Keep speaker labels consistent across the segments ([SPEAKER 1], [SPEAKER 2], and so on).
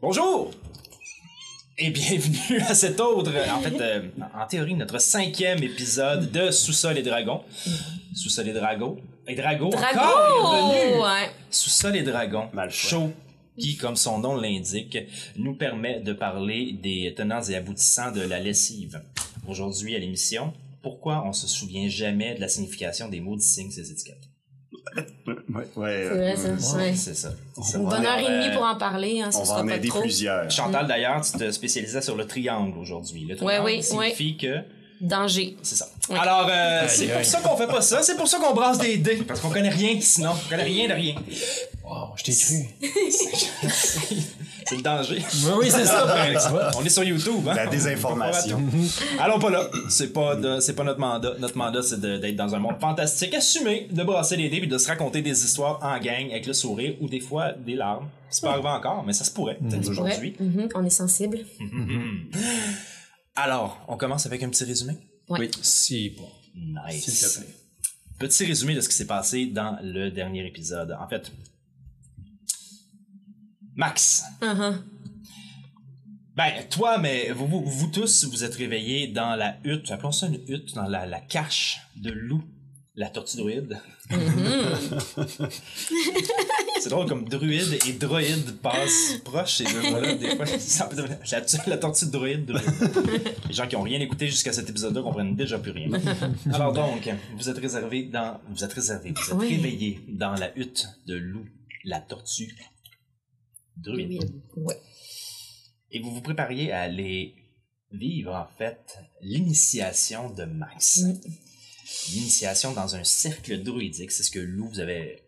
[SPEAKER 1] Bonjour et bienvenue à cet autre, en fait, euh, en théorie, notre cinquième épisode de Sous-sol et dragons. Sous-sol et dragons. Et dragons, encore est
[SPEAKER 2] Drago!
[SPEAKER 1] revenu.
[SPEAKER 2] Ouais.
[SPEAKER 1] Sous-sol et dragons,
[SPEAKER 3] Mal choix.
[SPEAKER 1] show qui, comme son nom l'indique, nous permet de parler des tenants et aboutissants de la lessive. Aujourd'hui à l'émission, pourquoi on se souvient jamais de la signification des mots dissignent ces étiquettes?
[SPEAKER 3] Ouais, ouais,
[SPEAKER 2] C'est vrai, ça.
[SPEAKER 3] euh,
[SPEAKER 2] Ouais.
[SPEAKER 1] C'est ça. C'est ça.
[SPEAKER 2] Une bonne
[SPEAKER 3] va
[SPEAKER 2] heure et
[SPEAKER 1] en-
[SPEAKER 2] demie pour en parler, hein, ce
[SPEAKER 3] On va
[SPEAKER 2] sera
[SPEAKER 3] en
[SPEAKER 2] pas
[SPEAKER 3] aider
[SPEAKER 2] trop.
[SPEAKER 3] plusieurs.
[SPEAKER 1] Chantal, d'ailleurs, tu te spécialisais sur le triangle aujourd'hui. Le triangle
[SPEAKER 2] oui,
[SPEAKER 1] signifie que...
[SPEAKER 2] Danger.
[SPEAKER 1] C'est ça.
[SPEAKER 2] Oui.
[SPEAKER 1] Alors, euh, c'est
[SPEAKER 4] aïe.
[SPEAKER 1] pour ça qu'on fait pas ça. C'est pour ça qu'on brasse des dés. Parce qu'on connaît rien sinon. On connaît rien de rien.
[SPEAKER 4] Wow, je t'ai cru.
[SPEAKER 1] C'est le danger.
[SPEAKER 4] Oui, oui, c'est ça. Ben, tu vois.
[SPEAKER 1] On est sur YouTube, hein?
[SPEAKER 3] La désinformation.
[SPEAKER 1] Allons pas là. C'est pas, de- c'est pas notre mandat. Notre mandat, c'est de- d'être dans un monde fantastique, assumé, de brasser les dés puis de se raconter des histoires en gang avec le sourire ou des fois des larmes. C'est pas arrivé encore, mais ça se
[SPEAKER 4] Hmm.
[SPEAKER 1] pourrait peut-être
[SPEAKER 2] Ouais.
[SPEAKER 1] aujourd'hui.
[SPEAKER 2] Mhm, On est sensible.
[SPEAKER 1] Alors, on commence avec un petit résumé.
[SPEAKER 4] Oui, c'est bon. S'il
[SPEAKER 1] Nice.
[SPEAKER 4] te plaît.
[SPEAKER 1] Petit résumé de ce qui s'est passé dans le dernier épisode. En fait, Max,
[SPEAKER 2] Mhm.
[SPEAKER 1] Ben, toi, mais vous, vous, vous tous, vous êtes réveillés dans la hutte, appelons ça une hutte, dans la, la cache de loup, la tortue druide. c'est drôle comme druide et droïde passent proches, ces deux mots-là, des fois. ça peut devenir- La, la tortue druide, druide. Les gens qui ont rien écouté jusqu'à cet épisode-là comprennent déjà plus rien. Alors donc, vous êtes réservés dans. Vous êtes réservés, vous êtes
[SPEAKER 2] Oui.
[SPEAKER 1] réveillés dans la hutte de loup, la tortue druide
[SPEAKER 2] Oui. Ouais.
[SPEAKER 1] et vous vous prépariez à aller vivre en fait l'initiation de Max.
[SPEAKER 2] Mm.
[SPEAKER 1] L'initiation dans un cercle druidique, c'est ce que Lou vous avait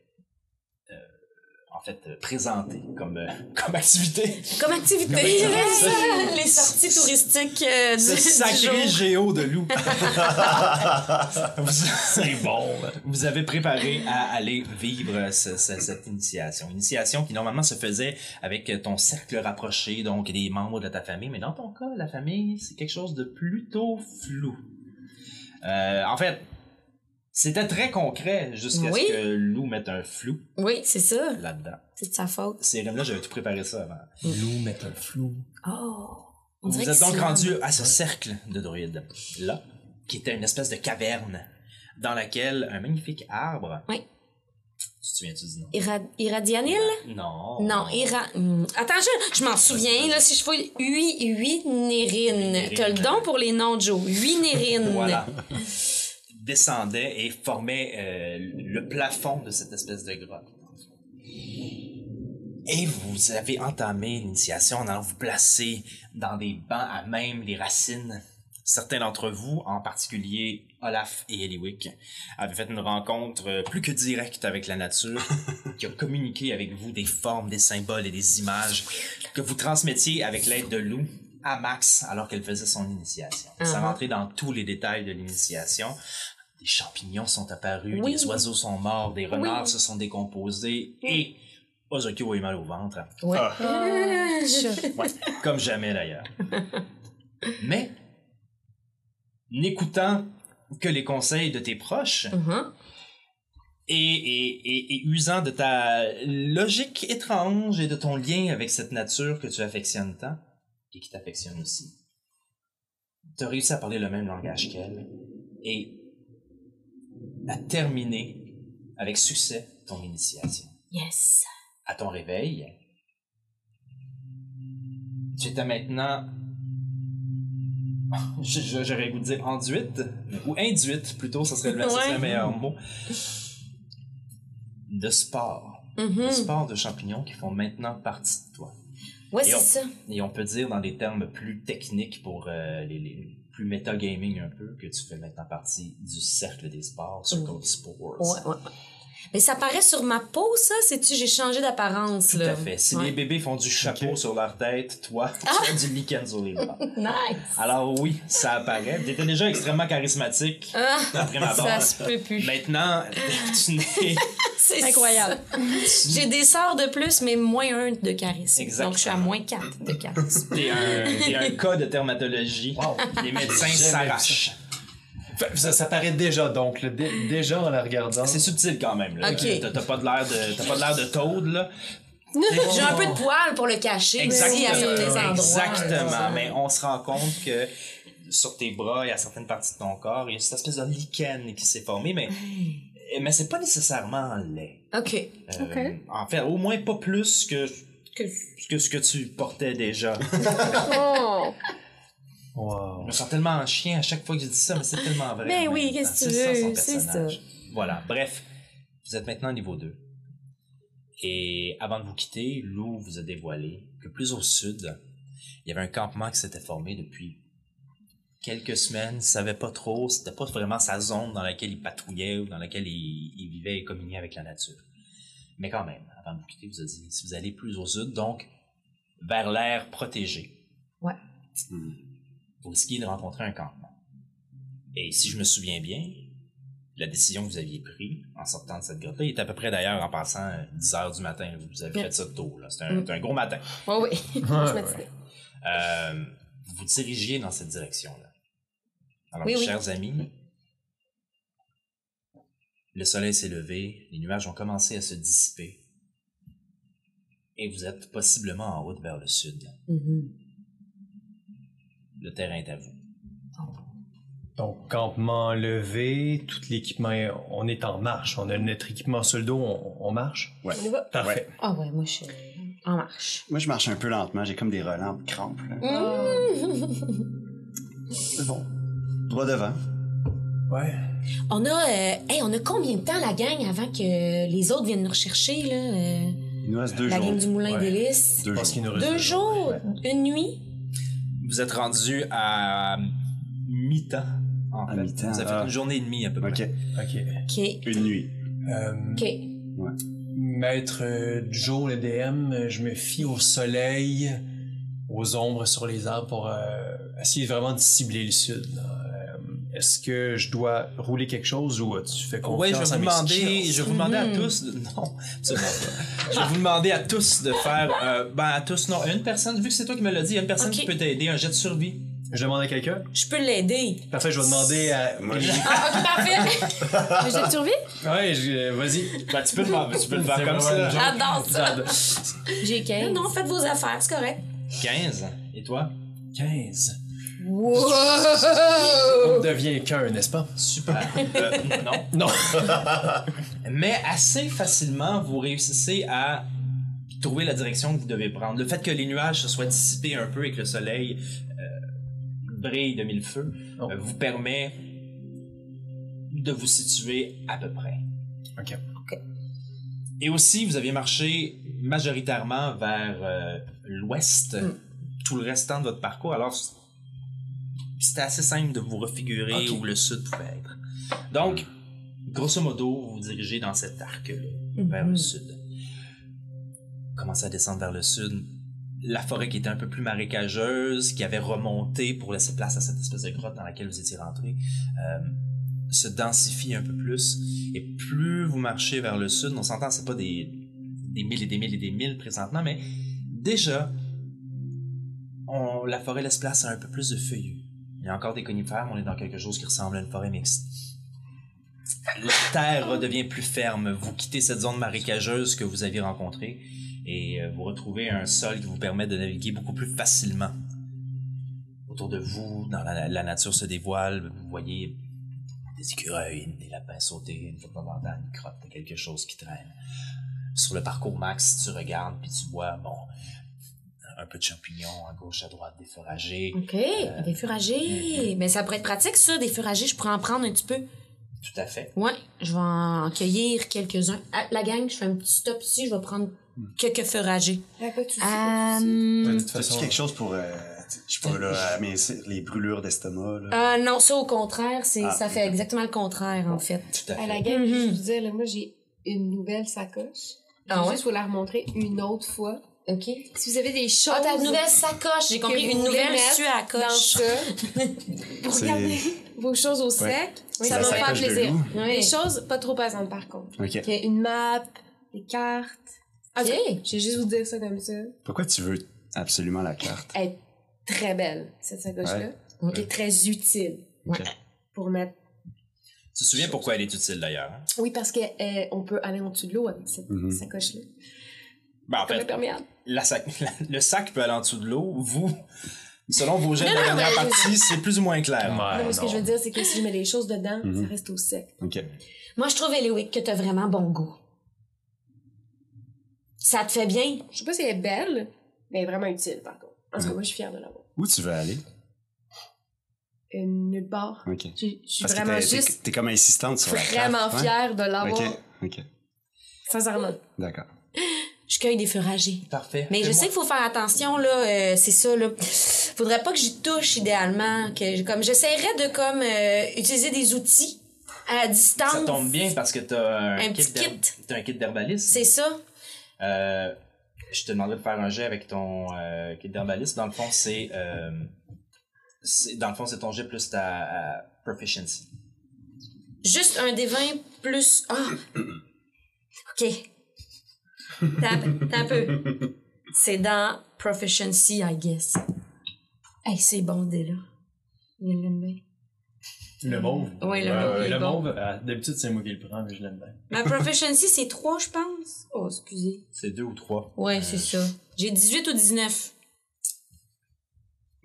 [SPEAKER 1] euh, en fait euh, présenté comme, euh, comme activité.
[SPEAKER 2] Comme activité,
[SPEAKER 1] Comme activité.
[SPEAKER 2] les sorties touristiques euh, du,
[SPEAKER 1] Ce
[SPEAKER 2] du
[SPEAKER 1] sacré
[SPEAKER 2] jour.
[SPEAKER 1] géo de Lou. vous,
[SPEAKER 4] C'est bon, là.
[SPEAKER 1] vous avez préparé à aller vivre ce- ce- cette initiation. Initiation qui normalement se faisait avec ton cercle rapproché, donc des membres de ta famille, mais dans ton cas, la famille, c'est quelque chose de plutôt flou. Euh, en fait, c'était très concret jusqu'à
[SPEAKER 2] Oui.
[SPEAKER 1] ce que Lou mette un flou
[SPEAKER 2] Oui, c'est ça.
[SPEAKER 1] là-dedans.
[SPEAKER 2] C'est de sa faute.
[SPEAKER 1] Ces là j'avais tout préparé ça avant.
[SPEAKER 4] Loup met un flou.
[SPEAKER 2] Oh. On
[SPEAKER 1] Vous
[SPEAKER 2] dirait
[SPEAKER 1] êtes
[SPEAKER 2] que
[SPEAKER 1] donc
[SPEAKER 2] c'est-
[SPEAKER 1] rendu à ce cercle de druides, là, qui était une espèce de caverne dans laquelle un magnifique arbre.
[SPEAKER 2] Oui.
[SPEAKER 1] Tu te souviens-tu du nom?
[SPEAKER 2] Ira... Iradianil?
[SPEAKER 1] Non.
[SPEAKER 2] Non, Ira... hmm. Attends, je, je m'en souviens, là, si je fouille... Ui, Ui, Nérine.
[SPEAKER 1] Nérine.
[SPEAKER 2] T'as le don pour les noms, Joe. Ui, Nérine.
[SPEAKER 1] Voilà. Descendait et formait euh, le plafond de cette espèce de grotte. Et vous avez entamé l'initiation en allant vous placer dans des bancs à même les racines. Certains d'entre vous, en particulier Olaf et Eliwick, avaient fait une rencontre euh, plus que directe avec la nature, qui a communiqué avec vous des formes, des symboles et des images que vous transmettiez avec l'aide de Lou à Max alors qu'elle faisait son initiation. Ça
[SPEAKER 2] Uh-huh.
[SPEAKER 1] rentrait dans tous les détails de l'initiation. Des champignons sont apparus,
[SPEAKER 2] Oui.
[SPEAKER 1] des oiseaux sont morts, des renards
[SPEAKER 2] Oui.
[SPEAKER 1] se sont décomposés et Ozokyo a eu mal au ventre.
[SPEAKER 2] Ouais.
[SPEAKER 3] Ah.
[SPEAKER 2] Je-
[SPEAKER 1] Comme jamais d'ailleurs. Mais, n'écoutant que les conseils de tes proches
[SPEAKER 2] Mhm.
[SPEAKER 1] et, et- et- et usant de ta logique étrange et de ton lien avec cette nature que tu affectionnes tant et qui t'affectionne aussi, tu as réussi à parler le même langage qu'elle et à terminer avec succès ton initiation
[SPEAKER 2] Yes.
[SPEAKER 1] à ton réveil, tu étais maintenant, je- je- j'aurais le goût de dire enduite, ou induite plutôt, ça serait le, ça serait le
[SPEAKER 2] Ouais.
[SPEAKER 1] meilleur mot, de sport.
[SPEAKER 2] Mhm.
[SPEAKER 1] De sport de champignons qui font maintenant partie de toi.
[SPEAKER 2] Ouais,
[SPEAKER 1] Et
[SPEAKER 2] c'est
[SPEAKER 1] on-
[SPEAKER 2] ça.
[SPEAKER 1] Et on peut dire dans des termes plus techniques pour euh, les, les plus metagaming un peu, que tu fais maintenant partie du cercle des sports, Circle of Sports.
[SPEAKER 2] Mm. Ouais, ouais. ouais. Mais ça paraît sur ma peau, ça, sais-tu, j'ai changé d'apparence,
[SPEAKER 1] Tout
[SPEAKER 2] là.
[SPEAKER 1] à fait. Si
[SPEAKER 2] Ouais. Ah!
[SPEAKER 1] les bébés font du chapeau sur leur tête, toi, tu as du lichen sur les bras.
[SPEAKER 2] Nice.
[SPEAKER 1] Alors oui, ça apparaît. Tu étais déjà extrêmement charismatique
[SPEAKER 2] Ah,
[SPEAKER 1] d'après ma
[SPEAKER 2] ça
[SPEAKER 1] base.
[SPEAKER 2] se peut plus.
[SPEAKER 1] Maintenant, tu n'es...
[SPEAKER 2] C'est
[SPEAKER 5] Incroyable.
[SPEAKER 2] ça. J'ai des sorts de plus, mais moins un de charisme.
[SPEAKER 1] Exactement.
[SPEAKER 2] Donc, je suis à moins 4 de charisme.
[SPEAKER 1] T'es un, t'es un cas de dermatologie.
[SPEAKER 4] Wow.
[SPEAKER 1] Les médecins
[SPEAKER 4] J'ai jamais
[SPEAKER 1] s'arrachent.
[SPEAKER 4] Fait- Ça, ça paraît déjà, donc, là, dé- déjà en la regardant.
[SPEAKER 1] C'est subtil quand même. Là.
[SPEAKER 2] Ok.
[SPEAKER 1] T'as, t'as pas de l'air de, t'as pas de l'air de Toad, là.
[SPEAKER 2] J'ai un peu de poil pour le cacher aussi à certains endroits. hein,
[SPEAKER 1] Exactement. Mais on se rend compte que sur tes bras et à certaines parties de ton corps, il y a cette espèce de lichen qui s'est formé, mais, mais c'est pas nécessairement laid.
[SPEAKER 2] OK.
[SPEAKER 1] Euh,
[SPEAKER 5] Ok.
[SPEAKER 1] En fait, au moins pas plus que,
[SPEAKER 2] Que-
[SPEAKER 1] que ce que tu portais déjà.
[SPEAKER 5] Oh.
[SPEAKER 1] Je me sens tellement en chien à chaque fois que je dis ça, mais c'est tellement vrai.
[SPEAKER 5] Mais
[SPEAKER 1] en
[SPEAKER 5] oui,
[SPEAKER 1] même temps.
[SPEAKER 5] qu'est-ce que tu
[SPEAKER 1] C'est
[SPEAKER 5] veux,
[SPEAKER 1] son
[SPEAKER 5] c'est
[SPEAKER 1] personnage.
[SPEAKER 5] ça.
[SPEAKER 1] Voilà, bref, vous êtes maintenant niveau 2. Et avant de vous quitter, Lou vous a dévoilé que plus au sud, il y avait un campement qui s'était formé depuis quelques semaines. Il savait pas trop, c'était pas vraiment sa zone dans laquelle il patrouillait ou dans laquelle il, il vivait et communiait avec la nature. Mais quand même, avant de vous quitter, vous a dit si vous allez plus au sud, donc vers l'air protégé.
[SPEAKER 2] Ouais.
[SPEAKER 3] Hmm.
[SPEAKER 1] Vous risquez de rencontrer un campement. Et si je me souviens bien, la décision que vous aviez prise en sortant de cette grotte-là, il était à peu près d'ailleurs en passant euh, 10 heures du matin. Vous avez
[SPEAKER 2] Ouais. Mm.
[SPEAKER 1] fait ça tôt, là. C'était un, c'était un gros matin.
[SPEAKER 2] Oui, oui.
[SPEAKER 5] Je me disais.
[SPEAKER 1] Euh, vous vous dirigiez dans cette direction-là. Alors,
[SPEAKER 2] Oui,
[SPEAKER 1] mes
[SPEAKER 2] oui.
[SPEAKER 1] chers amis, le soleil s'est levé, les nuages ont commencé à se dissiper, et vous êtes possiblement en route vers le sud.
[SPEAKER 2] Mm-hmm.
[SPEAKER 1] Le terrain est à vous.
[SPEAKER 4] Donc, campement levé, tout l'équipement, est- on est en marche. On a notre équipement sur le dos, on, on marche.
[SPEAKER 3] Ouais.
[SPEAKER 5] On y va.
[SPEAKER 4] Parfait.
[SPEAKER 2] Ah ouais, moi, je suis en marche.
[SPEAKER 3] Moi, je marche un peu lentement. J'ai comme des relents de crampes. là.
[SPEAKER 2] Hmm?
[SPEAKER 3] C'est bon. Droit devant.
[SPEAKER 4] Ouais.
[SPEAKER 2] On a... euh, hey, on a combien de temps, la gang, avant que les autres viennent nous rechercher, là? euh,
[SPEAKER 3] Il nous reste deux
[SPEAKER 2] la
[SPEAKER 3] jours.
[SPEAKER 2] gang du Moulin
[SPEAKER 4] Ouais.
[SPEAKER 2] d'Hélice?
[SPEAKER 3] Deux
[SPEAKER 4] Je pense
[SPEAKER 3] jours.
[SPEAKER 4] qu'il nous reste
[SPEAKER 2] Deux jours?
[SPEAKER 4] ouais.
[SPEAKER 2] Une nuit?
[SPEAKER 1] Vous êtes rendu à mi-temps, en
[SPEAKER 3] À
[SPEAKER 1] fait.
[SPEAKER 3] mi-temps,
[SPEAKER 1] Vous avez fait
[SPEAKER 3] ah.
[SPEAKER 1] une journée et demie, à peu près.
[SPEAKER 3] Ok.
[SPEAKER 4] OK.
[SPEAKER 2] OK.
[SPEAKER 3] Une nuit.
[SPEAKER 4] Euh,
[SPEAKER 2] OK.
[SPEAKER 4] Maître euh, Joe, le DM, euh, je me fie au soleil, aux ombres sur les arbres pour euh, essayer vraiment de cibler le sud. là. Euh, Est-ce que je dois rouler quelque chose ou euh, tu fais confiance
[SPEAKER 1] Oui, je vais
[SPEAKER 4] à
[SPEAKER 1] vous
[SPEAKER 4] mes
[SPEAKER 1] demander,
[SPEAKER 4] skills?
[SPEAKER 1] je vais vous demander
[SPEAKER 2] Mhm.
[SPEAKER 1] à tous, de- non, absolument pas. je vais vous demander à tous de faire, euh, ben à tous, non, une personne, vu que c'est toi qui me l'as dit, il y a une personne
[SPEAKER 2] Ok.
[SPEAKER 1] qui peut t'aider, un jet de survie.
[SPEAKER 4] Je demande à quelqu'un?
[SPEAKER 2] Je peux l'aider.
[SPEAKER 4] Parfait, je vais demander à...
[SPEAKER 3] Moi, je-
[SPEAKER 2] Ah, OK, parfait.
[SPEAKER 5] Le jet de survie?
[SPEAKER 4] Ouais, je- euh, vas-y.
[SPEAKER 1] Ben, tu peux le, tu peux le
[SPEAKER 4] C'est
[SPEAKER 1] faire comme
[SPEAKER 4] vraiment
[SPEAKER 1] ça.
[SPEAKER 4] une joke.
[SPEAKER 2] J'adore ça.
[SPEAKER 5] J'ai 15.
[SPEAKER 2] non, faites vos affaires, c'est correct.
[SPEAKER 1] 15, et toi?
[SPEAKER 4] 15.
[SPEAKER 2] Wow!
[SPEAKER 4] On devient qu'un, n'est-ce pas?
[SPEAKER 1] Super. Euh, non.
[SPEAKER 4] Non.
[SPEAKER 1] Mais assez facilement, vous réussissez à trouver la direction que vous devez prendre. Le fait que les nuages se soient dissipés un peu et que le soleil euh, brille de mille feux
[SPEAKER 4] Oh.
[SPEAKER 1] euh, vous permet de vous situer à peu près.
[SPEAKER 4] OK.
[SPEAKER 1] Et aussi, vous aviez marché majoritairement vers euh, l'ouest
[SPEAKER 2] Mm.
[SPEAKER 1] tout le restant de votre parcours. Alors, c- c'était assez simple de vous refigurer
[SPEAKER 4] Ok.
[SPEAKER 1] où le sud pouvait être. Donc, grosso modo, vous vous dirigez dans cet arc-là, vers
[SPEAKER 2] Mhm.
[SPEAKER 1] le sud. Commencez à descendre vers le sud. La forêt qui était un peu plus marécageuse, qui avait remonté pour laisser place à cette espèce de grotte dans laquelle vous étiez rentré, euh, se densifie un peu plus. Et plus vous marchez vers le sud, on s'entend, c'est pas des, des milles et des milles et des milles présentement, mais déjà, on- la forêt laisse place à un peu plus de feuillus. Il y a encore des conifères, mais on est dans quelque chose qui ressemble à une forêt mixte. La terre redevient plus ferme. Vous quittez cette zone marécageuse que vous aviez rencontrée et euh, vous retrouvez un sol qui vous permet de naviguer beaucoup plus facilement. Autour de vous, dans la, la nature se dévoile. Vous voyez des écureuils, des lapins sauter, une fois de temps en temps, une crotte de quelque chose qui traîne. Sur le parcours Max, tu regardes puis tu vois, bon, un peu de champignons à gauche, à droite, des foragers.
[SPEAKER 2] OK, des furagers. Mais ça pourrait être pratique, ça, des furagers. Je pourrais en prendre un petit peu.
[SPEAKER 1] Tout à fait.
[SPEAKER 2] Ouais, je vais en cueillir quelques-uns. Ah, la gang, je fais un petit stop ici. Je vais prendre quelques furagers.
[SPEAKER 5] Ah, pas de soucis, pas de soucis.
[SPEAKER 4] De
[SPEAKER 2] Euh,
[SPEAKER 4] toute
[SPEAKER 3] T'as-tu
[SPEAKER 4] façon,
[SPEAKER 3] quelque chose pour, euh, je sais pas, là, amincir les brûlures d'estomac, là?
[SPEAKER 2] euh, non, ça, au contraire, c'est,
[SPEAKER 3] Ah,
[SPEAKER 2] ça fait
[SPEAKER 3] ok.
[SPEAKER 2] exactement le contraire, en fait.
[SPEAKER 1] Tout à
[SPEAKER 5] À
[SPEAKER 1] fait.
[SPEAKER 5] la gang, je
[SPEAKER 2] Mhm.
[SPEAKER 5] vous disais, là, moi, j'ai une nouvelle sacoche. Je
[SPEAKER 2] Ah
[SPEAKER 5] vais
[SPEAKER 2] ouais?
[SPEAKER 5] Juste vous la remontrer une autre fois.
[SPEAKER 2] OK.
[SPEAKER 5] Si vous avez des choses
[SPEAKER 2] Ah, t'as une nouvelle sacoche. J'ai compris,
[SPEAKER 5] vous
[SPEAKER 2] une
[SPEAKER 5] voulez
[SPEAKER 2] nouvelle
[SPEAKER 5] mettre dans
[SPEAKER 2] sacoche.
[SPEAKER 5] ça, pour
[SPEAKER 3] C'est-
[SPEAKER 5] garder vos choses au sec,
[SPEAKER 3] C'est
[SPEAKER 5] ça
[SPEAKER 3] la
[SPEAKER 5] va me faire
[SPEAKER 3] sacoche de
[SPEAKER 5] plaisir.
[SPEAKER 3] loup.
[SPEAKER 2] Oui.
[SPEAKER 5] Des choses pas trop pesantes, par contre.
[SPEAKER 3] Ok.
[SPEAKER 5] Il y a une map, des cartes. En tout cas,
[SPEAKER 2] OK.
[SPEAKER 5] Je vais juste vous dire ça comme ça.
[SPEAKER 3] Pourquoi tu veux absolument la carte?
[SPEAKER 5] Elle est très belle, cette sacoche-là.
[SPEAKER 2] Ouais.
[SPEAKER 5] Elle est très utile
[SPEAKER 3] Ok.
[SPEAKER 2] Ouais.
[SPEAKER 5] pour mettre...
[SPEAKER 1] Tu te souviens pourquoi elle est utile d'ailleurs? hein?
[SPEAKER 5] euh, Oui, parce qu'on peut aller en dessous de l'eau avec cette
[SPEAKER 3] Mhm.
[SPEAKER 5] sacoche-là.
[SPEAKER 1] Ben, en
[SPEAKER 5] Comme
[SPEAKER 1] fait,
[SPEAKER 5] imperméable.
[SPEAKER 1] la sac, la- le sac peut aller en dessous de l'eau. Vous, selon vos jets de
[SPEAKER 2] Non,
[SPEAKER 1] la
[SPEAKER 2] non,
[SPEAKER 1] dernière
[SPEAKER 2] mais-
[SPEAKER 1] partie, c'est plus ou moins clair.
[SPEAKER 3] Ah,
[SPEAKER 5] Non, mais ce que je veux dire, c'est que si je mets les choses dedans,
[SPEAKER 3] Mhm.
[SPEAKER 5] ça reste au sec.
[SPEAKER 3] Ok.
[SPEAKER 2] Moi, je trouve, Eliwick, que t'as vraiment bon goût. Ça te fait bien?
[SPEAKER 5] Je sais pas si elle est belle, mais elle est vraiment utile, par contre. En
[SPEAKER 3] Mm-hmm.
[SPEAKER 5] tout cas, moi, je suis fière de l'avoir.
[SPEAKER 3] Où tu veux aller?
[SPEAKER 5] Euh, Nulle part.
[SPEAKER 3] Ok.
[SPEAKER 5] Je je suis
[SPEAKER 3] Parce que
[SPEAKER 5] vraiment
[SPEAKER 3] t'es- t'es,
[SPEAKER 5] juste
[SPEAKER 3] t'es comme insistante sur la
[SPEAKER 5] vraiment
[SPEAKER 3] craft, hein?
[SPEAKER 5] fière de l'avoir.
[SPEAKER 3] Ok, ok.
[SPEAKER 5] Sincèrement.
[SPEAKER 3] D'accord.
[SPEAKER 2] Je cueille des furagers.
[SPEAKER 1] Parfait.
[SPEAKER 2] Mais je sais qu'il faut faire attention, là, euh, c'est ça, là. Faudrait pas que j'y touche idéalement. Que, j- comme, j'essaierais de comme euh, utiliser des outils à distance.
[SPEAKER 1] Ça tombe bien parce que t'as un,
[SPEAKER 2] Un
[SPEAKER 1] kit
[SPEAKER 2] petit
[SPEAKER 1] d'her-
[SPEAKER 2] kit.
[SPEAKER 1] T'as un kit d'herbaliste.
[SPEAKER 2] C'est ça.
[SPEAKER 1] Euh, je te demanderais de faire un jet avec ton euh, kit d'herbaliste. Dans le fond, c'est. euh, c'est- dans le fond, c'est ton jet plus ta euh, proficiency.
[SPEAKER 2] Juste un des 20 plus. Ah! OK. T'as t'as un peu. C'est dans Proficiency, I guess. Hey, c'est bon, dès là. Il l'aime bien.
[SPEAKER 4] Le mauve.
[SPEAKER 2] Ouais, le mauve, il est
[SPEAKER 4] le
[SPEAKER 2] bon.
[SPEAKER 4] mauve, euh, d'habitude, c'est moi qui le prends, mais je l'aime bien.
[SPEAKER 2] Ma Proficiency, c'est 3, je pense. Oh, excusez.
[SPEAKER 1] C'est deux ou trois.
[SPEAKER 2] Ouais, c'est ça. J'ai 18 ou 19.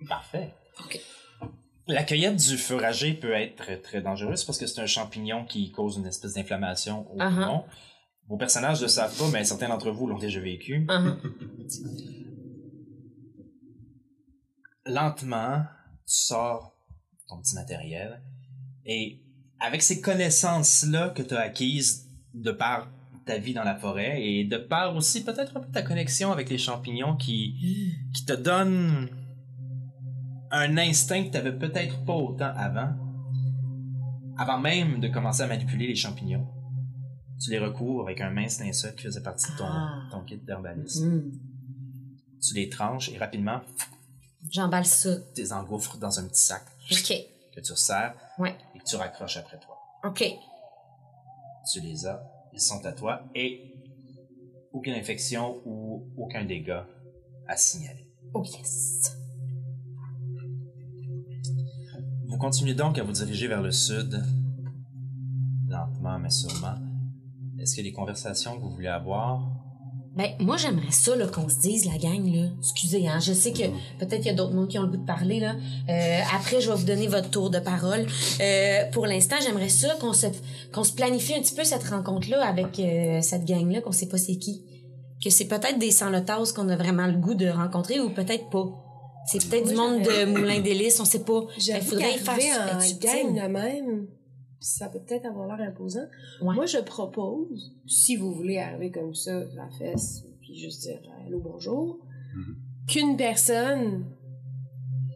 [SPEAKER 1] Parfait.
[SPEAKER 2] Ok.
[SPEAKER 1] La cueillette du furager peut être très, très dangereuse parce que c'est un champignon qui cause une espèce d'inflammation au
[SPEAKER 2] Uh-huh.
[SPEAKER 1] poumon. Vos personnages ne le savent pas, mais certains d'entre vous l'ont déjà vécu.
[SPEAKER 2] Ah, ah.
[SPEAKER 1] lentement, tu sors ton petit matériel et avec ces connaissances-là que tu as acquises de par ta vie dans la forêt et de par aussi peut-être un peu ta connexion avec les champignons qui, qui te donnent un instinct que tu n'avais peut-être pas autant avant, avant même de commencer à manipuler les champignons. Tu les recours avec un mince linceul qui faisait partie de ton,
[SPEAKER 2] Ah.
[SPEAKER 1] ton kit d'herbaliste.
[SPEAKER 2] Hmm.
[SPEAKER 1] Tu les tranches et rapidement,
[SPEAKER 2] J'emballe ça.
[SPEAKER 1] tu les engouffres dans un petit sac
[SPEAKER 2] OK.
[SPEAKER 1] que tu resserres
[SPEAKER 2] Ouais.
[SPEAKER 1] et que tu raccroches après toi.
[SPEAKER 2] OK.
[SPEAKER 1] Tu les as, ils sont à toi et aucune infection ou aucun dégât à signaler.
[SPEAKER 2] Oh, yes.
[SPEAKER 1] Vous continuez donc à vous diriger vers le sud, lentement mais sûrement. Est-ce que les conversations que vous voulez avoir,
[SPEAKER 2] Ben, moi, j'aimerais ça, là, qu'on se dise, la gang, là. Excusez, hein. Je sais que
[SPEAKER 3] Mm.
[SPEAKER 2] peut-être qu'il y a d'autres monde qui ont le goût de parler, là. Euh, après, je vais vous donner votre tour de parole. Euh, pour l'instant, j'aimerais ça qu'on se, qu'on se planifie un petit peu cette rencontre-là avec euh, cette gang-là, qu'on sait pas c'est qui. Que c'est peut-être des sans-le-tasse qu'on a vraiment le goût de rencontrer ou peut-être pas. C'est peut-être
[SPEAKER 5] Moi,
[SPEAKER 2] du monde de
[SPEAKER 5] j'aurais-
[SPEAKER 2] Moulin d'Hélice, on sait pas.
[SPEAKER 5] J'avoue
[SPEAKER 2] Il faudrait faire
[SPEAKER 5] qu'arriver
[SPEAKER 2] ça,
[SPEAKER 5] en
[SPEAKER 2] être subtil.
[SPEAKER 5] gang de même, ça peut peut-être avoir l'air imposant.
[SPEAKER 2] Ouais.
[SPEAKER 5] Moi, je propose, si vous voulez arriver comme ça, la fesse, puis juste dire allô, bonjour,
[SPEAKER 3] Mhm.
[SPEAKER 5] qu'une personne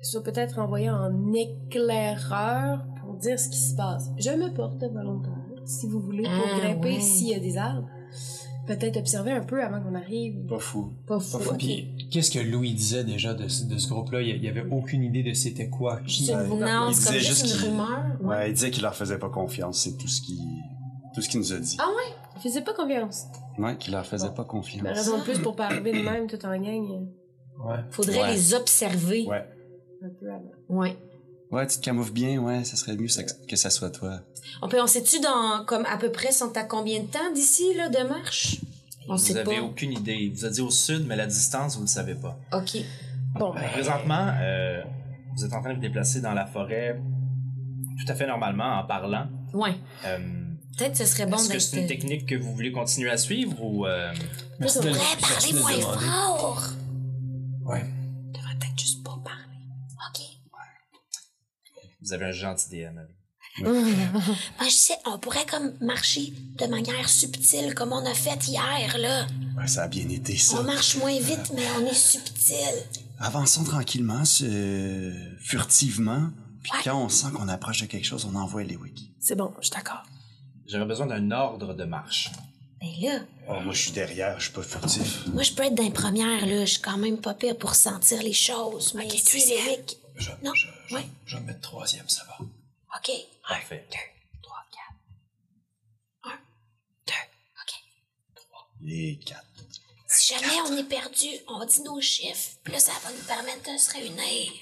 [SPEAKER 5] soit peut-être envoyée en éclaireur pour dire ce qui se passe. Je me porte volontaire, si vous voulez, pour
[SPEAKER 2] Ah,
[SPEAKER 5] grimper
[SPEAKER 2] ouais.
[SPEAKER 5] s'il y a des arbres. Peut-être observer un peu avant qu'on arrive.
[SPEAKER 3] Pas fou.
[SPEAKER 2] Pas fou. ok.
[SPEAKER 4] Puis, qu'est-ce que Louis disait déjà de, ce- de ce groupe-là? Il n'y avait aucune idée de c'était quoi, qui.
[SPEAKER 2] C'est une- non,
[SPEAKER 3] Il
[SPEAKER 2] c'est comme
[SPEAKER 3] disait
[SPEAKER 2] juste
[SPEAKER 3] juste
[SPEAKER 2] une
[SPEAKER 3] qu'il-
[SPEAKER 2] rumeur.
[SPEAKER 3] Ouais, il disait qu'il leur faisait pas confiance, c'est tout ce qui tout ce qu'il nous a dit.
[SPEAKER 2] Ah.
[SPEAKER 5] Je faisais pas confiance.
[SPEAKER 3] Ouais, qu'il leur faisait pas
[SPEAKER 2] Ben,
[SPEAKER 5] Mais
[SPEAKER 3] confiance.
[SPEAKER 5] raison de plus pour pas arriver de même tout en gang euh,
[SPEAKER 4] Ouais.
[SPEAKER 2] Faudrait
[SPEAKER 3] Ouais.
[SPEAKER 2] les observer.
[SPEAKER 3] Ouais.
[SPEAKER 5] un peu avant.
[SPEAKER 2] Ouais.
[SPEAKER 3] Ouais, tu te camoufles bien, ouais, ça serait mieux ça- que ça soit toi.
[SPEAKER 2] On peut, on sait-tu dans, comme à peu près, sont à combien de temps d'ici, là, de marche? On
[SPEAKER 1] vous
[SPEAKER 2] sait
[SPEAKER 1] n'avez
[SPEAKER 2] pas.
[SPEAKER 1] aucune idée. Il vous a dit au sud, mais la distance, vous ne le savez pas.
[SPEAKER 2] OK.
[SPEAKER 5] Bon,
[SPEAKER 2] Ben.
[SPEAKER 1] Présentement, euh, vous êtes en train de vous déplacer dans la forêt tout à fait normalement en parlant.
[SPEAKER 2] Ouais.
[SPEAKER 1] Euh,
[SPEAKER 2] Peut-être que ce serait bon
[SPEAKER 1] Est-ce que c'est une
[SPEAKER 2] d'être...
[SPEAKER 1] technique que vous voulez continuer à suivre ou euh,
[SPEAKER 4] Merci de le
[SPEAKER 2] Faudrait parler
[SPEAKER 4] merci de le
[SPEAKER 2] moins
[SPEAKER 4] demander.
[SPEAKER 2] fort!
[SPEAKER 4] Ouais.
[SPEAKER 2] On devrait euh, peut-être juste pas parler. OK.
[SPEAKER 1] vous avez un gentil DM? avec vous?
[SPEAKER 2] Moi, je sais, on pourrait comme marcher de manière subtile, comme on a fait hier, là.
[SPEAKER 3] Ouais, ça a bien été
[SPEAKER 2] On
[SPEAKER 3] ça.
[SPEAKER 2] marche moins vite, mais on est subtil.
[SPEAKER 3] Avançons tranquillement, ce- furtivement, puis
[SPEAKER 2] Ouais.
[SPEAKER 3] quand on sent qu'on approche de quelque chose, on envoie les wikis.
[SPEAKER 5] c'est bon, je suis d'accord.
[SPEAKER 1] J'aurais besoin d'un ordre de marche.
[SPEAKER 2] Mais là,
[SPEAKER 3] Oh, moi je suis derrière, je suis pas furtif.
[SPEAKER 2] moi, je peux être dans les premières, là. Je suis quand même pas pire pour sentir les choses. Mais si, Eric...
[SPEAKER 4] Je,
[SPEAKER 2] Non.
[SPEAKER 4] je- je-
[SPEAKER 2] Ouais.
[SPEAKER 4] je vais me mettre troisième, ça va.
[SPEAKER 2] OK.
[SPEAKER 1] Parfait.
[SPEAKER 3] Les quatre.
[SPEAKER 2] Si jamais on est perdu, on dit nos chiffres. Puis là, ça va nous permettre de se réunir.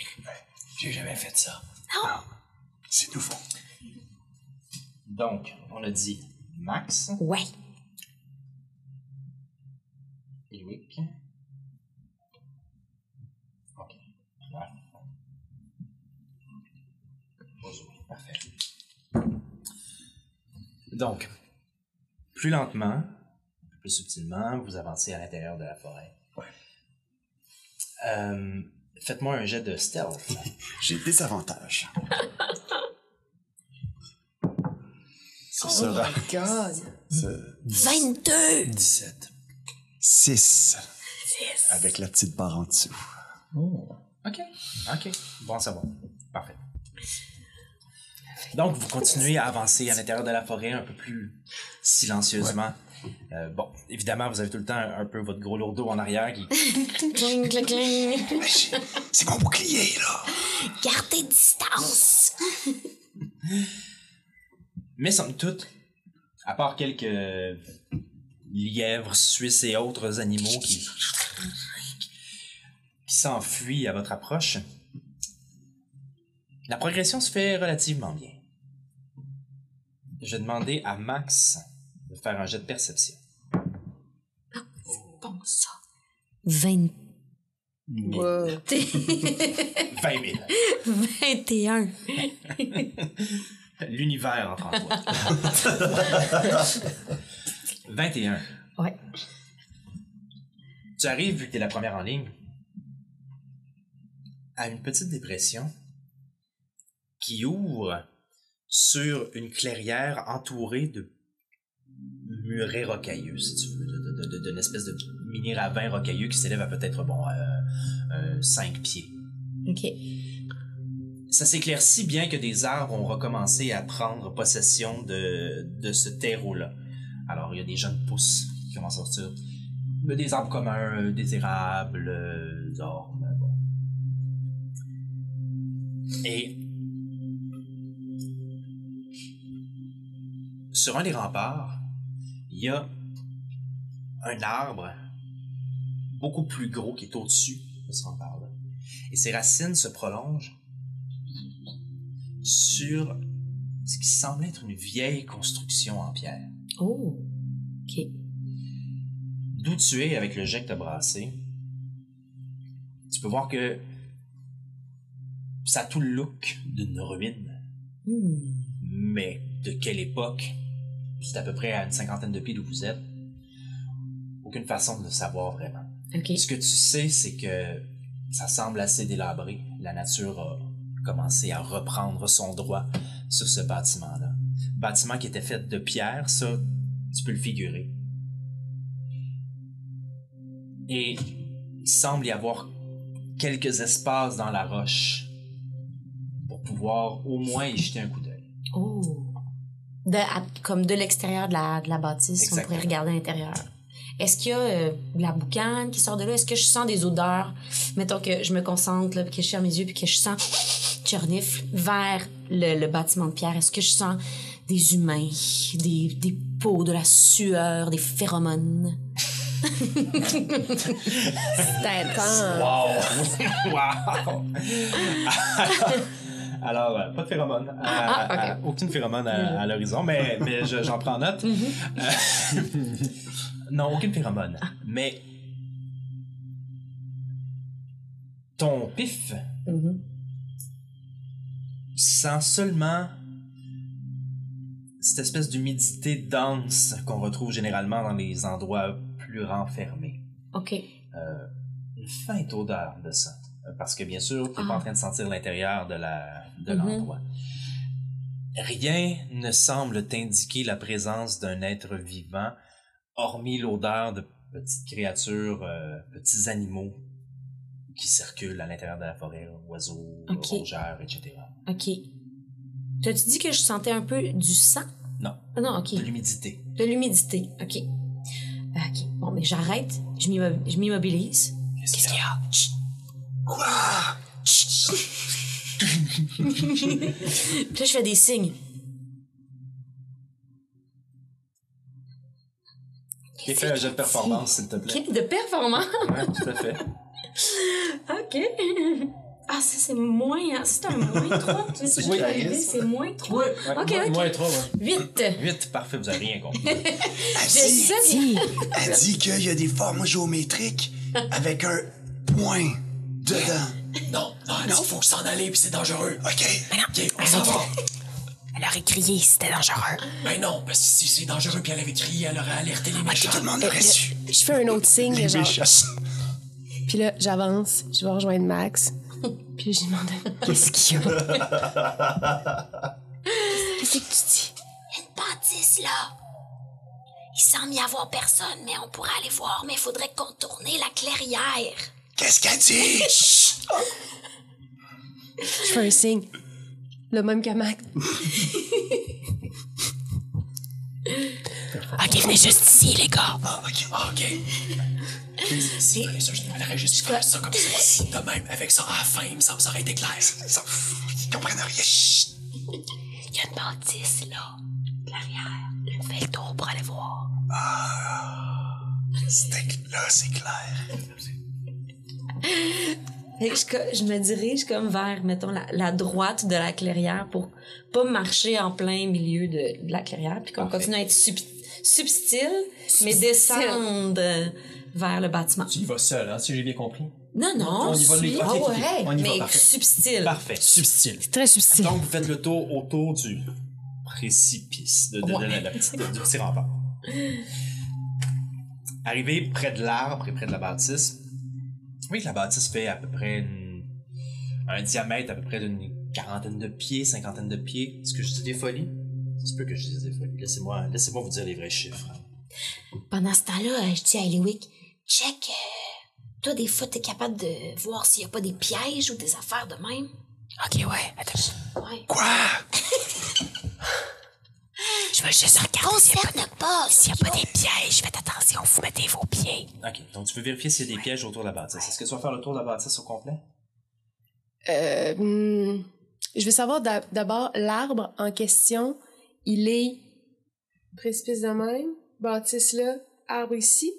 [SPEAKER 4] J'ai jamais fait ça. Ah,
[SPEAKER 3] C'est nouveau.
[SPEAKER 1] Donc, on a dit Max,
[SPEAKER 2] Ouais.
[SPEAKER 1] Eliwick. Ok. Bonjour. Parfait. Donc, plus lentement, plus subtilement, vous avancez à l'intérieur de la forêt. Euh, Faites-moi un jet de stealth.
[SPEAKER 3] J'ai des avantages. Ce sera
[SPEAKER 5] God!
[SPEAKER 2] 22!
[SPEAKER 4] 17.
[SPEAKER 3] 6. Avec la petite barre en dessous.
[SPEAKER 1] Ok, ok. Bon, ça va. Parfait. Donc, vous continuez à avancer à l'intérieur de la forêt un peu plus silencieusement. Euh, bon, évidemment, vous avez tout le temps un, un peu votre gros lourdeau en arrière qui.
[SPEAKER 2] Cling, cling, cling.
[SPEAKER 3] C'est mon bouclier, là!
[SPEAKER 2] Gardez distance!
[SPEAKER 1] Mais somme toute, à part quelques lièvres suisses et autres animaux qui, qui s'enfuient à votre approche, la progression se fait relativement bien. Je vais demander à Max de faire un jet de perception.
[SPEAKER 2] Bon, ça. 20...
[SPEAKER 5] Wow.
[SPEAKER 1] 20 000.
[SPEAKER 2] 21.
[SPEAKER 1] L'univers entre en toi. 21.
[SPEAKER 2] Ouais.
[SPEAKER 1] Tu arrives, vu que t'es la première en ligne, à une petite dépression qui ouvre sur une clairière entourée de murets rocailleux, si tu veux, de- de- de- de- d'une espèce de mini ravin rocailleux qui s'élève à peut-être, bon, 5 pieds.
[SPEAKER 2] OK.
[SPEAKER 1] Ça s'éclaire si bien que des arbres ont recommencé à prendre possession de, de ce terreau-là. Alors, il y a des jeunes pousses qui commencent à sortir. Il y a des arbres communs, euh, des érables, euh, d'ormes. bon. Et sur un des remparts, il y a un arbre beaucoup plus gros qui est au-dessus de ce rempart-là. Et ses racines se prolongent sur ce qui semble être une vieille construction en pierre.
[SPEAKER 2] Oh. OK.
[SPEAKER 1] D'où tu es avec le jet que t'as brassé, tu peux voir que ça a tout le look d'une ruine,
[SPEAKER 2] Hmm.
[SPEAKER 1] mais de quelle époque C'est à peu près à une cinquantaine de pieds d'où vous êtes. Aucune façon de le savoir vraiment.
[SPEAKER 2] OK.
[SPEAKER 1] Ce que tu sais, c'est que ça semble assez délabré. La nature a commencé à reprendre son droit sur ce bâtiment-là. Bâtiment qui était fait de pierre, ça, tu peux le figurer. Et il semble y avoir quelques espaces dans la roche pour pouvoir au moins y jeter un coup d'œil.
[SPEAKER 2] Oh. De- à- comme de l'extérieur de la, de la bâtisse, on
[SPEAKER 1] Exactement.
[SPEAKER 2] pourrait regarder à l'intérieur. Est-ce qu'il y a euh, de la boucane qui sort de là? Est-ce que je sens des odeurs? Mettons que je me concentre, là, puis que je ferme les yeux, puis que je sens, je renifle vers le, le bâtiment de pierre. Est-ce que je sens des humains, des, des peaux, de la sueur, des phéromones?
[SPEAKER 5] T'attends.
[SPEAKER 1] Wow! wow! Alors, euh, pas de phéromone. Euh,
[SPEAKER 2] Ah, ah, ok. Mhm.
[SPEAKER 1] euh, aucune phéromone à, à l'horizon, mais, mais je- j'en prends note. Euh, non, aucune phéromone.
[SPEAKER 2] Ah.
[SPEAKER 1] Mais ton pif
[SPEAKER 2] Mhm.
[SPEAKER 1] sent seulement cette espèce d'humidité dense qu'on retrouve généralement dans les endroits plus renfermés.
[SPEAKER 2] OK.
[SPEAKER 1] euh, une feinte odeur de ça. Euh, Parce que bien sûr, tu n'es
[SPEAKER 2] Ah.
[SPEAKER 1] pas en train de sentir l'intérieur de la de
[SPEAKER 2] Mhm.
[SPEAKER 1] l'endroit. Rien ne semble t'indiquer la présence d'un être vivant, hormis l'odeur de petites créatures, euh, petits animaux qui circulent à l'intérieur de la forêt, oiseaux,
[SPEAKER 2] Ok.
[SPEAKER 1] rongeurs, etc.
[SPEAKER 2] OK. T'as-tu dit que je sentais un peu du sang?
[SPEAKER 1] Non.
[SPEAKER 2] Ah non, OK.
[SPEAKER 1] De l'humidité.
[SPEAKER 2] De l'humidité, OK. OK. Bon, mais j'arrête, je m'immo- je m'immobilise. Qu'est-ce qu'il y a? Chut. Chut. Puis là, je fais des signes.
[SPEAKER 1] Et fais un jeu de performance, s'il te plaît.
[SPEAKER 2] OK, de performance.
[SPEAKER 1] Ouais, tout à fait.
[SPEAKER 2] OK. Ah, ça, c'est moins, hein. C'est un moins 3. Tu sais, ce que
[SPEAKER 4] Oui.
[SPEAKER 2] j'ai arrivé, c'est moins 3.
[SPEAKER 1] Ouais.
[SPEAKER 2] Ok,
[SPEAKER 4] Moi-
[SPEAKER 2] ok.
[SPEAKER 4] Moi et toi, ouais.
[SPEAKER 2] 8.
[SPEAKER 1] 8, parfait, vous avez rien compris.
[SPEAKER 2] Je
[SPEAKER 3] dit-
[SPEAKER 2] sais.
[SPEAKER 3] Elle dit qu'il y a des formes géométriques avec un point dedans.
[SPEAKER 4] Non, non, il faut s'en aller, puis c'est dangereux.
[SPEAKER 3] OK.
[SPEAKER 4] Ok, on s'en va.
[SPEAKER 6] Elle aurait crié si c'était dangereux.
[SPEAKER 4] Ben non, parce que si c'est dangereux, puis elle avait crié, elle aurait alerté les
[SPEAKER 3] Tout
[SPEAKER 4] méchants.
[SPEAKER 3] le monde aurait su.
[SPEAKER 5] Je fais un autre signe,
[SPEAKER 3] Les
[SPEAKER 5] genre.
[SPEAKER 3] méchants.
[SPEAKER 5] Puis là, j'avance, je vais rejoindre Max. Puis là, je lui demande
[SPEAKER 6] Qu'est-ce qu'il y a?
[SPEAKER 5] Qu'est-ce que tu dis
[SPEAKER 6] Une bâtisse, là. Il semble y avoir personne, mais on pourrait aller voir, mais il faudrait contourner la clairière.
[SPEAKER 3] Qu'est-ce qu'elle dit?
[SPEAKER 5] Je fais un signe. Le même que Max.
[SPEAKER 6] Ok, venez juste ici, les gars.
[SPEAKER 3] Ah, OK.
[SPEAKER 4] Ok. Si vous voulez ça, je devrais juste faire ça comme ça. De même, avec ça à la fin, il me semble que ça aurait été clair.
[SPEAKER 3] Ils s'en foutent. Ils comprennent rien. Chut.
[SPEAKER 6] Il y a une bâtisse, là. Clairière. Une fait le tour pour aller voir.
[SPEAKER 3] C'était là, c'est clair.
[SPEAKER 2] Fait que je, co- je me dirige comme vers, mettons, la, la droite de la clairière pour pas marcher en plein milieu de, de la clairière, puis qu'on continue à être sub- subtil, mais descendre euh, vers le bâtiment.
[SPEAKER 4] Tu y vas seul, hein, si j'ai bien compris.
[SPEAKER 2] Non, non,
[SPEAKER 4] On y va,
[SPEAKER 2] suis-
[SPEAKER 4] les- ok,
[SPEAKER 2] ah
[SPEAKER 4] ok, ok.
[SPEAKER 2] ouais,
[SPEAKER 4] On y va,
[SPEAKER 2] mais
[SPEAKER 4] parfait.
[SPEAKER 2] subtil.
[SPEAKER 1] Parfait.
[SPEAKER 4] Subtil.
[SPEAKER 6] Très subtil.
[SPEAKER 1] Donc, vous faites le tour autour du précipice, de, de- de- de- de la petite, du petit rempart. Arrivé près de l'arbre et près de la bâtisse, oui, la bâtisse fait à peu près une- un diamètre à peu près d'une quarantaine de pieds, cinquantaine de pieds. Est-ce que je dis des folies? C'est peu que je dise des folies. Laissez-moi laissez vous dire les vrais chiffres.
[SPEAKER 6] Pendant ce temps-là, euh, je dis à Eliwick, check, euh, toi, des fois, t'es capable de voir s'il y a pas des pièges ou des affaires de même. Ok, ouais, attends.
[SPEAKER 3] Quoi?
[SPEAKER 6] Je vais juste regarder. Concerne pas, S'il y a pas des pièges, faites attention, vous mettez vos pieds.
[SPEAKER 1] Ok, donc tu veux vérifier s'il y a des pièges autour de la bâtisse. Est-ce que tu vas faire le tour de la bâtisse au complet?
[SPEAKER 5] Euh, hmm, je veux savoir d'a- d'abord l'arbre en question. Il est. Précipice de même, bâtisse là, arbre ici.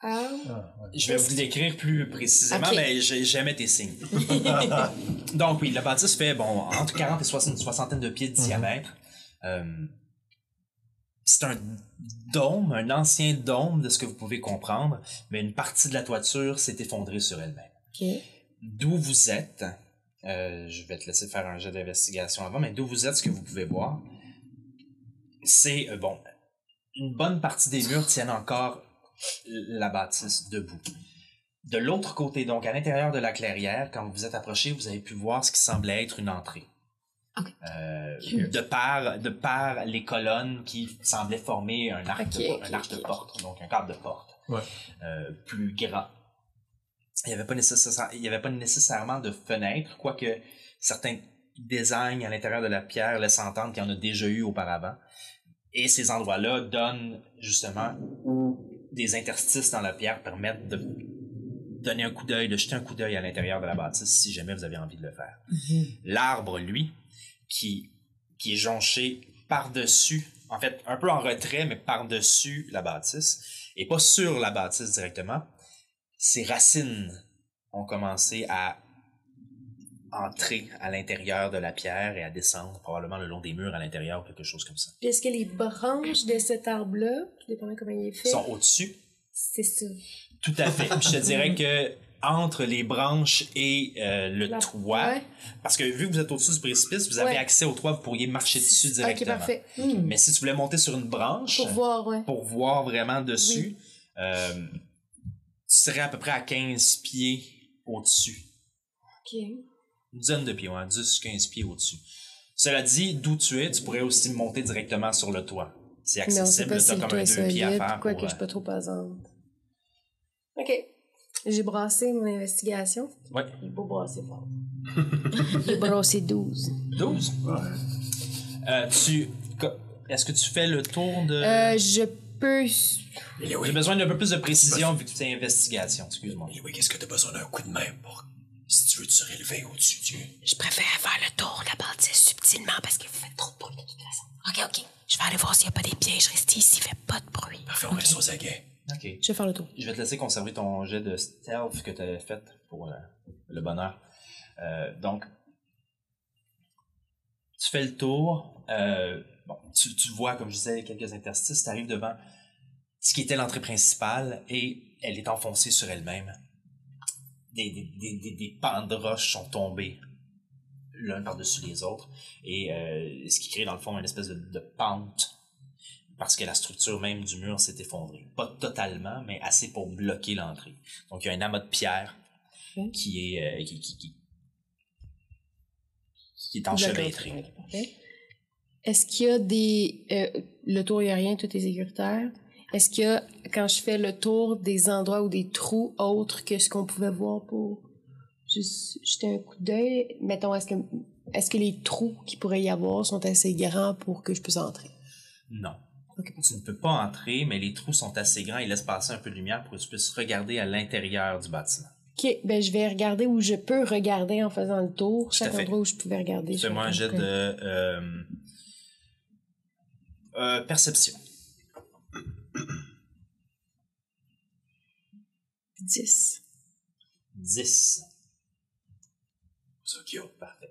[SPEAKER 5] Arbre.
[SPEAKER 1] Je vais vous l'écrire plus précisément,
[SPEAKER 5] Ok.
[SPEAKER 1] mais j'ai jamais tes signes. Donc oui, la bâtisse fait bon entre 40 et 60 soixantaine de pieds de diamètre. Euh, c'est un dôme, un ancien dôme de ce que vous pouvez comprendre, mais une partie de la toiture s'est effondrée sur elle-même. D'où vous êtes, euh, je vais te laisser faire un jet d'investigation avant, mais d'où vous êtes, ce que vous pouvez voir, c'est euh, bon. Une bonne partie des murs tiennent encore la bâtisse debout. De l'autre côté, donc à l'intérieur de la clairière, quand vous vous êtes approché, vous avez pu voir ce qui semblait être une entrée.
[SPEAKER 6] Ok.
[SPEAKER 1] Euh, de, par, de par les colonnes qui semblaient former un arc, de,
[SPEAKER 5] Ok,
[SPEAKER 1] un
[SPEAKER 5] ok,
[SPEAKER 1] arc de
[SPEAKER 5] ok.
[SPEAKER 1] porte, donc un cadre de porte
[SPEAKER 4] Ouais.
[SPEAKER 1] Euh, plus grand. Il n'y avait, pas nécessaire- il y avait pas nécessairement de fenêtre, quoique certains designs à l'intérieur de la pierre laissent entendre qu'il y en a déjà eu auparavant. Et ces endroits-là donnent justement où des interstices dans la pierre permettent de donner un coup d'œil, de jeter un coup d'œil à l'intérieur de la bâtisse si jamais vous avez envie de le faire. L'arbre, lui, qui, qui est jonché par-dessus, en fait, un peu en retrait, mais par-dessus la bâtisse, et pas sur la bâtisse directement, ses racines ont commencé à entrer à l'intérieur de la pierre et à descendre probablement le long des murs à l'intérieur ou quelque chose comme ça.
[SPEAKER 5] Puis est-ce que les branches de cet arbre-là, tout dépendant comment il est
[SPEAKER 1] Ils
[SPEAKER 5] fait,
[SPEAKER 1] sont au-dessus.
[SPEAKER 5] c'est ça.
[SPEAKER 1] Tout à fait. Je te dirais que entre les branches et euh, le
[SPEAKER 5] La-
[SPEAKER 1] toit,
[SPEAKER 5] Ouais.
[SPEAKER 1] parce que vu que vous êtes au-dessus du précipice, vous avez
[SPEAKER 5] Ouais.
[SPEAKER 1] accès au toit, vous pourriez marcher dessus
[SPEAKER 5] Ok,
[SPEAKER 1] directement.
[SPEAKER 5] parfait.
[SPEAKER 2] Hmm.
[SPEAKER 1] Mais si tu voulais monter sur une branche
[SPEAKER 5] Pour voir, ouais.
[SPEAKER 1] pour voir vraiment dessus, euh, tu serais à peu près à 15 pieds au-dessus.
[SPEAKER 5] Ok.
[SPEAKER 1] Une dizaine de pieds, ouais, 10 15 pieds au-dessus. Cela dit, d'où tu es, tu pourrais aussi monter directement sur le toit. C'est
[SPEAKER 5] Non, c'est
[SPEAKER 1] accessible,
[SPEAKER 5] pas
[SPEAKER 1] t'as
[SPEAKER 5] si le
[SPEAKER 1] comme
[SPEAKER 5] toit
[SPEAKER 1] un
[SPEAKER 5] est
[SPEAKER 1] deux pieds à
[SPEAKER 5] solide,
[SPEAKER 1] faire.
[SPEAKER 5] quoi
[SPEAKER 1] pour,
[SPEAKER 5] que je
[SPEAKER 1] euh,
[SPEAKER 5] suis pas trop pesante. Ok. J'ai brassé mon investigation.
[SPEAKER 1] Ouais.
[SPEAKER 5] Il est beau brasser fort. J'ai brassé 12.
[SPEAKER 1] 12. Euh, tu. co- Est-ce que tu fais le tour de.
[SPEAKER 5] Euh, je peux...
[SPEAKER 1] J'ai besoin d'un peu plus de précision vu que tu fais investigation, excuse-moi.
[SPEAKER 4] Oui, qu'est-ce que t'as besoin d'un coup de main pour. Si tu veux te relever au-dessus du.
[SPEAKER 6] Je préfère faire le tour de la bâtisse subtilement parce que vous faites trop de bruit de toute façon. Ok, ok. Je vais aller voir s'il n'y a pas des pièges. Restez ici, faites pas de bruit.
[SPEAKER 4] Parfait, on reste aux aguets.
[SPEAKER 1] Ok.
[SPEAKER 5] Je vais faire le tour.
[SPEAKER 1] Je vais te laisser conserver ton jet de stealth que tu avais fait pour euh, le bonheur. Euh, donc, tu fais le tour. euh, bon, tu, tu vois, comme je disais, quelques interstices. Tu arrives devant ce qui était l'entrée principale et elle est enfoncée sur elle-même. Des, des, des, des, des pans de roches sont tombés l'un par-dessus les autres et euh, ce qui crée dans le fond une espèce de, de pente parce que la structure même du mur s'est effondrée. Pas totalement, mais assez pour bloquer l'entrée. Donc il y a un amas de pierre
[SPEAKER 5] Ok.
[SPEAKER 1] qui est euh, qui, qui, qui, qui est
[SPEAKER 5] D'accord.
[SPEAKER 1] enchevêtré.
[SPEAKER 5] Ok. Est-ce qu'il y a des... euh, le tour, il n'y a rien, tout est sécuritaire. Est-ce qu'il y a, quand je fais le tour, des endroits ou des trous autres que ce qu'on pouvait voir pour juste jeter un coup d'œil? Mettons, est-ce que, est-ce que les trous qu'il pourrait y avoir sont assez grands pour que je puisse entrer?
[SPEAKER 1] Non.
[SPEAKER 5] Ok.
[SPEAKER 1] Tu ne peux pas entrer, mais les trous sont assez grands et laissent passer un peu de lumière pour que tu puisses regarder à l'intérieur du bâtiment.
[SPEAKER 5] Ok, ben je vais regarder où je peux regarder en faisant le tour,
[SPEAKER 1] Tout à
[SPEAKER 5] chaque
[SPEAKER 1] fait.
[SPEAKER 5] endroit où je pouvais regarder. je
[SPEAKER 1] Fais-moi un jet
[SPEAKER 5] regarde.
[SPEAKER 1] de euh, euh, perception.
[SPEAKER 5] 10.
[SPEAKER 1] 10.
[SPEAKER 4] Tsukio,
[SPEAKER 1] Parfait.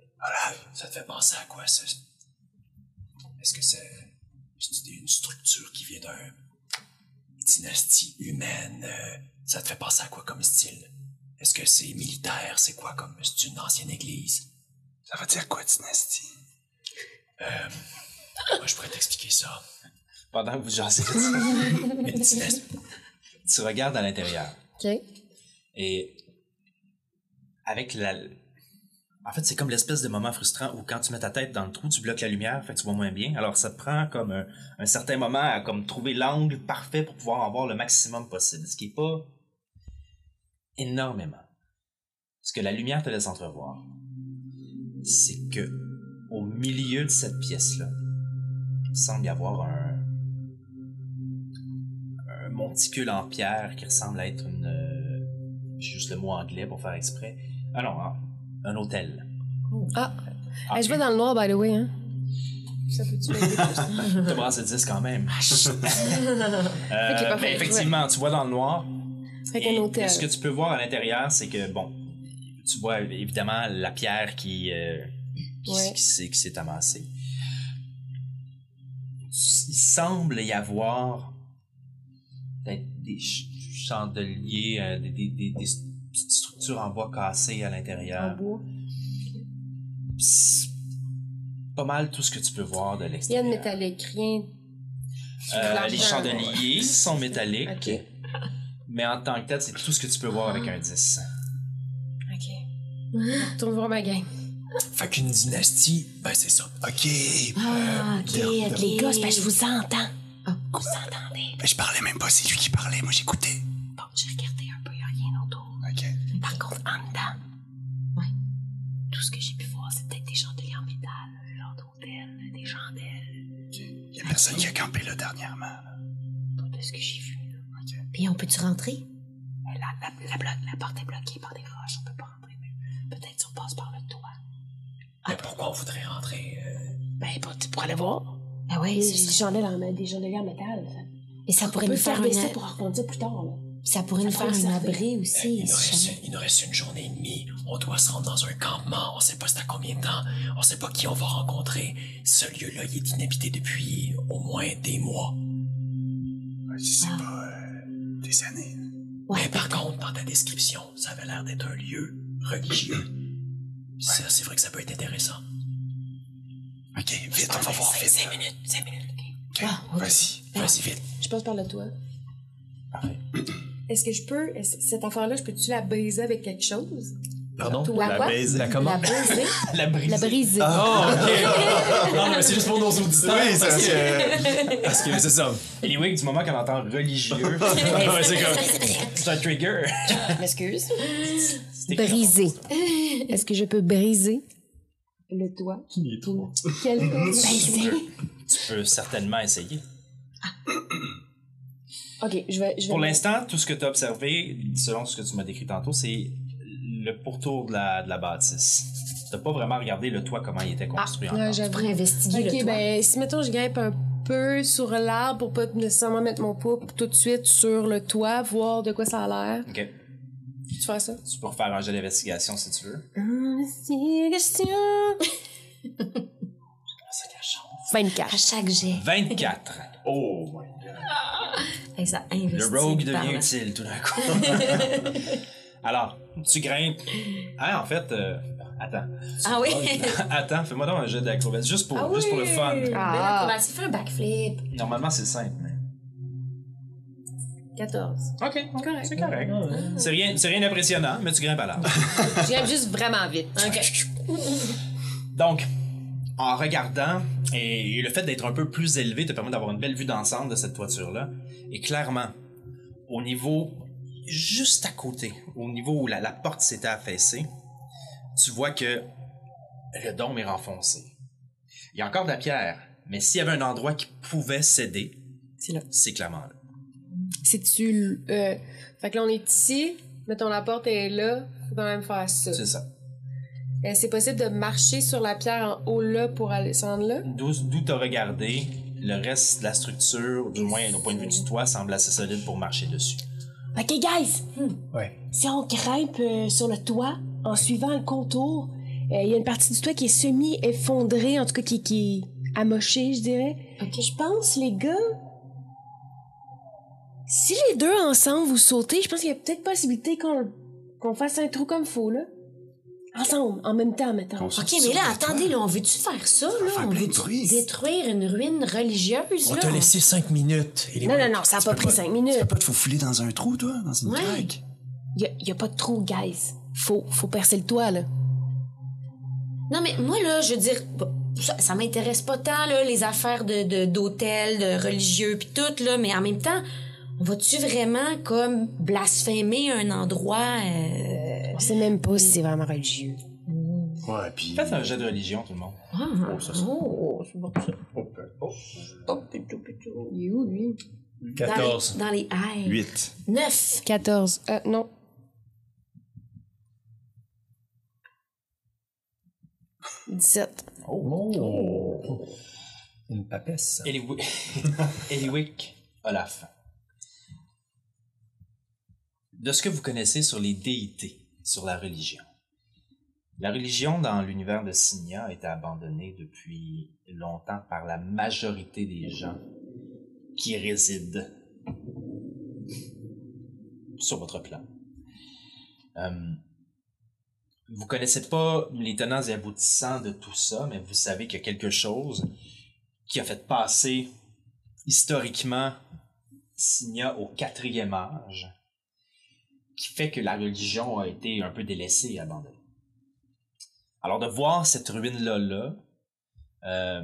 [SPEAKER 4] ça te fait penser à quoi, ça? Est-ce que c'est c'est une structure qui vient d'une dynastie humaine? euh, Ça te fait penser à quoi comme style? Est-ce que c'est militaire? C'est quoi comme... C'est une ancienne église?
[SPEAKER 3] Ça veut dire quoi, dynastie?
[SPEAKER 4] Euh, Moi, je pourrais t'expliquer ça.
[SPEAKER 1] Pendant que vous jasez,
[SPEAKER 4] Une dynastie...
[SPEAKER 1] tu regardes à l'intérieur.
[SPEAKER 5] Ok.
[SPEAKER 1] Ah, Et avec la. En fait, c'est comme l'espèce de moment frustrant où quand tu mets ta tête dans le trou, tu bloques la lumière, fait que tu vois moins bien. Alors, ça te prend comme un, un certain moment à comme trouver l'angle parfait pour pouvoir en voir le maximum possible, ce qui est pas énormément. Ce que la lumière te laisse entrevoir, c'est que au milieu de cette pièce-là, il semble y avoir un, un monticule en pierre qui ressemble à être une, euh, j'ai juste le mot anglais pour faire exprès. Ah non, hein, un hôtel.
[SPEAKER 5] Ah,
[SPEAKER 1] Ah,
[SPEAKER 5] eh, je vais dans le noir, by the way, hein. Ça peut-tu m'aider?
[SPEAKER 1] T'as brassé 10 quand même.
[SPEAKER 5] Ah,
[SPEAKER 4] Ah,
[SPEAKER 1] Euh,
[SPEAKER 5] Ok, parfait,
[SPEAKER 1] mais effectivement, tu vois dans le noir.
[SPEAKER 5] Fait
[SPEAKER 1] et
[SPEAKER 5] qu'un hôtel.
[SPEAKER 1] Ce que tu peux voir à l'intérieur, c'est que, bon, tu vois évidemment la pierre qui, euh, qui,
[SPEAKER 5] Ouais.
[SPEAKER 1] qui s'est- qui s'est amassée. Il semble y avoir peut-être des ch- chandeliers, euh, des, des- des- des st- petites structures en bois cassées à l'intérieur.
[SPEAKER 5] En bois.
[SPEAKER 1] C'est pas mal tout ce que tu peux voir de
[SPEAKER 5] Rien
[SPEAKER 1] l'extérieur.
[SPEAKER 5] de métallique, rien.
[SPEAKER 1] Euh, les
[SPEAKER 5] L'argent.
[SPEAKER 1] chandeliers sont métalliques,
[SPEAKER 5] Ok.
[SPEAKER 1] mais en tant que tel, c'est tout ce que tu peux voir avec un 10.
[SPEAKER 5] Ok. Retourne voir ma gang.
[SPEAKER 4] Fait qu'une dynastie, ben c'est ça.
[SPEAKER 3] Ok.
[SPEAKER 6] Ah, ok,
[SPEAKER 3] euh,
[SPEAKER 6] ok.
[SPEAKER 5] Les gars, c'est
[SPEAKER 2] ben,
[SPEAKER 5] parce que je vous entends.
[SPEAKER 3] Mais je parlais même pas, c'est lui qui parlait, moi j'écoutais.
[SPEAKER 6] Bon, j'ai regardé un peu, il n'y a rien autour.
[SPEAKER 3] Ok.
[SPEAKER 6] Par contre, en dedans, ouais. tout ce que j'ai
[SPEAKER 5] Oh,
[SPEAKER 6] pu voir, c'est peut-être des chandeliers en métal, un genre d'hôtel, des chandelles,
[SPEAKER 3] Y a personne qui a campé là dernièrement.
[SPEAKER 6] tout de ce que j'ai vu. là.
[SPEAKER 2] Puis on peut-tu rentrer?
[SPEAKER 6] Mais La, la, la, blo- la porte est bloquée par des roches, on peut pas rentrer, mais peut-être si on passe par le toit.
[SPEAKER 4] Mais pourquoi on voudrait rentrer? euh,
[SPEAKER 6] Ben, pour, pour aller voir.
[SPEAKER 2] Ah ouais,
[SPEAKER 5] Des
[SPEAKER 2] c'est ça.
[SPEAKER 5] chandelles en, des chandeliers en métal. ça.
[SPEAKER 2] Et ça
[SPEAKER 5] On
[SPEAKER 2] pourrait
[SPEAKER 5] peut
[SPEAKER 2] nous
[SPEAKER 5] faire
[SPEAKER 2] faire,
[SPEAKER 5] des ça
[SPEAKER 2] une...
[SPEAKER 5] pour en rebondir plus tard. Là.
[SPEAKER 2] Ça pourrait nous
[SPEAKER 5] pourrait
[SPEAKER 2] faire
[SPEAKER 5] nous
[SPEAKER 2] une
[SPEAKER 5] servir.
[SPEAKER 2] abri aussi.
[SPEAKER 4] Euh, il, nous
[SPEAKER 2] si
[SPEAKER 4] reste,
[SPEAKER 2] jamais.
[SPEAKER 4] il nous reste une journée et demie. On doit se rendre dans un campement. On sait pas c'est à combien de temps. On sait pas qui on va rencontrer. Ce lieu-là, il est inhabité depuis au moins des mois.
[SPEAKER 3] Ouais, Si c'est
[SPEAKER 2] Ah.
[SPEAKER 3] pas euh, des années.
[SPEAKER 4] Mais par contre, dans ta description, ça avait l'air d'être un lieu religieux. Ça, c'est vrai que ça peut être intéressant.
[SPEAKER 3] Ok, vite, on va voir vite.
[SPEAKER 4] 5 minutes, 5 minutes.
[SPEAKER 3] Ok,
[SPEAKER 2] Ah,
[SPEAKER 3] vas-y.
[SPEAKER 4] Vas-y, vite.
[SPEAKER 5] Je passe par le toit.
[SPEAKER 1] Parfait.
[SPEAKER 5] Est-ce que je peux, est-ce- cette affaire-là, je peux-tu la briser avec quelque chose?
[SPEAKER 4] Pardon?
[SPEAKER 5] Toi, quoi?
[SPEAKER 3] baiser.
[SPEAKER 2] La briser.
[SPEAKER 1] La brise.
[SPEAKER 5] La briser.
[SPEAKER 4] Ah, ok. non, mais c'est juste pour nos auditeurs.
[SPEAKER 3] Oh, Oui, ça
[SPEAKER 4] parce, que,
[SPEAKER 3] c'est. euh,
[SPEAKER 4] parce que c'est ça.
[SPEAKER 1] Anyway, du moment qu'on entend religieux,
[SPEAKER 4] Ouais, c'est comme.
[SPEAKER 1] c'est un trigger.
[SPEAKER 5] Je m'excuse.
[SPEAKER 1] C'était
[SPEAKER 5] Briser. Est-ce que je peux briser le toit? Pour Quel
[SPEAKER 1] clair. Tu peux certainement essayer.
[SPEAKER 5] Ok, je vais. Je vais
[SPEAKER 1] Pour l'instant, tout ce que tu as observé, selon ce que tu m'as décrit tantôt, c'est le pourtour de la, de la bâtisse. T'as pas vraiment regardé le toit, comment il était construit encore.
[SPEAKER 4] Ah,
[SPEAKER 5] Ouais, j'avoue.
[SPEAKER 2] Pour investiguer
[SPEAKER 5] Ok,
[SPEAKER 2] le toit.
[SPEAKER 5] ben, si mettons je grimpe un peu sur l'arbre pour pas nécessairement mettre mon pouls tout de suite sur le toit, voir de quoi ça a l'air.
[SPEAKER 1] Ok.
[SPEAKER 5] Tu fais ça?
[SPEAKER 1] Tu peux refaire un jeu d'investigation si tu veux.
[SPEAKER 5] Investigation. 24.
[SPEAKER 6] À chaque jet.
[SPEAKER 1] 24. Oh my god.
[SPEAKER 2] Hey, ça
[SPEAKER 1] Le
[SPEAKER 2] investit
[SPEAKER 1] rogue
[SPEAKER 2] par
[SPEAKER 1] devient
[SPEAKER 2] là.
[SPEAKER 1] utile tout d'un coup. Alors, tu grimpes. Ah, en fait, euh, attends.
[SPEAKER 2] Ah oui?
[SPEAKER 1] attends, fais-moi donc un jeu d'acrobatie. Juste pour,
[SPEAKER 2] Ah
[SPEAKER 1] juste pour le
[SPEAKER 2] oui!
[SPEAKER 1] fun.
[SPEAKER 2] Belle
[SPEAKER 5] Ah.
[SPEAKER 2] acrobatie, Ben, fais un backflip.
[SPEAKER 1] Normalement, c'est simple. mais-
[SPEAKER 5] 14.
[SPEAKER 1] Ok, c'est correct. C'est rien, c'est rien d'impressionnant, mais tu grimpes à l'arbre.
[SPEAKER 5] Je viens juste vraiment vite.
[SPEAKER 1] Donc, en regardant, et le fait d'être un peu plus élevé te permet d'avoir une belle vue d'ensemble de cette toiture-là. Et clairement, au niveau, juste à côté, au niveau où la, la porte s'était affaissée, tu vois que le dôme est renfoncé. Il y a encore de la pierre, mais s'il y avait un endroit qui pouvait céder,
[SPEAKER 5] C'est là.
[SPEAKER 1] c'est clairement là.
[SPEAKER 5] C'est-tu. euh, Fait que là, on est ici. Mettons, la porte est là. Faut quand même faire ça.
[SPEAKER 1] C'est ça.
[SPEAKER 5] Euh, C'est possible de marcher sur la pierre en haut là pour aller se rendre là?
[SPEAKER 1] D'où d'où t'as regardé, le reste de la structure, du moins au point de vue du toit, semble assez solide pour marcher dessus.
[SPEAKER 7] Ok, guys,
[SPEAKER 4] Ouais.
[SPEAKER 7] si on grimpe euh, sur le toit en suivant le contour, euh, il y a une partie du toit qui est semi-effondrée, en tout cas qui, qui est amochée, je dirais.
[SPEAKER 2] Ok.
[SPEAKER 7] Je pense, les gars, si les deux ensemble vous sautez, je pense qu'il y a peut-être possibilité qu'on qu'on fasse un trou comme faut, là. Ensemble, en même temps, maintenant.
[SPEAKER 2] Ok, mais là, attendez, là, on veut-tu faire ça, là?
[SPEAKER 3] faire
[SPEAKER 2] On
[SPEAKER 3] plein de
[SPEAKER 2] veut-tu
[SPEAKER 3] bruit.
[SPEAKER 2] détruire une ruine religieuse,
[SPEAKER 4] On
[SPEAKER 2] là?
[SPEAKER 4] t'a laissé cinq minutes. et les-
[SPEAKER 7] Non, non, non, ça n'a
[SPEAKER 4] Tu
[SPEAKER 7] pas
[SPEAKER 4] peux
[SPEAKER 7] pris cinq minutes.
[SPEAKER 3] Tu peux pas te faufiler dans un trou, toi, dans une
[SPEAKER 2] Ouais.
[SPEAKER 3] craque?
[SPEAKER 7] Il n'y a, pas de trou, guys. Faut, faut percer le toit, là.
[SPEAKER 2] Non, mais moi, là, je veux dire, bon, ça, ça m'intéresse pas tant, là, les affaires de, de, d'hôtels, de religieux, puis tout, là, mais en même temps, on va-tu vraiment, comme, blasphémer un endroit... euh,
[SPEAKER 7] On sait même pas si c'est vraiment religieux.
[SPEAKER 3] Ouais, puis.
[SPEAKER 1] Faites un jet de religion, tout le monde.
[SPEAKER 2] ah,
[SPEAKER 1] Oh, ça, c'est-
[SPEAKER 2] oh, c'est bon, ça. Oh, plutôt, plutôt. Il est où, lui?
[SPEAKER 4] 14.
[SPEAKER 2] Dans les, dans les airs.
[SPEAKER 3] 8.
[SPEAKER 2] Neuf.
[SPEAKER 5] 14. Euh, non.
[SPEAKER 4] Une papesse.
[SPEAKER 1] Eliwi- Eliwick Olaf. De ce que vous connaissez sur les déités, sur la religion. La religion dans l'univers de Signia a été abandonnée depuis longtemps par la majorité des gens qui résident sur votre plan. Hum, vous connaissez pas les tenants et aboutissants de tout ça, mais vous savez qu'il y a quelque chose qui a fait passer historiquement Signa au quatrième âge, qui fait que la religion a été un peu délaissée et abandonnée. Alors de voir cette ruine-là, là, euh,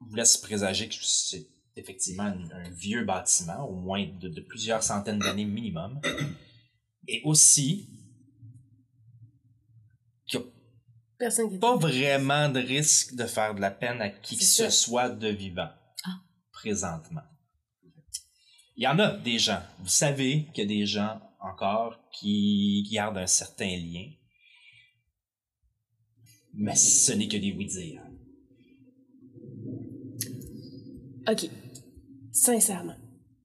[SPEAKER 1] vous laisse présager que c'est effectivement un, un vieux bâtiment, au moins de, de plusieurs centaines d'années minimum, et aussi qu'il y a
[SPEAKER 5] Personne qui.
[SPEAKER 1] pas vraiment de risque de faire de la peine à qui que
[SPEAKER 5] C'est
[SPEAKER 1] ce
[SPEAKER 5] ça.
[SPEAKER 1] soit de vivant présentement. Il y en a des gens. Vous savez qu'il y a des gens encore qui gardent un certain lien. Mais ce n'est que des oui-dire.
[SPEAKER 7] OK. Sincèrement.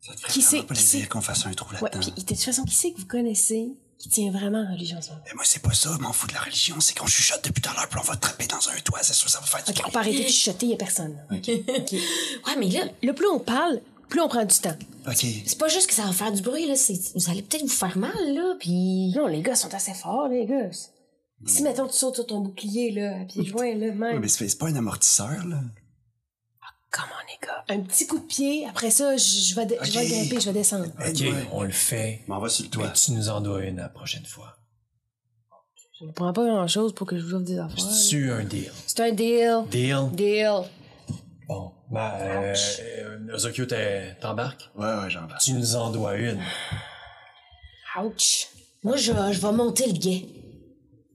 [SPEAKER 3] Ça te ferait
[SPEAKER 7] Qui
[SPEAKER 3] vraiment
[SPEAKER 7] c'est-
[SPEAKER 3] pas
[SPEAKER 7] qui
[SPEAKER 3] plaisir qu'on fasse un trou
[SPEAKER 7] Ouais,
[SPEAKER 3] là-dedans.
[SPEAKER 7] puis de toute façon, qui c'est que vous connaissez qui tient vraiment à la religion en ce moment?
[SPEAKER 3] Mais moi, c'est pas ça, m'en fous de la religion, c'est qu'on chuchote depuis tout à l'heure, puis on va te taper dans un toit, c'est sûr ça va faire du
[SPEAKER 7] OK, on
[SPEAKER 3] bruit.
[SPEAKER 7] peut arrêter de chuchoter, il n'y a personne.
[SPEAKER 2] Ouais, mais là,
[SPEAKER 7] Le plus on parle, plus on prend du temps.
[SPEAKER 3] Ok.
[SPEAKER 2] c'est pas juste que ça va faire du bruit, là, c'est, vous allez peut-être vous faire
[SPEAKER 7] Ah,
[SPEAKER 2] mal, là, puis...
[SPEAKER 7] Non, les gars sont assez forts, les gars. Si, mettons, tu sautes sur ton bouclier, là, à pieds joints, là,
[SPEAKER 3] Ouais,
[SPEAKER 7] même.
[SPEAKER 3] mais c'est c'est pas un amortisseur, là.
[SPEAKER 7] Comment, les gars? Un petit coup de pied, après ça, je je vais, de- je vais
[SPEAKER 3] OK.
[SPEAKER 7] grimper, je vais descendre.
[SPEAKER 4] Ok,
[SPEAKER 3] Aide-moi.
[SPEAKER 4] on le fait.
[SPEAKER 3] M'en va sur le
[SPEAKER 4] Mais
[SPEAKER 3] toit.
[SPEAKER 4] tu nous en dois une la prochaine fois.
[SPEAKER 7] Je ne prends pas grand-chose pour que je vous offre des affaires.
[SPEAKER 4] Tu un deal.
[SPEAKER 7] C'est un deal.
[SPEAKER 4] Deal.
[SPEAKER 7] Deal.
[SPEAKER 4] Bon, ben, euh, euh, Ozokyo, t'es- t'embarques?
[SPEAKER 3] Ouais, ouais, j'en vais.
[SPEAKER 4] Tu nous en dois une.
[SPEAKER 2] Ouch! Moi, je, je vais monter le guet.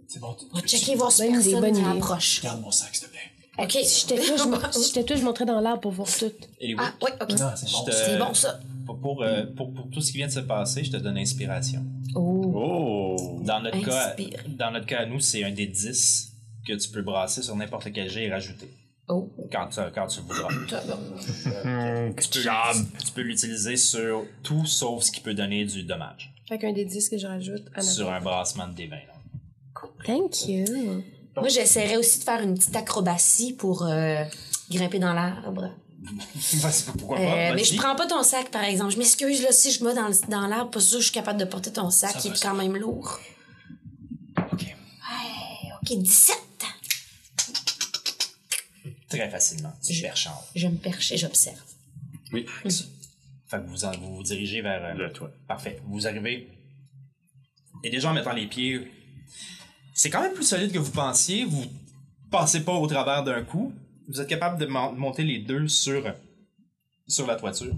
[SPEAKER 4] C'est bon, tu
[SPEAKER 2] On va checker voir si
[SPEAKER 7] Bonne idée,
[SPEAKER 2] personne
[SPEAKER 7] bonne
[SPEAKER 2] qui
[SPEAKER 7] idée.
[SPEAKER 2] approche.
[SPEAKER 4] gardes mon sac, s'il te plaît.
[SPEAKER 2] OK.
[SPEAKER 7] Si j'étais toi, je mon- si j'étais toi, je monterais dans l'arbre pour voir tout.
[SPEAKER 1] Et oui,
[SPEAKER 2] Ah, oui, OK.
[SPEAKER 4] Non, c'est bon.
[SPEAKER 1] je te-
[SPEAKER 2] C'est bon, ça.
[SPEAKER 1] Pour, pour, euh, pour- pour tout ce qui vient de se passer, je te donne inspiration.
[SPEAKER 2] Oh.
[SPEAKER 3] Oh!
[SPEAKER 1] Dans notre, cas,
[SPEAKER 2] Inspire.
[SPEAKER 1] dans notre cas à nous, c'est un des 10 que tu peux brasser sur n'importe quel jet et rajouter.
[SPEAKER 2] Oh,
[SPEAKER 1] quand, euh, quand tu voudras.
[SPEAKER 4] Good
[SPEAKER 1] Tu peux, tu peux l'utiliser sur tout sauf ce qui peut donner du dommage.
[SPEAKER 5] Fait qu'un des 10 que je rajoute à ma...
[SPEAKER 1] Sur un brassement de D20. là.
[SPEAKER 5] Thank you.
[SPEAKER 2] Moi, j'essaierais aussi de faire une petite acrobatie pour euh, grimper dans l'arbre.
[SPEAKER 1] Bah, c'est- Pourquoi
[SPEAKER 2] Euh,
[SPEAKER 1] pas?
[SPEAKER 2] mais
[SPEAKER 1] vas-y.
[SPEAKER 2] je prends pas ton sac, par exemple. Je m'excuse, là, si je me dans, le- dans l'arbre, parce que je suis capable de porter ton sac,
[SPEAKER 4] Ça
[SPEAKER 2] qui
[SPEAKER 4] va,
[SPEAKER 2] est
[SPEAKER 4] ça
[SPEAKER 2] quand même lourd.
[SPEAKER 1] Ok.
[SPEAKER 6] Hey, ok, 17.
[SPEAKER 1] Très facilement. Tu perchantes.
[SPEAKER 2] Je me perche et j'observe.
[SPEAKER 1] Oui. Fait que vous, en- vous vous dirigez vers. euh,
[SPEAKER 8] Le toit.
[SPEAKER 1] Parfait. Vous arrivez. Et déjà en mettant les pieds, c'est quand même plus solide que vous pensiez. Vous passez pas au travers d'un coup. Vous êtes capable de mon- monter les deux sur, sur la toiture.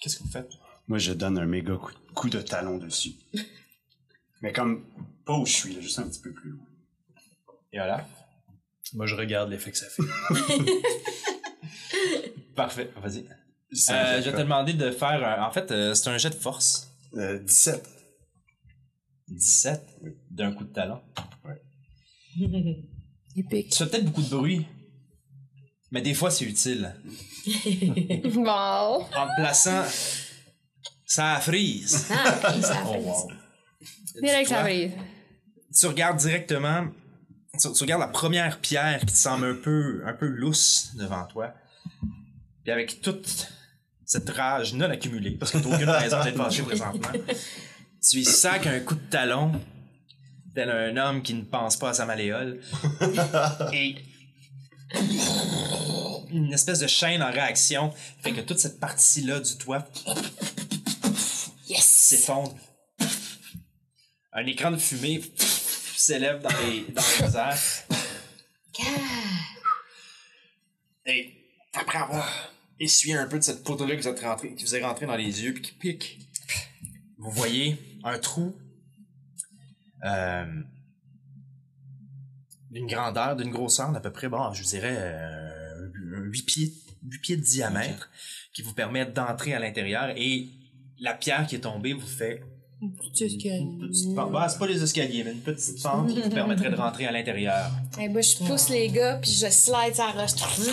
[SPEAKER 1] Qu'est-ce que vous faites?
[SPEAKER 3] Moi, je donne un méga coup, coup de talon dessus. Mais comme pas où je suis, là, juste un petit peu plus loin.
[SPEAKER 1] Et voilà.
[SPEAKER 4] Moi, je regarde l'effet que ça fait.
[SPEAKER 1] Parfait. Vas-y.
[SPEAKER 3] C'est un
[SPEAKER 1] Euh,
[SPEAKER 3] jet
[SPEAKER 1] je
[SPEAKER 3] de
[SPEAKER 1] vais te demander de faire. un- En fait, euh, c'est un jet de force.
[SPEAKER 3] com- euh, 17.
[SPEAKER 1] 17 d'un coup de talent.
[SPEAKER 5] Épique.
[SPEAKER 1] Tu fais peut-être beaucoup de bruit, mais des fois c'est utile.
[SPEAKER 5] Wow.
[SPEAKER 1] En te plaçant, ça frise.
[SPEAKER 2] Ah, ok, ça
[SPEAKER 4] Oh,
[SPEAKER 2] fait
[SPEAKER 4] wow.
[SPEAKER 5] Direct,
[SPEAKER 1] Toi,
[SPEAKER 5] ça arrive.
[SPEAKER 1] tu regardes directement, tu, tu regardes la première pierre qui te semble un peu, un peu lousse devant toi. Et avec toute cette rage non accumulée, parce que t'as aucune raison d'être fâché présentement, tu lui sacs un coup de talon, tel un homme qui ne pense pas à sa malléole, et une espèce de chaîne en réaction fait que toute cette partie-là du toit
[SPEAKER 6] Yes!
[SPEAKER 1] s'effondre. Un écran de fumée s'élève dans les, dans les airs. Et après avoir essuyé un peu de cette poudre-là qui vous êtes rentré- qui vous est rentrée dans les yeux puis qui pique, vous voyez un trou euh, d'une grandeur, d'une grosseur d'à peu près, bon, je vous dirais, 8 pieds, huit pieds de diamètre qui vous permet d'entrer à l'intérieur et la pierre qui est tombée vous fait une petite pente. Bah, c'est pas les escaliers, mais une petite pente qui vous permettrait de rentrer à l'intérieur.
[SPEAKER 5] Eh ben, je pousse les gars, puis je slide ça roche. Je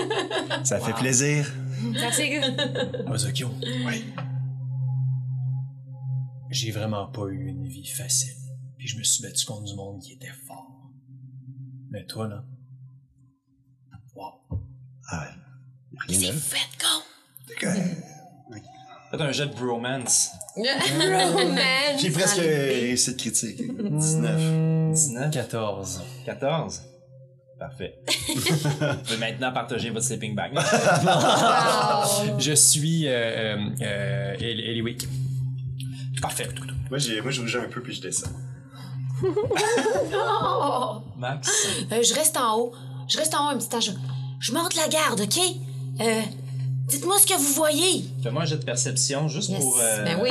[SPEAKER 5] descends dans mon-
[SPEAKER 3] Ça fait plaisir.
[SPEAKER 5] Merci, les gars.
[SPEAKER 4] Ozokyo.
[SPEAKER 3] Oui.
[SPEAKER 4] J'ai vraiment pas eu une vie facile. Puis je me suis battu contre du monde qui était fort. Mais toi, là. Wow.
[SPEAKER 3] Ah, rien de...
[SPEAKER 6] Faites go!
[SPEAKER 1] Faites un jet de bromance.
[SPEAKER 2] Man!
[SPEAKER 3] J'ai presque réussi de critique. 19.
[SPEAKER 1] 19.
[SPEAKER 4] 14.
[SPEAKER 1] 14. Parfait. Vous pouvez maintenant partager votre sleeping bag.
[SPEAKER 4] Je suis euh, euh, euh, El- Eliwick.
[SPEAKER 1] Parfait.
[SPEAKER 3] Moi, j'ai- moi, je bouge un peu puis je descends.
[SPEAKER 1] Max.
[SPEAKER 2] Euh, je reste en haut. Je reste en haut un petit temps. Je, je monte la garde, OK? Euh, Dites-moi ce que vous voyez.
[SPEAKER 1] Fais-moi un jet de perception juste
[SPEAKER 2] Yes.
[SPEAKER 1] pour. euh,
[SPEAKER 2] Ben oui,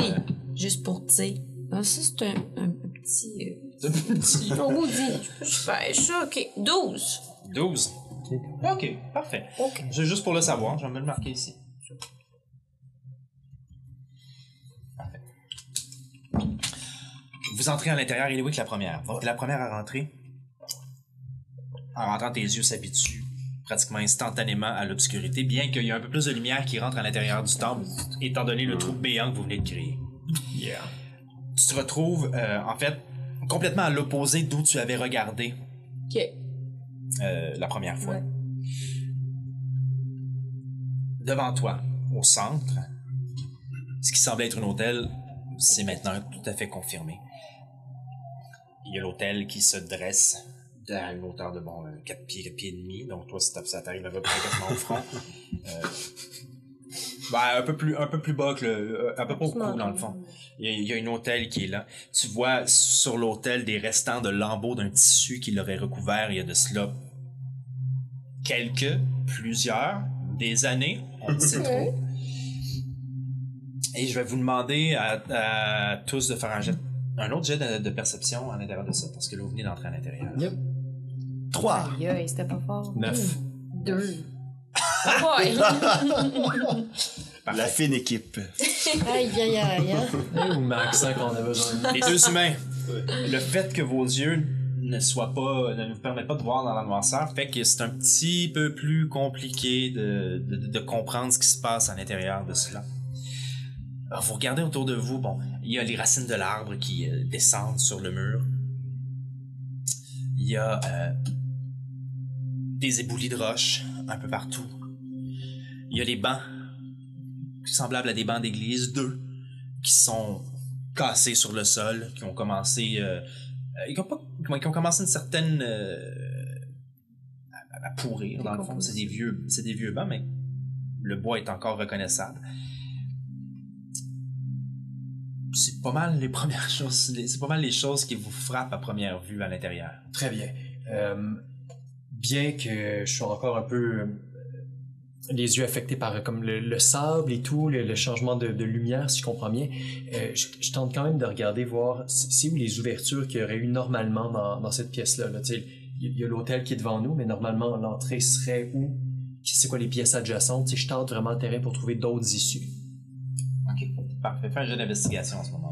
[SPEAKER 2] juste pour, tu sais. Ah, ça, c'est un, un petit... euh,
[SPEAKER 5] On vous dit.
[SPEAKER 2] Je fais ça, OK. 12.
[SPEAKER 1] 12. Ok, parfait.
[SPEAKER 2] OK.
[SPEAKER 1] Je- Juste pour le savoir, je vais me le marquer ici. Parfait. Vous entrez à l'intérieur, il est où que la première? Donc, la première à rentrer, en rentrant, tes yeux s'habituent pratiquement instantanément à l'obscurité, bien qu'il y ait un peu plus de lumière qui rentre à l'intérieur du temple, étant donné le trou béant que vous venez de créer.
[SPEAKER 4] Yeah.
[SPEAKER 1] Tu te retrouves, euh, en fait, complètement à l'opposé d'où tu avais regardé
[SPEAKER 5] Ok.
[SPEAKER 1] euh, la première fois.
[SPEAKER 5] Ouais.
[SPEAKER 1] Devant toi, au centre, ce qui semblait être un hôtel, c'est maintenant tout à fait confirmé. Il y a l'hôtel qui se dresse à une hauteur de bon, 4 pieds, 4 pieds et demi. Donc toi, si t'as- ça t'arrive à peu près quasiment au front. Euh, ben, un peu plus, un peu plus bas que le, euh, un peu plus au cou, dans le fond. Il y, a, il y a une hôtel qui est là. Tu vois sur l'hôtel des restants de lambeaux d'un tissu qui l'aurait recouvert il y a de cela quelques, plusieurs, des années, on ne sait trop. Et je vais vous demander à, à tous de faire un, jet- un autre jet de, de perception à l'intérieur de ça, parce que là, vous venez d'entrer à l'intérieur.
[SPEAKER 3] 3.
[SPEAKER 5] Aïe, aïe, c'était pas fort.
[SPEAKER 4] 9.
[SPEAKER 5] Deux. Aïe,
[SPEAKER 3] La fine équipe.
[SPEAKER 5] aïe, aïe, aïe. hein.
[SPEAKER 4] Ou max 5 qu'on a besoin.
[SPEAKER 1] Les deux humains, le fait que vos yeux ne soit pas, ne vous permet pas de voir dans l'avanceur, fait que c'est un petit peu plus compliqué de, de- de comprendre ce qui se passe à l'intérieur de cela. Alors, vous regardez autour de vous, bon, il y a les racines de l'arbre qui euh, descendent sur le mur. Il y a euh, des éboulis de roches un peu partout. Il y a les bancs, semblables à des bancs d'église, deux, qui sont cassés sur le sol, qui ont commencé euh, euh, qui ont, pas- comment- qui ont commencé une certaine euh, à, à pourrir dans le fond. C'est des vieux, c'est des vieux bancs, mais le bois est encore reconnaissable. C'est pas mal les premières choses, les- c'est pas mal les choses qui vous frappent à première vue à l'intérieur.
[SPEAKER 4] Très bien. Euh, bien que je sois encore un peu euh, les yeux affectés par euh, comme le, le sable et tout, le, le changement de, de lumière, si je comprends bien, euh, je, je tente quand même de regarder, voir c'est c'est où les ouvertures qu'il y aurait eu normalement dans, dans cette pièce-là. là. Tu sais, Il il y a l'hôtel qui est devant nous, mais normalement, l'entrée serait où? C'est quoi les pièces adjacentes? Si je tente vraiment le terrain pour trouver d'autres issues.
[SPEAKER 1] Ok, parfait. Fais un jeu d'investigation en ce moment.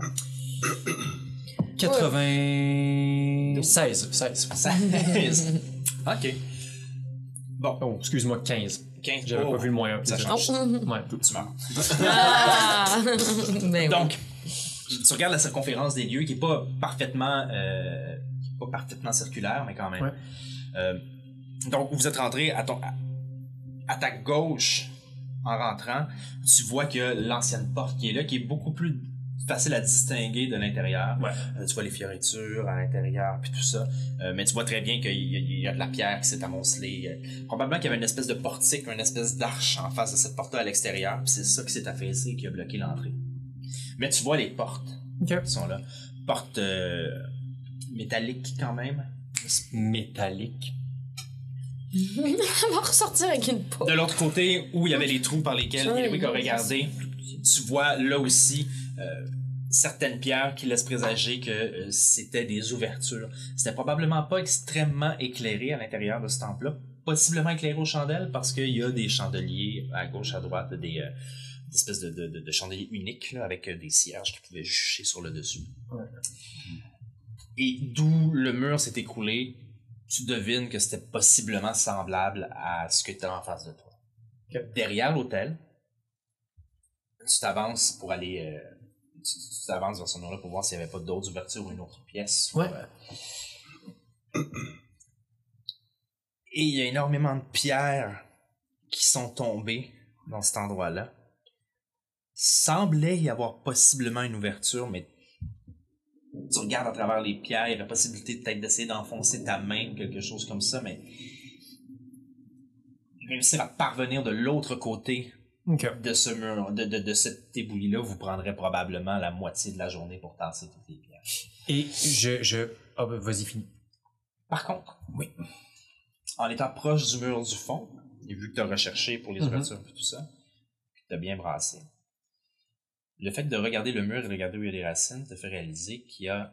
[SPEAKER 4] 96. 16.
[SPEAKER 1] ok. Bon,
[SPEAKER 4] Oh, excuse-moi, 15.
[SPEAKER 1] 15
[SPEAKER 4] J'avais
[SPEAKER 1] oh,
[SPEAKER 4] pas vu le moyen.
[SPEAKER 1] Ça
[SPEAKER 4] Désolé.
[SPEAKER 1] change.
[SPEAKER 4] Ouais.
[SPEAKER 1] Tu meurs.
[SPEAKER 2] Ah! Ben oui.
[SPEAKER 1] Donc, tu regardes la circonférence des lieux qui est pas parfaitement, euh, qui est pas parfaitement circulaire, mais quand même.
[SPEAKER 4] Ouais.
[SPEAKER 1] Euh, donc, vous êtes rentré à, ton, à, à ta gauche en rentrant. Tu vois que l'ancienne porte qui est là, qui est beaucoup plus facile à distinguer de l'intérieur.
[SPEAKER 4] Ouais.
[SPEAKER 1] Euh, tu vois les fioritures à l'intérieur, puis tout ça. Euh, mais tu vois très bien qu'il y, a- il y a de la pierre qui s'est amoncelée. Euh, probablement qu'il y avait une espèce de portique, une espèce d'arche en face de cette porte-là à l'extérieur. puis C'est ça qui s'est affaissé et qui a bloqué l'entrée. Mais tu vois les portes
[SPEAKER 4] Ok.
[SPEAKER 1] qui sont là. Portes euh, métalliques quand même.
[SPEAKER 4] Métallique.
[SPEAKER 2] On va ressortir avec une peau.
[SPEAKER 1] De l'autre côté, où il y avait les trous par lesquels
[SPEAKER 5] Ouais,
[SPEAKER 1] Hillary a
[SPEAKER 5] ouais,
[SPEAKER 1] regardé, tu vois là aussi euh, certaines pierres qui laissent présager que euh, c'était des ouvertures. C'était probablement pas extrêmement éclairé à l'intérieur de ce temple-là. Possiblement éclairé aux chandelles parce qu'il y a des chandeliers à gauche, à droite, des, euh, des espèces de, de- de- de chandeliers uniques là, avec euh, des cierges qui pouvaient jucher sur le dessus. Et d'où le mur s'est écroulé, tu devines que c'était possiblement semblable à ce que tu as en face de toi. Derrière l'hôtel, tu t'avances pour aller. euh, tu tu t'avances vers ce mur-là pour voir s'il n'y avait pas d'autres ouvertures ou une autre pièce.
[SPEAKER 4] Ouais.
[SPEAKER 1] Euh, Et il y a énormément de pierres qui sont tombées dans cet endroit-là. Semblait y avoir possiblement une ouverture, mais tu regardes à travers les pierres, il y avait possibilité peut-être d'essayer d'enfoncer ta main, quelque chose comme ça, mais réussir à parvenir de l'autre côté
[SPEAKER 4] Ok.
[SPEAKER 1] de ce mur, de, de, de cet éboulis-là, vous prendrez probablement la moitié de la journée pour tasser toutes les pierres.
[SPEAKER 4] Et je. je... Ah, ben, vas-y, finis.
[SPEAKER 1] Par contre, oui, en étant proche du mur du fond, et vu que tu as recherché pour les
[SPEAKER 4] Mhm.
[SPEAKER 1] ouvertures et tout ça, tu as bien brassé, le fait de regarder le mur et de regarder où il y a des racines te fait réaliser qu'il y a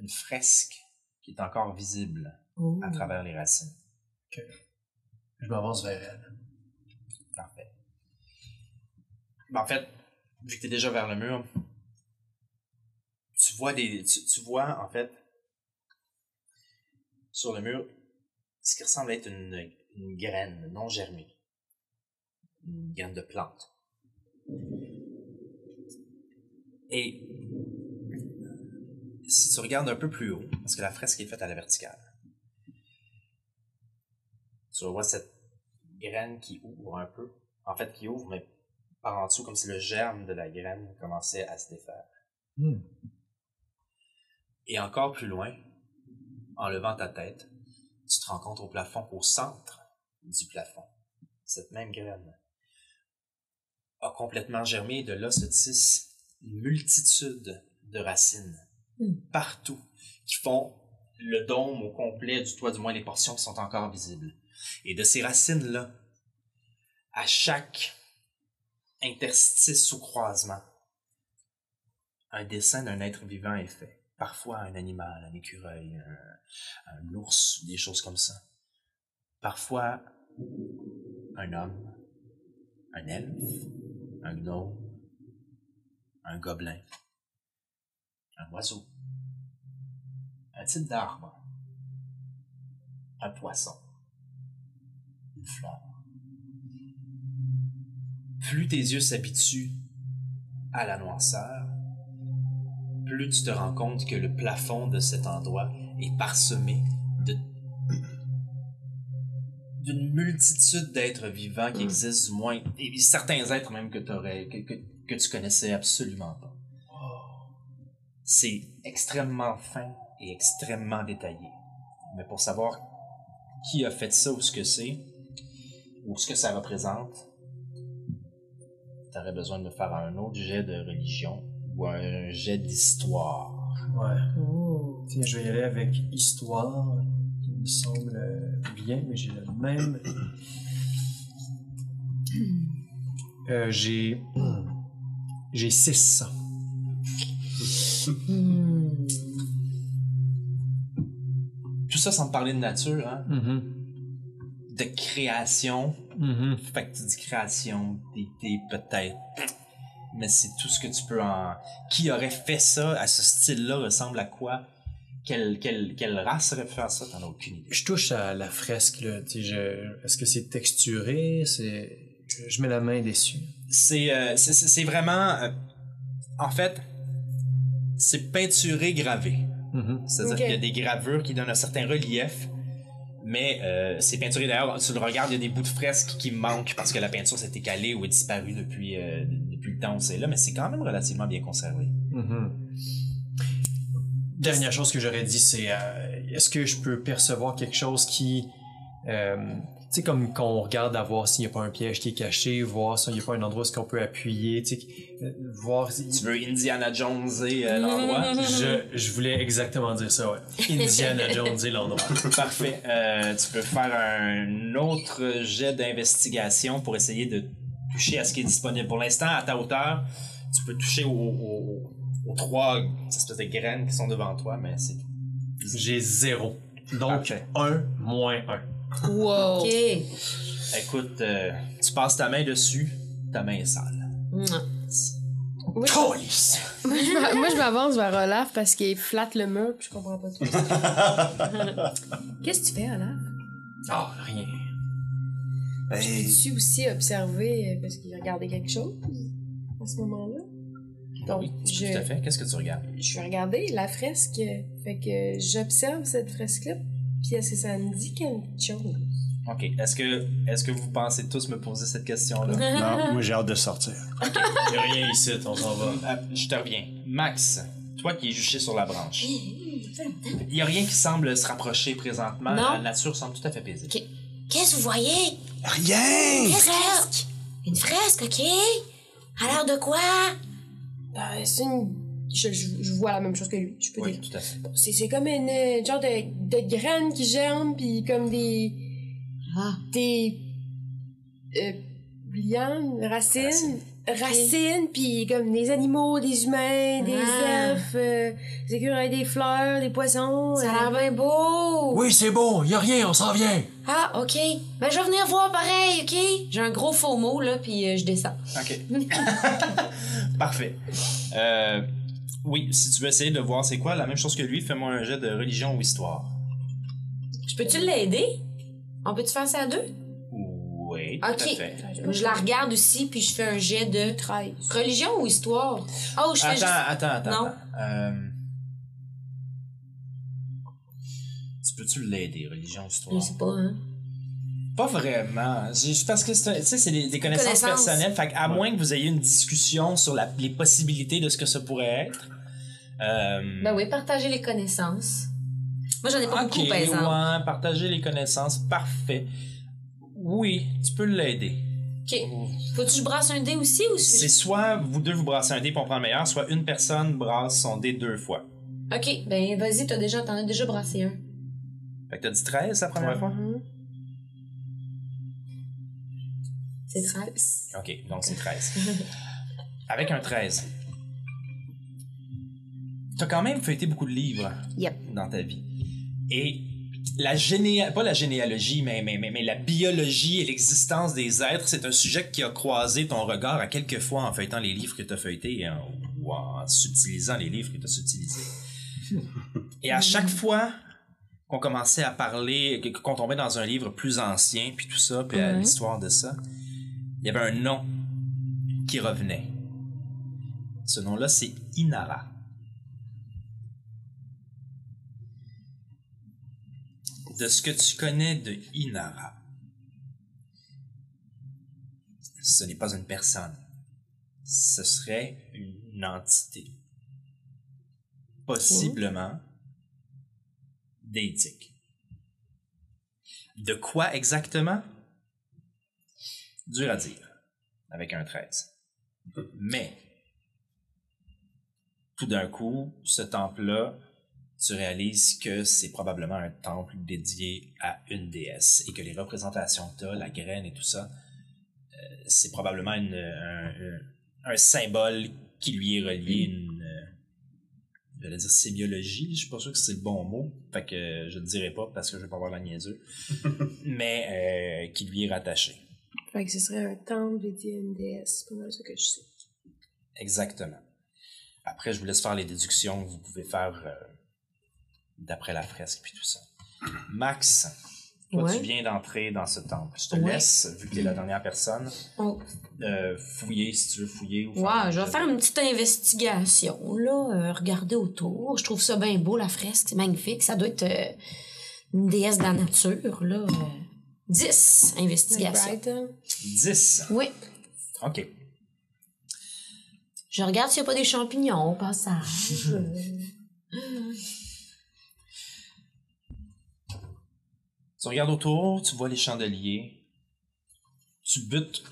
[SPEAKER 1] une fresque qui est encore visible à travers les racines.
[SPEAKER 4] Je m'avance vers elle.
[SPEAKER 1] Parfait. Ben, en fait, vu que t'es déjà vers le mur, tu vois des. Tu, tu vois, en fait, sur le mur, ce qui ressemble à être une, une graine non germée. Une graine de plante. Et si tu regardes un peu plus haut, parce que la fresque est faite à la verticale, tu vois cette graine qui ouvre un peu. En fait, qui ouvre, mais par en dessous, comme si le germe de la graine commençait à se défaire.
[SPEAKER 4] Hmm.
[SPEAKER 1] Et encore plus loin, en levant ta tête, tu te rencontres au plafond, au centre du plafond. Cette même graine a complètement germé et de là se tisse une multitude de racines partout qui font le dôme au complet du toit, du moins les portions qui sont encore visibles. Et de ces racines-là, à chaque interstice ou croisement, un dessin d'un être vivant est fait. Parfois un animal, un écureuil, un, un ours, des choses comme ça. Parfois un homme, un elfe, un gnome, un gobelin, un oiseau, un type d'arbre, un poisson, une fleur. Plus tes yeux s'habituent à la noirceur, plus tu te rends compte que le plafond de cet endroit est parsemé de d'une multitude d'êtres vivants qui existent du moins, et certains êtres même que, t'aurais- que, que, que tu connaissais absolument pas. C'est extrêmement fin et extrêmement détaillé. Mais pour savoir qui a fait ça ou ce que c'est, ou ce que ça représente, tu aurais besoin de faire un autre jet de religion ou un jet d'histoire.
[SPEAKER 4] Ouais.
[SPEAKER 2] Oh.
[SPEAKER 4] Tiens, je vais y aller avec histoire, qui me semble euh, bien, mais j'ai le même. Euh, j'ai. J'ai 600.
[SPEAKER 2] Hmm.
[SPEAKER 1] Tout ça sans te parler de nature, hein? de création. Fait que tu dis création, d'été peut-être. Mais c'est tout ce que tu peux en. Qui aurait fait ça à ce style-là ressemble à quoi quelle, quelle, quelle race aurait pu faire ça T'en as aucune idée.
[SPEAKER 4] Je touche à la fresque, là. tu sais, je- Est-ce que c'est texturé? C'est... Je, je mets la main dessus.
[SPEAKER 1] C'est euh, c'est- c'est- c'est vraiment. euh, en fait, c'est peinturé, gravé. C'est-à-dire
[SPEAKER 5] Ok.
[SPEAKER 1] qu'il y a des gravures qui donnent un certain relief, mais euh, c'est peinturé. D'ailleurs, tu le regardes, il y a des bouts de fresques qui manquent parce que la peinture s'est écalée ou est disparue depuis, euh, depuis le temps où c'est là, mais c'est quand même relativement bien conservé.
[SPEAKER 4] Dernière chose que j'aurais dit, c'est euh, est-ce que je peux percevoir quelque chose qui. euh, tu sais, comme qu'on regarde à voir s'il n'y a pas un piège qui est caché, voir s'il n'y a pas un endroit où est-ce qu'on peut appuyer, tu sais, euh, voir si-
[SPEAKER 1] Tu veux Indiana Jones et euh, l'endroit?
[SPEAKER 4] Je, je voulais exactement dire ça, ouais. Indiana Jones et l'endroit.
[SPEAKER 1] Parfait. Euh, tu peux faire un autre jet d'investigation pour essayer de toucher à ce qui est disponible. Pour l'instant, à ta hauteur, tu peux toucher au- au- au- aux trois espèces de graines qui sont devant toi, mais c'est tout.
[SPEAKER 4] J'ai zéro. Donc,
[SPEAKER 1] Parfait.
[SPEAKER 4] un moins un.
[SPEAKER 5] Wow.
[SPEAKER 2] OK.
[SPEAKER 1] Écoute, euh, tu passes ta main dessus, ta main est sale.
[SPEAKER 2] Mouah.
[SPEAKER 5] Moi, je-
[SPEAKER 4] Calice!
[SPEAKER 5] moi, je m'a- moi, je m'avance vers Olaf parce qu'il flatte le mur, puis je comprends pas tout. Qu'est-ce que tu fais, Olaf?
[SPEAKER 4] Ah, rien.
[SPEAKER 5] Tu
[SPEAKER 3] Hey,
[SPEAKER 5] suis aussi observé euh, parce qu'il regardait quelque chose à ce moment-là.
[SPEAKER 1] Ben
[SPEAKER 5] Donc,
[SPEAKER 1] oui, tu
[SPEAKER 5] je-
[SPEAKER 1] peux tout à fait. Qu'est-ce que tu regardes?
[SPEAKER 5] Je vais regarder la fresque. Fait que j'observe cette fresque-là. Puis est-ce que ça me dit quelque chose?
[SPEAKER 1] Ok. Est-ce que, est-ce que vous pensez tous me poser cette question-là?
[SPEAKER 3] non, moi j'ai hâte de sortir.
[SPEAKER 4] J'ai rien ici, on s'en va.
[SPEAKER 1] Euh, je te reviens. Max, toi qui es juché sur la branche. Il n'y a rien qui semble se rapprocher présentement.
[SPEAKER 2] Non.
[SPEAKER 1] La nature semble tout à fait paisible.
[SPEAKER 6] Qu'est-ce que vous voyez?
[SPEAKER 3] Rien!
[SPEAKER 6] Une fresque! Une fresque, OK? À l'air de quoi?
[SPEAKER 5] Euh, c'est une. Je, je- je vois la même chose que lui, je peux
[SPEAKER 1] Oui,
[SPEAKER 5] dire.
[SPEAKER 1] tout à fait.
[SPEAKER 5] C'est, c'est comme une euh, genre de, de graines qui germent, puis comme des.
[SPEAKER 6] Ah.
[SPEAKER 5] Des. Euh, lianes, racines.
[SPEAKER 1] Racines.
[SPEAKER 5] Racines, puis comme des animaux, des humains, des
[SPEAKER 2] Ah.
[SPEAKER 5] elfes, euh, des écureuils, des fleurs, des poissons.
[SPEAKER 2] Ça
[SPEAKER 5] euh,
[SPEAKER 2] a l'air bien beau.
[SPEAKER 4] Oui, c'est bon, y a rien, on s'en vient!
[SPEAKER 2] Ah, OK. Ben, je vais venir voir pareil, OK? J'ai un gros faux mot, là, puis euh, je descends.
[SPEAKER 1] OK. Parfait. Euh, oui, si tu veux essayer de voir c'est quoi, la même chose que lui, fais-moi un jet de religion ou histoire.
[SPEAKER 2] Je peux-tu l'aider? On peut-tu faire ça à deux?
[SPEAKER 1] Oui, tout à
[SPEAKER 2] Ok.
[SPEAKER 1] fait.
[SPEAKER 2] Je la regarde aussi, puis je fais un jet de religion ou histoire? Oh, je fais
[SPEAKER 1] Attends,
[SPEAKER 2] juste...
[SPEAKER 1] attends, attends,
[SPEAKER 2] Non.
[SPEAKER 1] attends. Euh, Tu peux-tu l'aider, religion, histoire?
[SPEAKER 2] Je sais pas, hein?
[SPEAKER 1] Pas vraiment. C'est juste parce que c'est un- tu sais, c'est des, des connaissances,
[SPEAKER 2] connaissances.
[SPEAKER 1] personnelles. Fait à moins que vous ayez une discussion sur la- les possibilités de ce que ça pourrait être. Euh,
[SPEAKER 2] Ben oui, partager les connaissances. Moi, j'en ai pas
[SPEAKER 1] Ok,
[SPEAKER 2] beaucoup, par exemple.
[SPEAKER 1] ouais, partager les connaissances, parfait. Oui, tu peux l'aider.
[SPEAKER 2] OK. Faut-tu que je brasse un dé aussi, ou...
[SPEAKER 1] C'est
[SPEAKER 2] je-
[SPEAKER 1] soit vous deux vous brassez un dé pour en prendre le meilleur, soit une personne brasse son dé deux fois.
[SPEAKER 2] OK, ben vas-y, t'as déjà, t'en as déjà brassé un.
[SPEAKER 1] Fait que t'as dit 13 la première fois?
[SPEAKER 2] C'est 13.
[SPEAKER 1] Ok, donc c'est 13. Avec un 13. T'as quand même feuilleté beaucoup de livres dans ta vie. Et la géné... pas la généalogie, mais, mais, mais, mais la biologie et l'existence des êtres, c'est un sujet qui a croisé ton regard à quelques hein, fois en feuilletant les livres que t'as feuilletés et en- ou en subtilisant les livres que t'as subtilisés. Et à chaque fois qu'on commençait à parler, que- qu'on tombait dans un livre plus ancien, puis tout ça, puis à
[SPEAKER 2] Ouais.
[SPEAKER 1] l'histoire de ça, il y avait un nom qui revenait. Ce nom-là, c'est Inara. De ce que tu connais de Inara, ce n'est pas une personne. Ce serait une entité. Possiblement d'éthique. De quoi exactement? Dur à dire avec un 13. Mais, tout d'un coup, ce temple-là, tu réalises que c'est probablement un temple dédié à une déesse et que les représentations que t'as, la graine et tout ça, euh, c'est probablement une- un, un- un symbole qui lui est relié une, euh, je vais dire sémiologie, je suis pas sûr que c'est le bon mot, fait que euh, je le dirai pas parce que je vais pas avoir la niaiseuse, mais euh, qui lui est rattaché.
[SPEAKER 5] Fait que ce serait un temple dédié à une déesse. C'est pas mal ça que je sais.
[SPEAKER 1] Exactement. Après, je vous laisse faire les déductions que vous pouvez faire euh, d'après la fresque puis tout ça. Max, toi,
[SPEAKER 2] Ouais.
[SPEAKER 1] tu viens d'entrer dans ce temple. Je te
[SPEAKER 2] Ouais.
[SPEAKER 1] laisse, vu que tu es la dernière personne,
[SPEAKER 2] Oh.
[SPEAKER 1] euh, fouiller si tu veux fouiller. ou
[SPEAKER 2] Ouais, je vais faire
[SPEAKER 1] un
[SPEAKER 2] une petite investigation, là, euh, regarder autour. Je trouve ça bien beau, la fresque, c'est magnifique. Ça doit être euh, une déesse de la nature, là. euh. 10 investigations.
[SPEAKER 5] Right, hein?
[SPEAKER 1] 10.
[SPEAKER 2] Oui,
[SPEAKER 1] OK.
[SPEAKER 2] je regarde s'il n'y a pas des champignons au passage.
[SPEAKER 1] Tu regardes autour, tu vois les chandeliers. Tu butes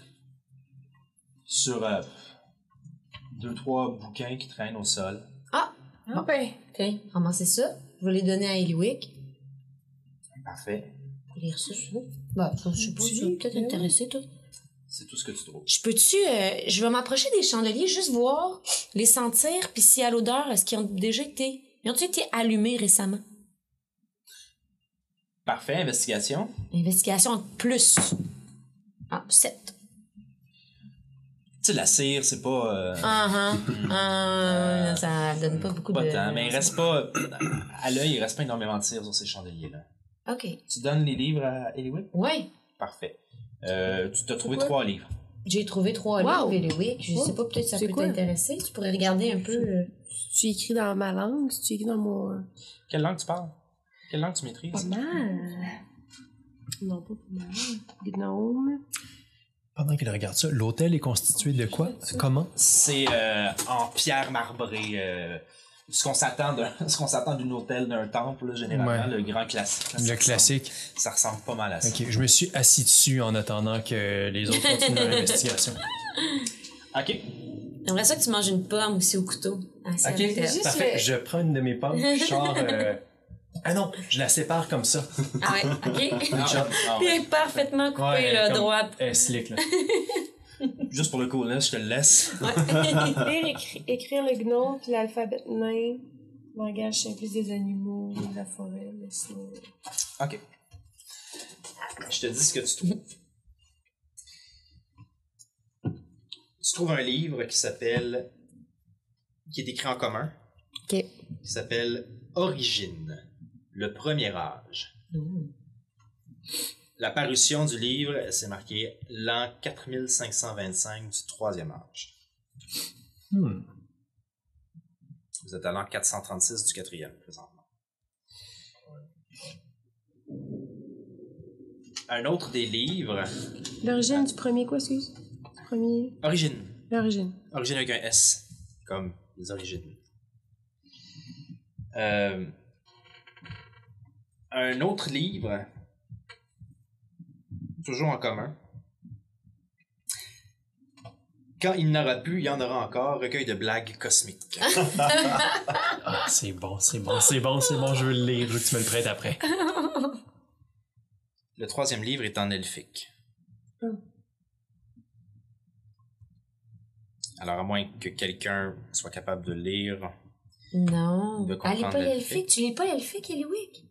[SPEAKER 1] sur euh, deux, trois bouquins qui traînent au sol.
[SPEAKER 5] Ah ben,
[SPEAKER 2] Tiens, ramassez ça. Je vais les donner à Eliwick.
[SPEAKER 1] Parfait.
[SPEAKER 2] Lire ça, ça. Bah, ça, je sais pas, ça va peut-être intéresser, toi.
[SPEAKER 1] C'est tout ce que tu trouves.
[SPEAKER 2] Je peux-tu... euh, je vais m'approcher des chandeliers, juste voir, les sentir, puis si à l'odeur, est-ce qu'ils ont déjà été... Ils ont-ils été allumés récemment?
[SPEAKER 1] Parfait, investigation.
[SPEAKER 2] Investigation de plus. Ah, 7.
[SPEAKER 1] Tu sais, la cire, c'est pas. euh,
[SPEAKER 2] Ah, ah, ah, ça donne pas beaucoup
[SPEAKER 1] pas
[SPEAKER 2] de.
[SPEAKER 1] tant, mais il reste pas. À l'œil, il reste pas énormément de cire sur ces chandeliers-là.
[SPEAKER 2] OK.
[SPEAKER 1] Tu donnes les livres à Eliwick?
[SPEAKER 2] Ouais,
[SPEAKER 1] Parfait. Euh, tu t'as trouvé
[SPEAKER 5] Pourquoi?
[SPEAKER 1] trois livres.
[SPEAKER 2] j'ai trouvé trois
[SPEAKER 5] Wow.
[SPEAKER 2] livres, oui. Je
[SPEAKER 5] Oh,
[SPEAKER 2] sais pas, peut-être ça
[SPEAKER 5] c'est
[SPEAKER 2] peut
[SPEAKER 5] quoi?
[SPEAKER 2] t'intéresser. Tu pourrais regarder un peu. euh,
[SPEAKER 5] tu écris dans ma langue, tu écris dans mon.
[SPEAKER 1] Quelle langue tu parles? Quelle langue tu maîtrises?
[SPEAKER 5] mal. Non, pas pas mal. Gnome.
[SPEAKER 4] Pendant qu'il regarde ça, l'hôtel est constitué de quoi Comment
[SPEAKER 1] C'est euh, en pierre marbrée. euh, ce qu'on s'attend d'un ce qu'on s'attend d'un hôtel, d'un temple, là, généralement, le grand classique. là, ça
[SPEAKER 4] Le
[SPEAKER 1] ressemble-
[SPEAKER 4] classique.
[SPEAKER 1] Ça ressemble pas mal à ça.
[SPEAKER 4] Ok, je me suis assis dessus en attendant que les autres continuent leur investigation.
[SPEAKER 1] OK.
[SPEAKER 2] J'aimerais ça que tu manges une pomme aussi au couteau. Ah, c'est
[SPEAKER 4] Ok,
[SPEAKER 2] avec, euh,
[SPEAKER 5] juste
[SPEAKER 4] parfait.
[SPEAKER 5] le-
[SPEAKER 4] Je prends une de mes pommes, je sors. euh, Ah non, je la sépare comme ça.
[SPEAKER 2] Ah ouais, OK.
[SPEAKER 1] Ah, ah
[SPEAKER 2] Il
[SPEAKER 1] ouais.
[SPEAKER 2] est parfaitement coupé,
[SPEAKER 4] Ouais,
[SPEAKER 2] là,
[SPEAKER 4] comme-
[SPEAKER 2] droite.
[SPEAKER 4] Elle est slick, là.
[SPEAKER 1] Juste pour le coolness, je te le laisse.
[SPEAKER 2] Ouais.
[SPEAKER 5] Écrire, écri- écrire le gnome puis l'alphabet nain. Langage simple des animaux, de la forêt, mais sinon.
[SPEAKER 1] OK. Je te dis ce que tu trouves. Tu trouves un livre qui s'appelle. qui est écrit en commun.
[SPEAKER 7] Ok.
[SPEAKER 1] Qui s'appelle Origine, le premier âge. La parution du livre, c'est marqué l'an 4525 du troisième âge.
[SPEAKER 4] Hmm.
[SPEAKER 1] Vous êtes à l'an 436 du quatrième présentement. Un autre des livres,
[SPEAKER 5] L'origine du premier, quoi, excuse Premier.
[SPEAKER 1] Origine.
[SPEAKER 5] L'origine.
[SPEAKER 1] Origine avec un S, comme les origines. Euh, un autre livre, toujours en commun. Quand il n'aura plus, il y en aura encore. Recueil de blagues cosmiques.
[SPEAKER 4] Ah, c'est bon, c'est bon, c'est bon, c'est bon, je veux le lire, je veux que tu me le prêtes après.
[SPEAKER 1] Le troisième livre est en elfique. Alors, à moins que quelqu'un soit capable de lire.
[SPEAKER 2] Non.
[SPEAKER 1] De
[SPEAKER 2] Elle est
[SPEAKER 1] comprendre
[SPEAKER 2] pas
[SPEAKER 1] l'elfique.
[SPEAKER 2] elfique. Tu lis pas l'elfique, Eliwick?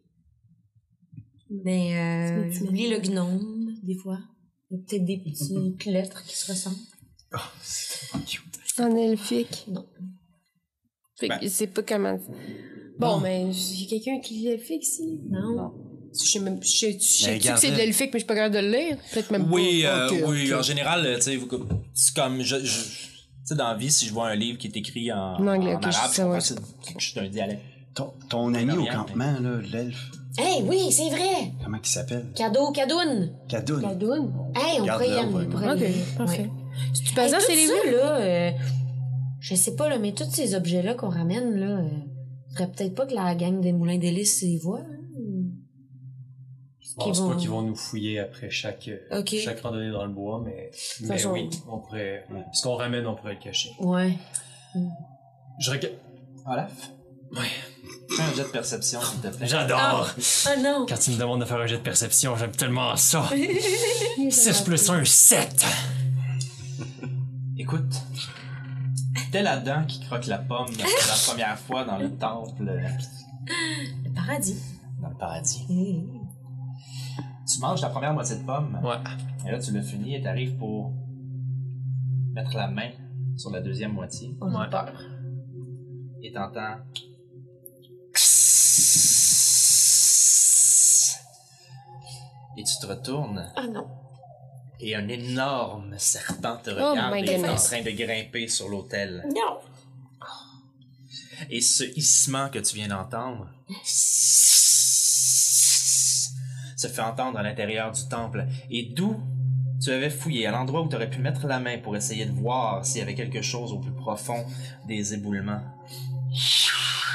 [SPEAKER 2] Mais euh, j'oublie le gnome, des fois. Il y a peut-être des petites lettres qui se ressemblent.
[SPEAKER 5] En elfique.
[SPEAKER 2] Non.
[SPEAKER 5] Fait que
[SPEAKER 1] Ben.
[SPEAKER 5] c'est pas comment. Bon, mais il y a quelqu'un qui lit l'elfique ici?
[SPEAKER 2] Non.
[SPEAKER 5] Je sais même. Je sais, je sais
[SPEAKER 3] Mais
[SPEAKER 5] que c'est de
[SPEAKER 3] gardez-
[SPEAKER 5] l'elfique, mais je suis pas capable de le lire. Peut-être même
[SPEAKER 1] Ben, Oui,
[SPEAKER 5] pas.
[SPEAKER 1] euh,
[SPEAKER 5] Ok,
[SPEAKER 1] oui,
[SPEAKER 5] ok.
[SPEAKER 1] en général, euh, tu sais, vous- c'est comme, je, je- tu sais, dans la vie, si je vois un livre qui est écrit en,
[SPEAKER 5] En anglais,
[SPEAKER 1] en
[SPEAKER 5] ok, je
[SPEAKER 1] arabe, je
[SPEAKER 5] sais, ouais.
[SPEAKER 1] comprends que c'est- que je suis un dialecte.
[SPEAKER 3] Ton, ton ami au
[SPEAKER 1] Orient,
[SPEAKER 3] campement, là, l'elfe,
[SPEAKER 2] Hey, oui, c'est vrai!
[SPEAKER 3] comment il s'appelle?
[SPEAKER 2] Cadeau, cadoune!
[SPEAKER 5] La
[SPEAKER 3] Cadoun.
[SPEAKER 5] douane.
[SPEAKER 2] Hey, on
[SPEAKER 3] Garde-le,
[SPEAKER 2] pourrait y
[SPEAKER 3] on
[SPEAKER 2] aller.
[SPEAKER 3] va y
[SPEAKER 2] on pourrait y
[SPEAKER 5] Ok,
[SPEAKER 2] aller.
[SPEAKER 5] parfait.
[SPEAKER 2] Ouais.
[SPEAKER 5] C'est du
[SPEAKER 2] Hey,
[SPEAKER 5] passant,
[SPEAKER 2] tout
[SPEAKER 5] c'est les
[SPEAKER 2] ça,
[SPEAKER 5] villes.
[SPEAKER 2] là, euh, je sais pas, là, mais tous ces objets-là qu'on ramène, là, euh, faudrait peut-être pas que la gang des Moulins d'Hélice les voit. hein, ou-
[SPEAKER 4] Je pense
[SPEAKER 2] Qu'ils vont-
[SPEAKER 4] pas qu'ils vont nous fouiller après chaque, euh,
[SPEAKER 2] Ok.
[SPEAKER 4] chaque randonnée dans le bois, mais, mais
[SPEAKER 5] façon-
[SPEAKER 4] oui, on pourrait, ce qu'on ramène, on pourrait le cacher.
[SPEAKER 2] Ouais.
[SPEAKER 4] Je regarde.
[SPEAKER 1] Olaf?
[SPEAKER 4] Ouais.
[SPEAKER 1] Fais un jet de perception, s'il te
[SPEAKER 4] Ah.
[SPEAKER 1] plaît.
[SPEAKER 4] J'adore!
[SPEAKER 2] Oh non!
[SPEAKER 4] Quand tu me demandes de faire un jet de perception, j'aime tellement ça! 6
[SPEAKER 5] Six
[SPEAKER 4] plus 1, 7!
[SPEAKER 1] Écoute, t'es là-dedans qui croque la pomme pour la première fois dans le temple, euh,
[SPEAKER 2] Le paradis.
[SPEAKER 1] dans le paradis.
[SPEAKER 2] Mmh.
[SPEAKER 1] Tu manges ta première moitié de pomme,
[SPEAKER 4] Ouais.
[SPEAKER 1] et là, tu l'as fini et t'arrives pour mettre la main sur la deuxième moitié,
[SPEAKER 2] On a
[SPEAKER 4] Ouais.
[SPEAKER 2] peur.
[SPEAKER 1] et t'entends... Et tu te retournes
[SPEAKER 5] Ah non.
[SPEAKER 1] Et un énorme serpent te regarde
[SPEAKER 5] Oh my
[SPEAKER 1] et est en
[SPEAKER 5] goodness.
[SPEAKER 1] train de grimper sur l'autel.
[SPEAKER 5] Non.
[SPEAKER 1] Et ce hissement que tu viens d'entendre se fait entendre à l'intérieur du temple. Et d'où tu avais fouillé, à l'endroit où tu aurais pu mettre la main pour essayer de voir s'il y avait quelque chose au plus profond des éboulements.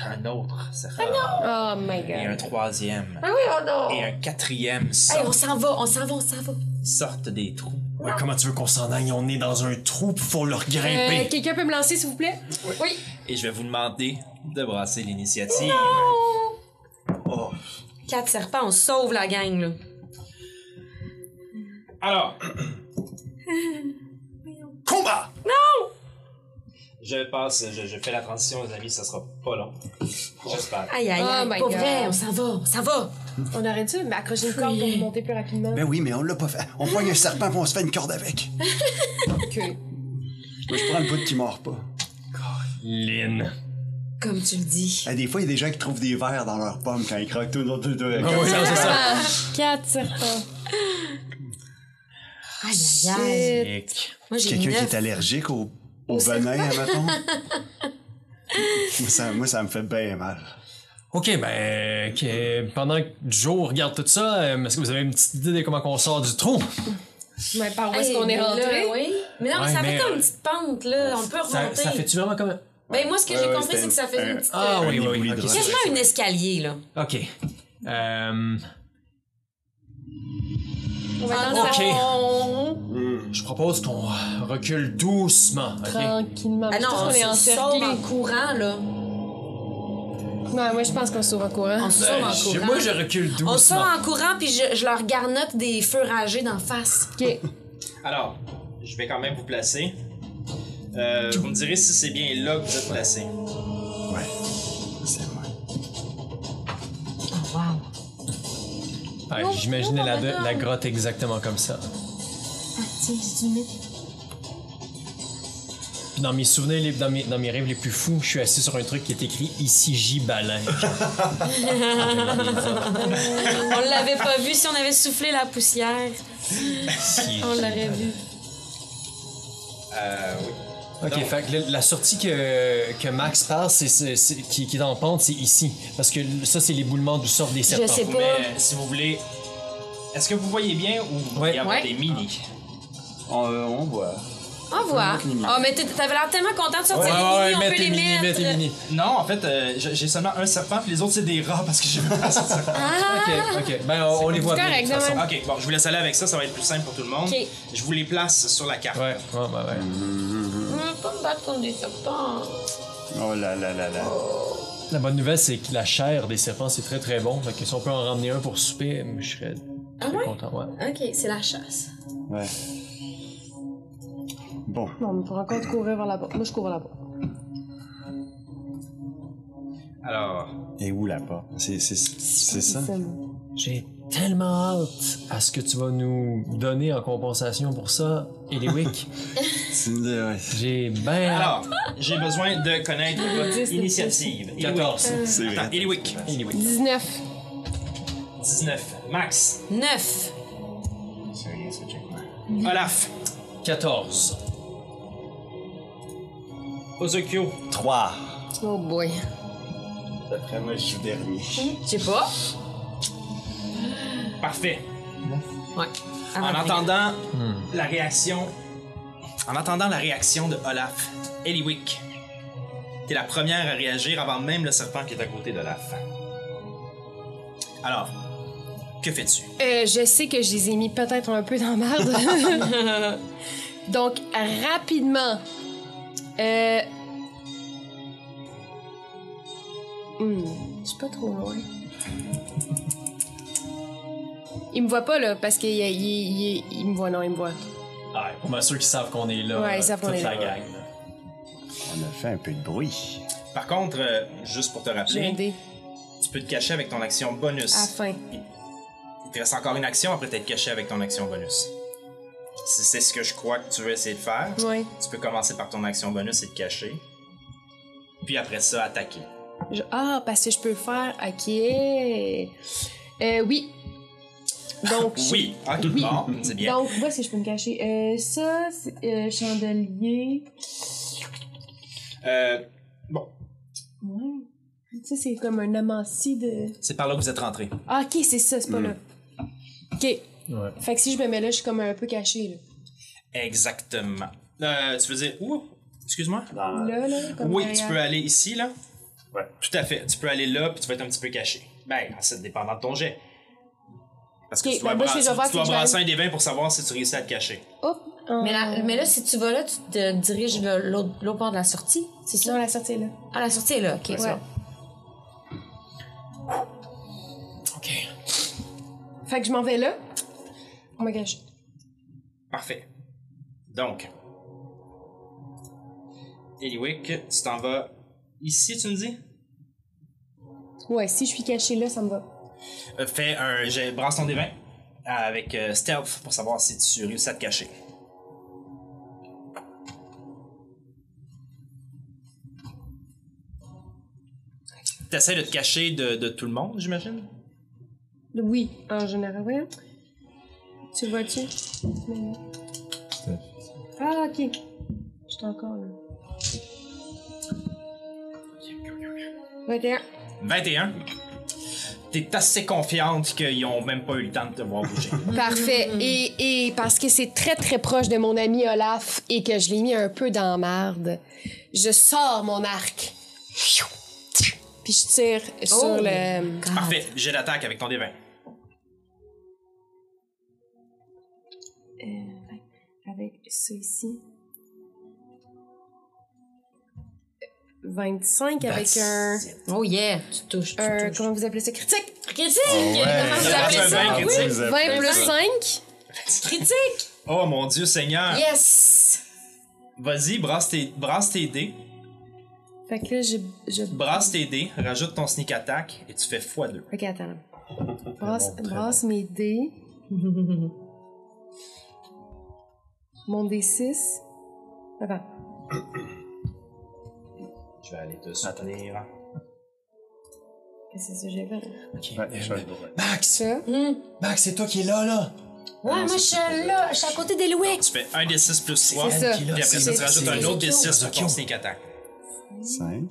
[SPEAKER 1] Un autre serpent.
[SPEAKER 5] Oh my
[SPEAKER 1] et un
[SPEAKER 5] god.
[SPEAKER 1] troisième.
[SPEAKER 5] Ah oui, oh non.
[SPEAKER 1] Et un quatrième
[SPEAKER 2] Hey, on
[SPEAKER 1] sortent,
[SPEAKER 2] s'en va, on s'en va, on s'en va.
[SPEAKER 1] sortent des trous.
[SPEAKER 4] Ouais, comment tu veux qu'on s'en aille? On est dans un trou, pis faut leur
[SPEAKER 5] Euh,
[SPEAKER 4] grimper!
[SPEAKER 5] Quelqu'un peut me lancer, s'il vous plaît?
[SPEAKER 1] Et je vais vous demander de brasser l'initiative. Oh.
[SPEAKER 2] Quatre serpents, on sauve la gang, là.
[SPEAKER 1] Alors. Combat! Non! Je passe, je, je fais la transition, les amis, ça sera pas long. J'espère.
[SPEAKER 2] Aïe, aïe,
[SPEAKER 5] Oh
[SPEAKER 2] aïe.
[SPEAKER 5] my
[SPEAKER 2] Pour
[SPEAKER 5] God.
[SPEAKER 2] vrai, on s'en va, on s'en va.
[SPEAKER 5] On aurait dû m'accrocher une corde pour monter plus rapidement.
[SPEAKER 3] Ben oui, mais on l'a pas fait. On poigne un serpent puis on se fait une corde avec.
[SPEAKER 5] Ok.
[SPEAKER 3] Moi, je prends le bout qui mord pas.
[SPEAKER 4] Lynn.
[SPEAKER 2] Comme tu le dis.
[SPEAKER 3] Eh, des fois, il y a des gens qui trouvent des verres dans leurs pommes quand ils croquent tout autour de- de-
[SPEAKER 4] Ah oui, c'est ça.
[SPEAKER 5] Ah, Quatre serpents.
[SPEAKER 2] Aïe, aïe, aïe. Moi, j'ai
[SPEAKER 3] Quelqu'un qui
[SPEAKER 2] neuf.
[SPEAKER 3] est allergique au, au venin, admettons. moi, ça, moi, ça me fait bien mal.
[SPEAKER 4] Ok, ben, ok, pendant que Joe regarde tout ça, euh, est-ce que vous avez une petite idée de comment on sort du trou?
[SPEAKER 5] Mais par où
[SPEAKER 2] Hey,
[SPEAKER 5] est-ce qu'on
[SPEAKER 2] mais
[SPEAKER 5] est
[SPEAKER 2] là,
[SPEAKER 5] rentré?
[SPEAKER 2] oui. Mais non, mais
[SPEAKER 4] Ouais,
[SPEAKER 2] ça
[SPEAKER 4] mais,
[SPEAKER 2] fait comme
[SPEAKER 4] euh,
[SPEAKER 2] une petite pente, là. On peut
[SPEAKER 4] Ça,
[SPEAKER 2] remonter.
[SPEAKER 4] ça fait-tu vraiment comme un...
[SPEAKER 2] Ben, moi, ce que
[SPEAKER 3] Ouais,
[SPEAKER 2] j'ai
[SPEAKER 3] ouais,
[SPEAKER 2] compris,
[SPEAKER 3] c'était
[SPEAKER 2] c'est que ça fait
[SPEAKER 3] un-
[SPEAKER 2] une petite.
[SPEAKER 4] Ah
[SPEAKER 2] euh,
[SPEAKER 4] oui, oui, oui,
[SPEAKER 3] éboulis de
[SPEAKER 4] ok.
[SPEAKER 3] roche.
[SPEAKER 2] Quasiment un escalier, là.
[SPEAKER 4] Ok. Euh,
[SPEAKER 5] On va dans
[SPEAKER 4] Ok.
[SPEAKER 5] le
[SPEAKER 4] je propose qu'on recule doucement, ok?
[SPEAKER 5] Tranquillement.
[SPEAKER 2] Ah non,
[SPEAKER 5] je pense
[SPEAKER 2] on
[SPEAKER 5] qu'on est
[SPEAKER 2] se sauve
[SPEAKER 5] encerclés.
[SPEAKER 2] en courant, là.
[SPEAKER 5] Non, moi, je pense qu'on sauve en courant.
[SPEAKER 2] On se sauve
[SPEAKER 4] Ben,
[SPEAKER 2] en
[SPEAKER 4] je-
[SPEAKER 2] courant.
[SPEAKER 4] moi, je recule
[SPEAKER 2] On sort
[SPEAKER 4] doucement.
[SPEAKER 2] en courant, puis je, je leur garnote des feux ragés d'en face.
[SPEAKER 5] Ok.
[SPEAKER 1] Alors, je vais quand même vous placer. Euh, vous me direz si c'est bien là que vous êtes placé.
[SPEAKER 3] Ouais. C'est moi.
[SPEAKER 2] Oh, wow.
[SPEAKER 4] Ouais,
[SPEAKER 2] Non,
[SPEAKER 4] J'imaginais
[SPEAKER 2] non,
[SPEAKER 4] la,
[SPEAKER 2] madame.
[SPEAKER 4] la grotte exactement comme ça.
[SPEAKER 2] Ah, tiens, j'ai du mythe.
[SPEAKER 4] Puis dans mes souvenirs, les- dans mes, dans mes rêves les plus fous, je suis assis sur un truc qui est écrit ici J Balin.
[SPEAKER 2] On l'avait pas vu si on avait soufflé la poussière.
[SPEAKER 4] Ici,
[SPEAKER 2] On
[SPEAKER 4] J.
[SPEAKER 2] l'aurait vu.
[SPEAKER 1] Euh, oui.
[SPEAKER 4] Ok,
[SPEAKER 1] Donc-
[SPEAKER 4] fait que la- la sortie que, que Max passe, c'est- c'est- c'est- qui, qui est en pente, c'est ici. Parce que ça, c'est l'éboulement du sort des serpents.
[SPEAKER 2] sais pas.
[SPEAKER 1] Mais si vous voulez. Est-ce que vous voyez bien ou vous
[SPEAKER 4] Ouais.
[SPEAKER 1] voulez avoir
[SPEAKER 2] Ouais.
[SPEAKER 1] des mini?
[SPEAKER 3] On, euh, on voit.
[SPEAKER 2] Au revoir.
[SPEAKER 3] Mini.
[SPEAKER 2] Oh, mais t'es- t'avais l'air tellement content de
[SPEAKER 4] Ouais,
[SPEAKER 2] sortir
[SPEAKER 4] ouais,
[SPEAKER 2] les mini,
[SPEAKER 4] ouais,
[SPEAKER 2] on peut
[SPEAKER 4] mets tes
[SPEAKER 2] les
[SPEAKER 4] mini, mets
[SPEAKER 2] mettre.
[SPEAKER 4] tes mini.
[SPEAKER 1] Non, en fait, euh, j'ai j'ai seulement un serpent, puis les autres, c'est des rats parce que je veux pas sortir.
[SPEAKER 4] Ok, ok. Ben, on, on les voit
[SPEAKER 5] C'est
[SPEAKER 4] bien, de toute
[SPEAKER 5] correct,
[SPEAKER 4] façon.
[SPEAKER 1] Ok, bon, je vous laisse aller avec ça, ça va être plus simple pour tout le monde.
[SPEAKER 2] Ok.
[SPEAKER 1] Je vous les place sur la carte.
[SPEAKER 4] Ouais, ouais, ouais, ouais.
[SPEAKER 2] Je veux pas me battre contre des serpents.
[SPEAKER 3] Oh là là là là.
[SPEAKER 4] La bonne nouvelle, c'est que la chair des serpents, c'est très très bon. Fait que si on peut en ramener un pour souper, je serais
[SPEAKER 2] Ah
[SPEAKER 4] très
[SPEAKER 2] ouais?
[SPEAKER 4] content. Ouais.
[SPEAKER 2] Ok, c'est la chasse.
[SPEAKER 3] Ouais. Bon.
[SPEAKER 5] Bon, on pourra encore courir vers la porte. Moi, je cours vers la porte.
[SPEAKER 1] Alors,
[SPEAKER 3] Et où la porte? C'est c'est- c'est ça?
[SPEAKER 5] C'est bon.
[SPEAKER 4] J'ai tellement hâte à ce que tu vas nous donner en compensation pour ça, Eliwick.
[SPEAKER 3] C'est une idée, ouais.
[SPEAKER 4] J'ai bien hâte.
[SPEAKER 1] Alors, j'ai besoin de connaître votre initiative. Eliwick.
[SPEAKER 4] 14.
[SPEAKER 3] C'est
[SPEAKER 1] Attends,
[SPEAKER 3] vrai.
[SPEAKER 1] Eliwick.
[SPEAKER 4] Eliwick.
[SPEAKER 5] 19.
[SPEAKER 1] 19. Max.
[SPEAKER 2] 9.
[SPEAKER 1] Olaf.
[SPEAKER 4] 14.
[SPEAKER 1] Ozokyo.
[SPEAKER 3] 3.
[SPEAKER 5] Oh boy.
[SPEAKER 3] D'après moi, je joue dernier.
[SPEAKER 2] Je sais pas.
[SPEAKER 1] Parfait.
[SPEAKER 2] Ouais.
[SPEAKER 1] En
[SPEAKER 2] Ah,
[SPEAKER 1] attendant la réaction. En attendant la réaction de Olaf, Eliwick, t'es la première à réagir avant même le serpent qui est à côté d'Olaf. Alors, que fais-tu?
[SPEAKER 5] Euh, je sais que je les ai mis peut-être un peu dans la merde. Donc, rapidement. Euh... hmm, je suis pas trop loin. Il me voit pas, là, parce qu'il il- il- il- il me voit. Non, il me voit.
[SPEAKER 4] Ah, pour moi, ceux qui savent qu'on est là.
[SPEAKER 5] Ouais, ils
[SPEAKER 4] euh,
[SPEAKER 5] savent qu'on
[SPEAKER 4] toute
[SPEAKER 5] est
[SPEAKER 4] la
[SPEAKER 5] là.
[SPEAKER 4] gang.
[SPEAKER 3] On a fait un peu de bruit.
[SPEAKER 1] Par contre, euh, juste pour te
[SPEAKER 5] J'ai un
[SPEAKER 1] rappeler,
[SPEAKER 5] dé.
[SPEAKER 1] tu peux te cacher avec ton action
[SPEAKER 5] À la
[SPEAKER 1] bonus.
[SPEAKER 5] fin.
[SPEAKER 1] Il te reste encore une action après t'être caché avec ton action bonus. Si c'est ce que je crois que tu veux essayer de faire,
[SPEAKER 5] Ouais.
[SPEAKER 1] tu peux commencer par ton action bonus et te cacher. Puis après ça, attaquer.
[SPEAKER 5] Je- Ah, parce que je peux faire. Ok. Euh, oui. Donc,
[SPEAKER 1] Oui, ok, bon, c'est bien.
[SPEAKER 5] Donc, où est-ce que je peux me cacher? Euh, ça, c'est, euh, chandelier.
[SPEAKER 1] Euh, bon,
[SPEAKER 5] Ouais. Ça, c'est comme un amanci de.
[SPEAKER 1] c'est par là que vous êtes rentré.
[SPEAKER 5] Ah, ok, c'est ça,
[SPEAKER 1] Mm.
[SPEAKER 5] c'est pas là. Ok.
[SPEAKER 4] Ouais.
[SPEAKER 5] Fait que si je me mets là, je suis comme un peu cachée, là.
[SPEAKER 1] Exactement. Euh, tu veux dire où Excuse-moi.
[SPEAKER 3] Dans-
[SPEAKER 5] Là, là, comme
[SPEAKER 1] Ah. Oui,
[SPEAKER 5] derrière.
[SPEAKER 1] tu peux aller ici, là.
[SPEAKER 3] Ouais.
[SPEAKER 1] Tout à fait. Tu peux aller là, puis tu vas être un petit peu caché. Ben, c'est dépendant de ton jet. Parce que
[SPEAKER 5] Ok,
[SPEAKER 1] tu dois
[SPEAKER 5] ben moi, ce que je vais
[SPEAKER 1] brasser,
[SPEAKER 5] faire,
[SPEAKER 1] tu dois
[SPEAKER 5] c'est que je vais
[SPEAKER 1] brasser un des 20 pour savoir si tu réussis à te cacher.
[SPEAKER 5] Hop! en-
[SPEAKER 2] Mais là, mais là, si tu vas là, tu te diriges vers l'autre l'autre bord de la sortie. C'est
[SPEAKER 5] Non,
[SPEAKER 2] ça?
[SPEAKER 5] la sortie, est là.
[SPEAKER 2] Ah, la sortie est là. OK.
[SPEAKER 5] Ouais.
[SPEAKER 1] Ok.
[SPEAKER 5] Fait que je m'en vais là. Oh my gosh.
[SPEAKER 1] Parfait. Donc, Eliwick, tu t'en vas ici, tu me dis
[SPEAKER 5] Ouais, si je suis cachée là, ça me va.
[SPEAKER 1] Euh, Fais un jet, brasse ton des 20 avec euh, stealth pour savoir si tu réussis à te cacher. T'essaies de te cacher de, de tout le monde, j'imagine?
[SPEAKER 5] Oui, en général, ouais. Tu le vois-tu? Mais non. Ah, ok. J'étais encore là. 21.
[SPEAKER 1] 21. T'es assez confiante qu'ils ont même pas eu le temps de te voir bouger.
[SPEAKER 5] Parfait. Et, et parce que c'est très, très proche de mon ami Olaf et que je l'ai mis un peu dans la marde, je sors mon arc. Puis je tire sur le...
[SPEAKER 1] Parfait, j'ai l'attaque avec ton D20.
[SPEAKER 5] Avec ça ici. 25 avec un...
[SPEAKER 2] Oh yeah, tu touches, tu
[SPEAKER 5] un-
[SPEAKER 2] touches.
[SPEAKER 5] Euh, comment vous appelez ça? Critique!
[SPEAKER 2] Critique!
[SPEAKER 3] ouais.
[SPEAKER 2] Comment vous
[SPEAKER 1] Ça
[SPEAKER 2] appelez
[SPEAKER 1] marche
[SPEAKER 2] ça?
[SPEAKER 1] bien,
[SPEAKER 2] Oui,
[SPEAKER 1] critique.
[SPEAKER 5] 20 plus 5.
[SPEAKER 2] critique!
[SPEAKER 1] Oh mon dieu Seigneur!
[SPEAKER 2] Yes!
[SPEAKER 1] Vas-y, brasse tes, brasse tes dés.
[SPEAKER 5] Fait que là, je... je...
[SPEAKER 1] Brasse tes dés, rajoute ton sneak attack et tu fais x2.
[SPEAKER 5] Ok, attends. Brasse,
[SPEAKER 4] Très bon, très
[SPEAKER 5] brasse mes dés. Mon D6. Attends.
[SPEAKER 1] Je vais aller te soutenir.
[SPEAKER 5] C'est ça, j'ai fait.
[SPEAKER 1] Ben,
[SPEAKER 3] Ouais, je vais-
[SPEAKER 4] Max!
[SPEAKER 5] Ça.
[SPEAKER 2] Hmm.
[SPEAKER 4] Max, c'est toi qui es là, là!
[SPEAKER 2] Ouais, moi, je suis là, je suis à côté des Louis.
[SPEAKER 1] Tu fais un D6 plus 3,
[SPEAKER 5] C'est ça.
[SPEAKER 1] puis après ça, tu
[SPEAKER 5] C'est-
[SPEAKER 1] rajoutes
[SPEAKER 5] c'est-
[SPEAKER 1] un autre
[SPEAKER 2] c'est-
[SPEAKER 1] D6 sur ton
[SPEAKER 4] c'est-
[SPEAKER 1] sneak attack.
[SPEAKER 3] 5.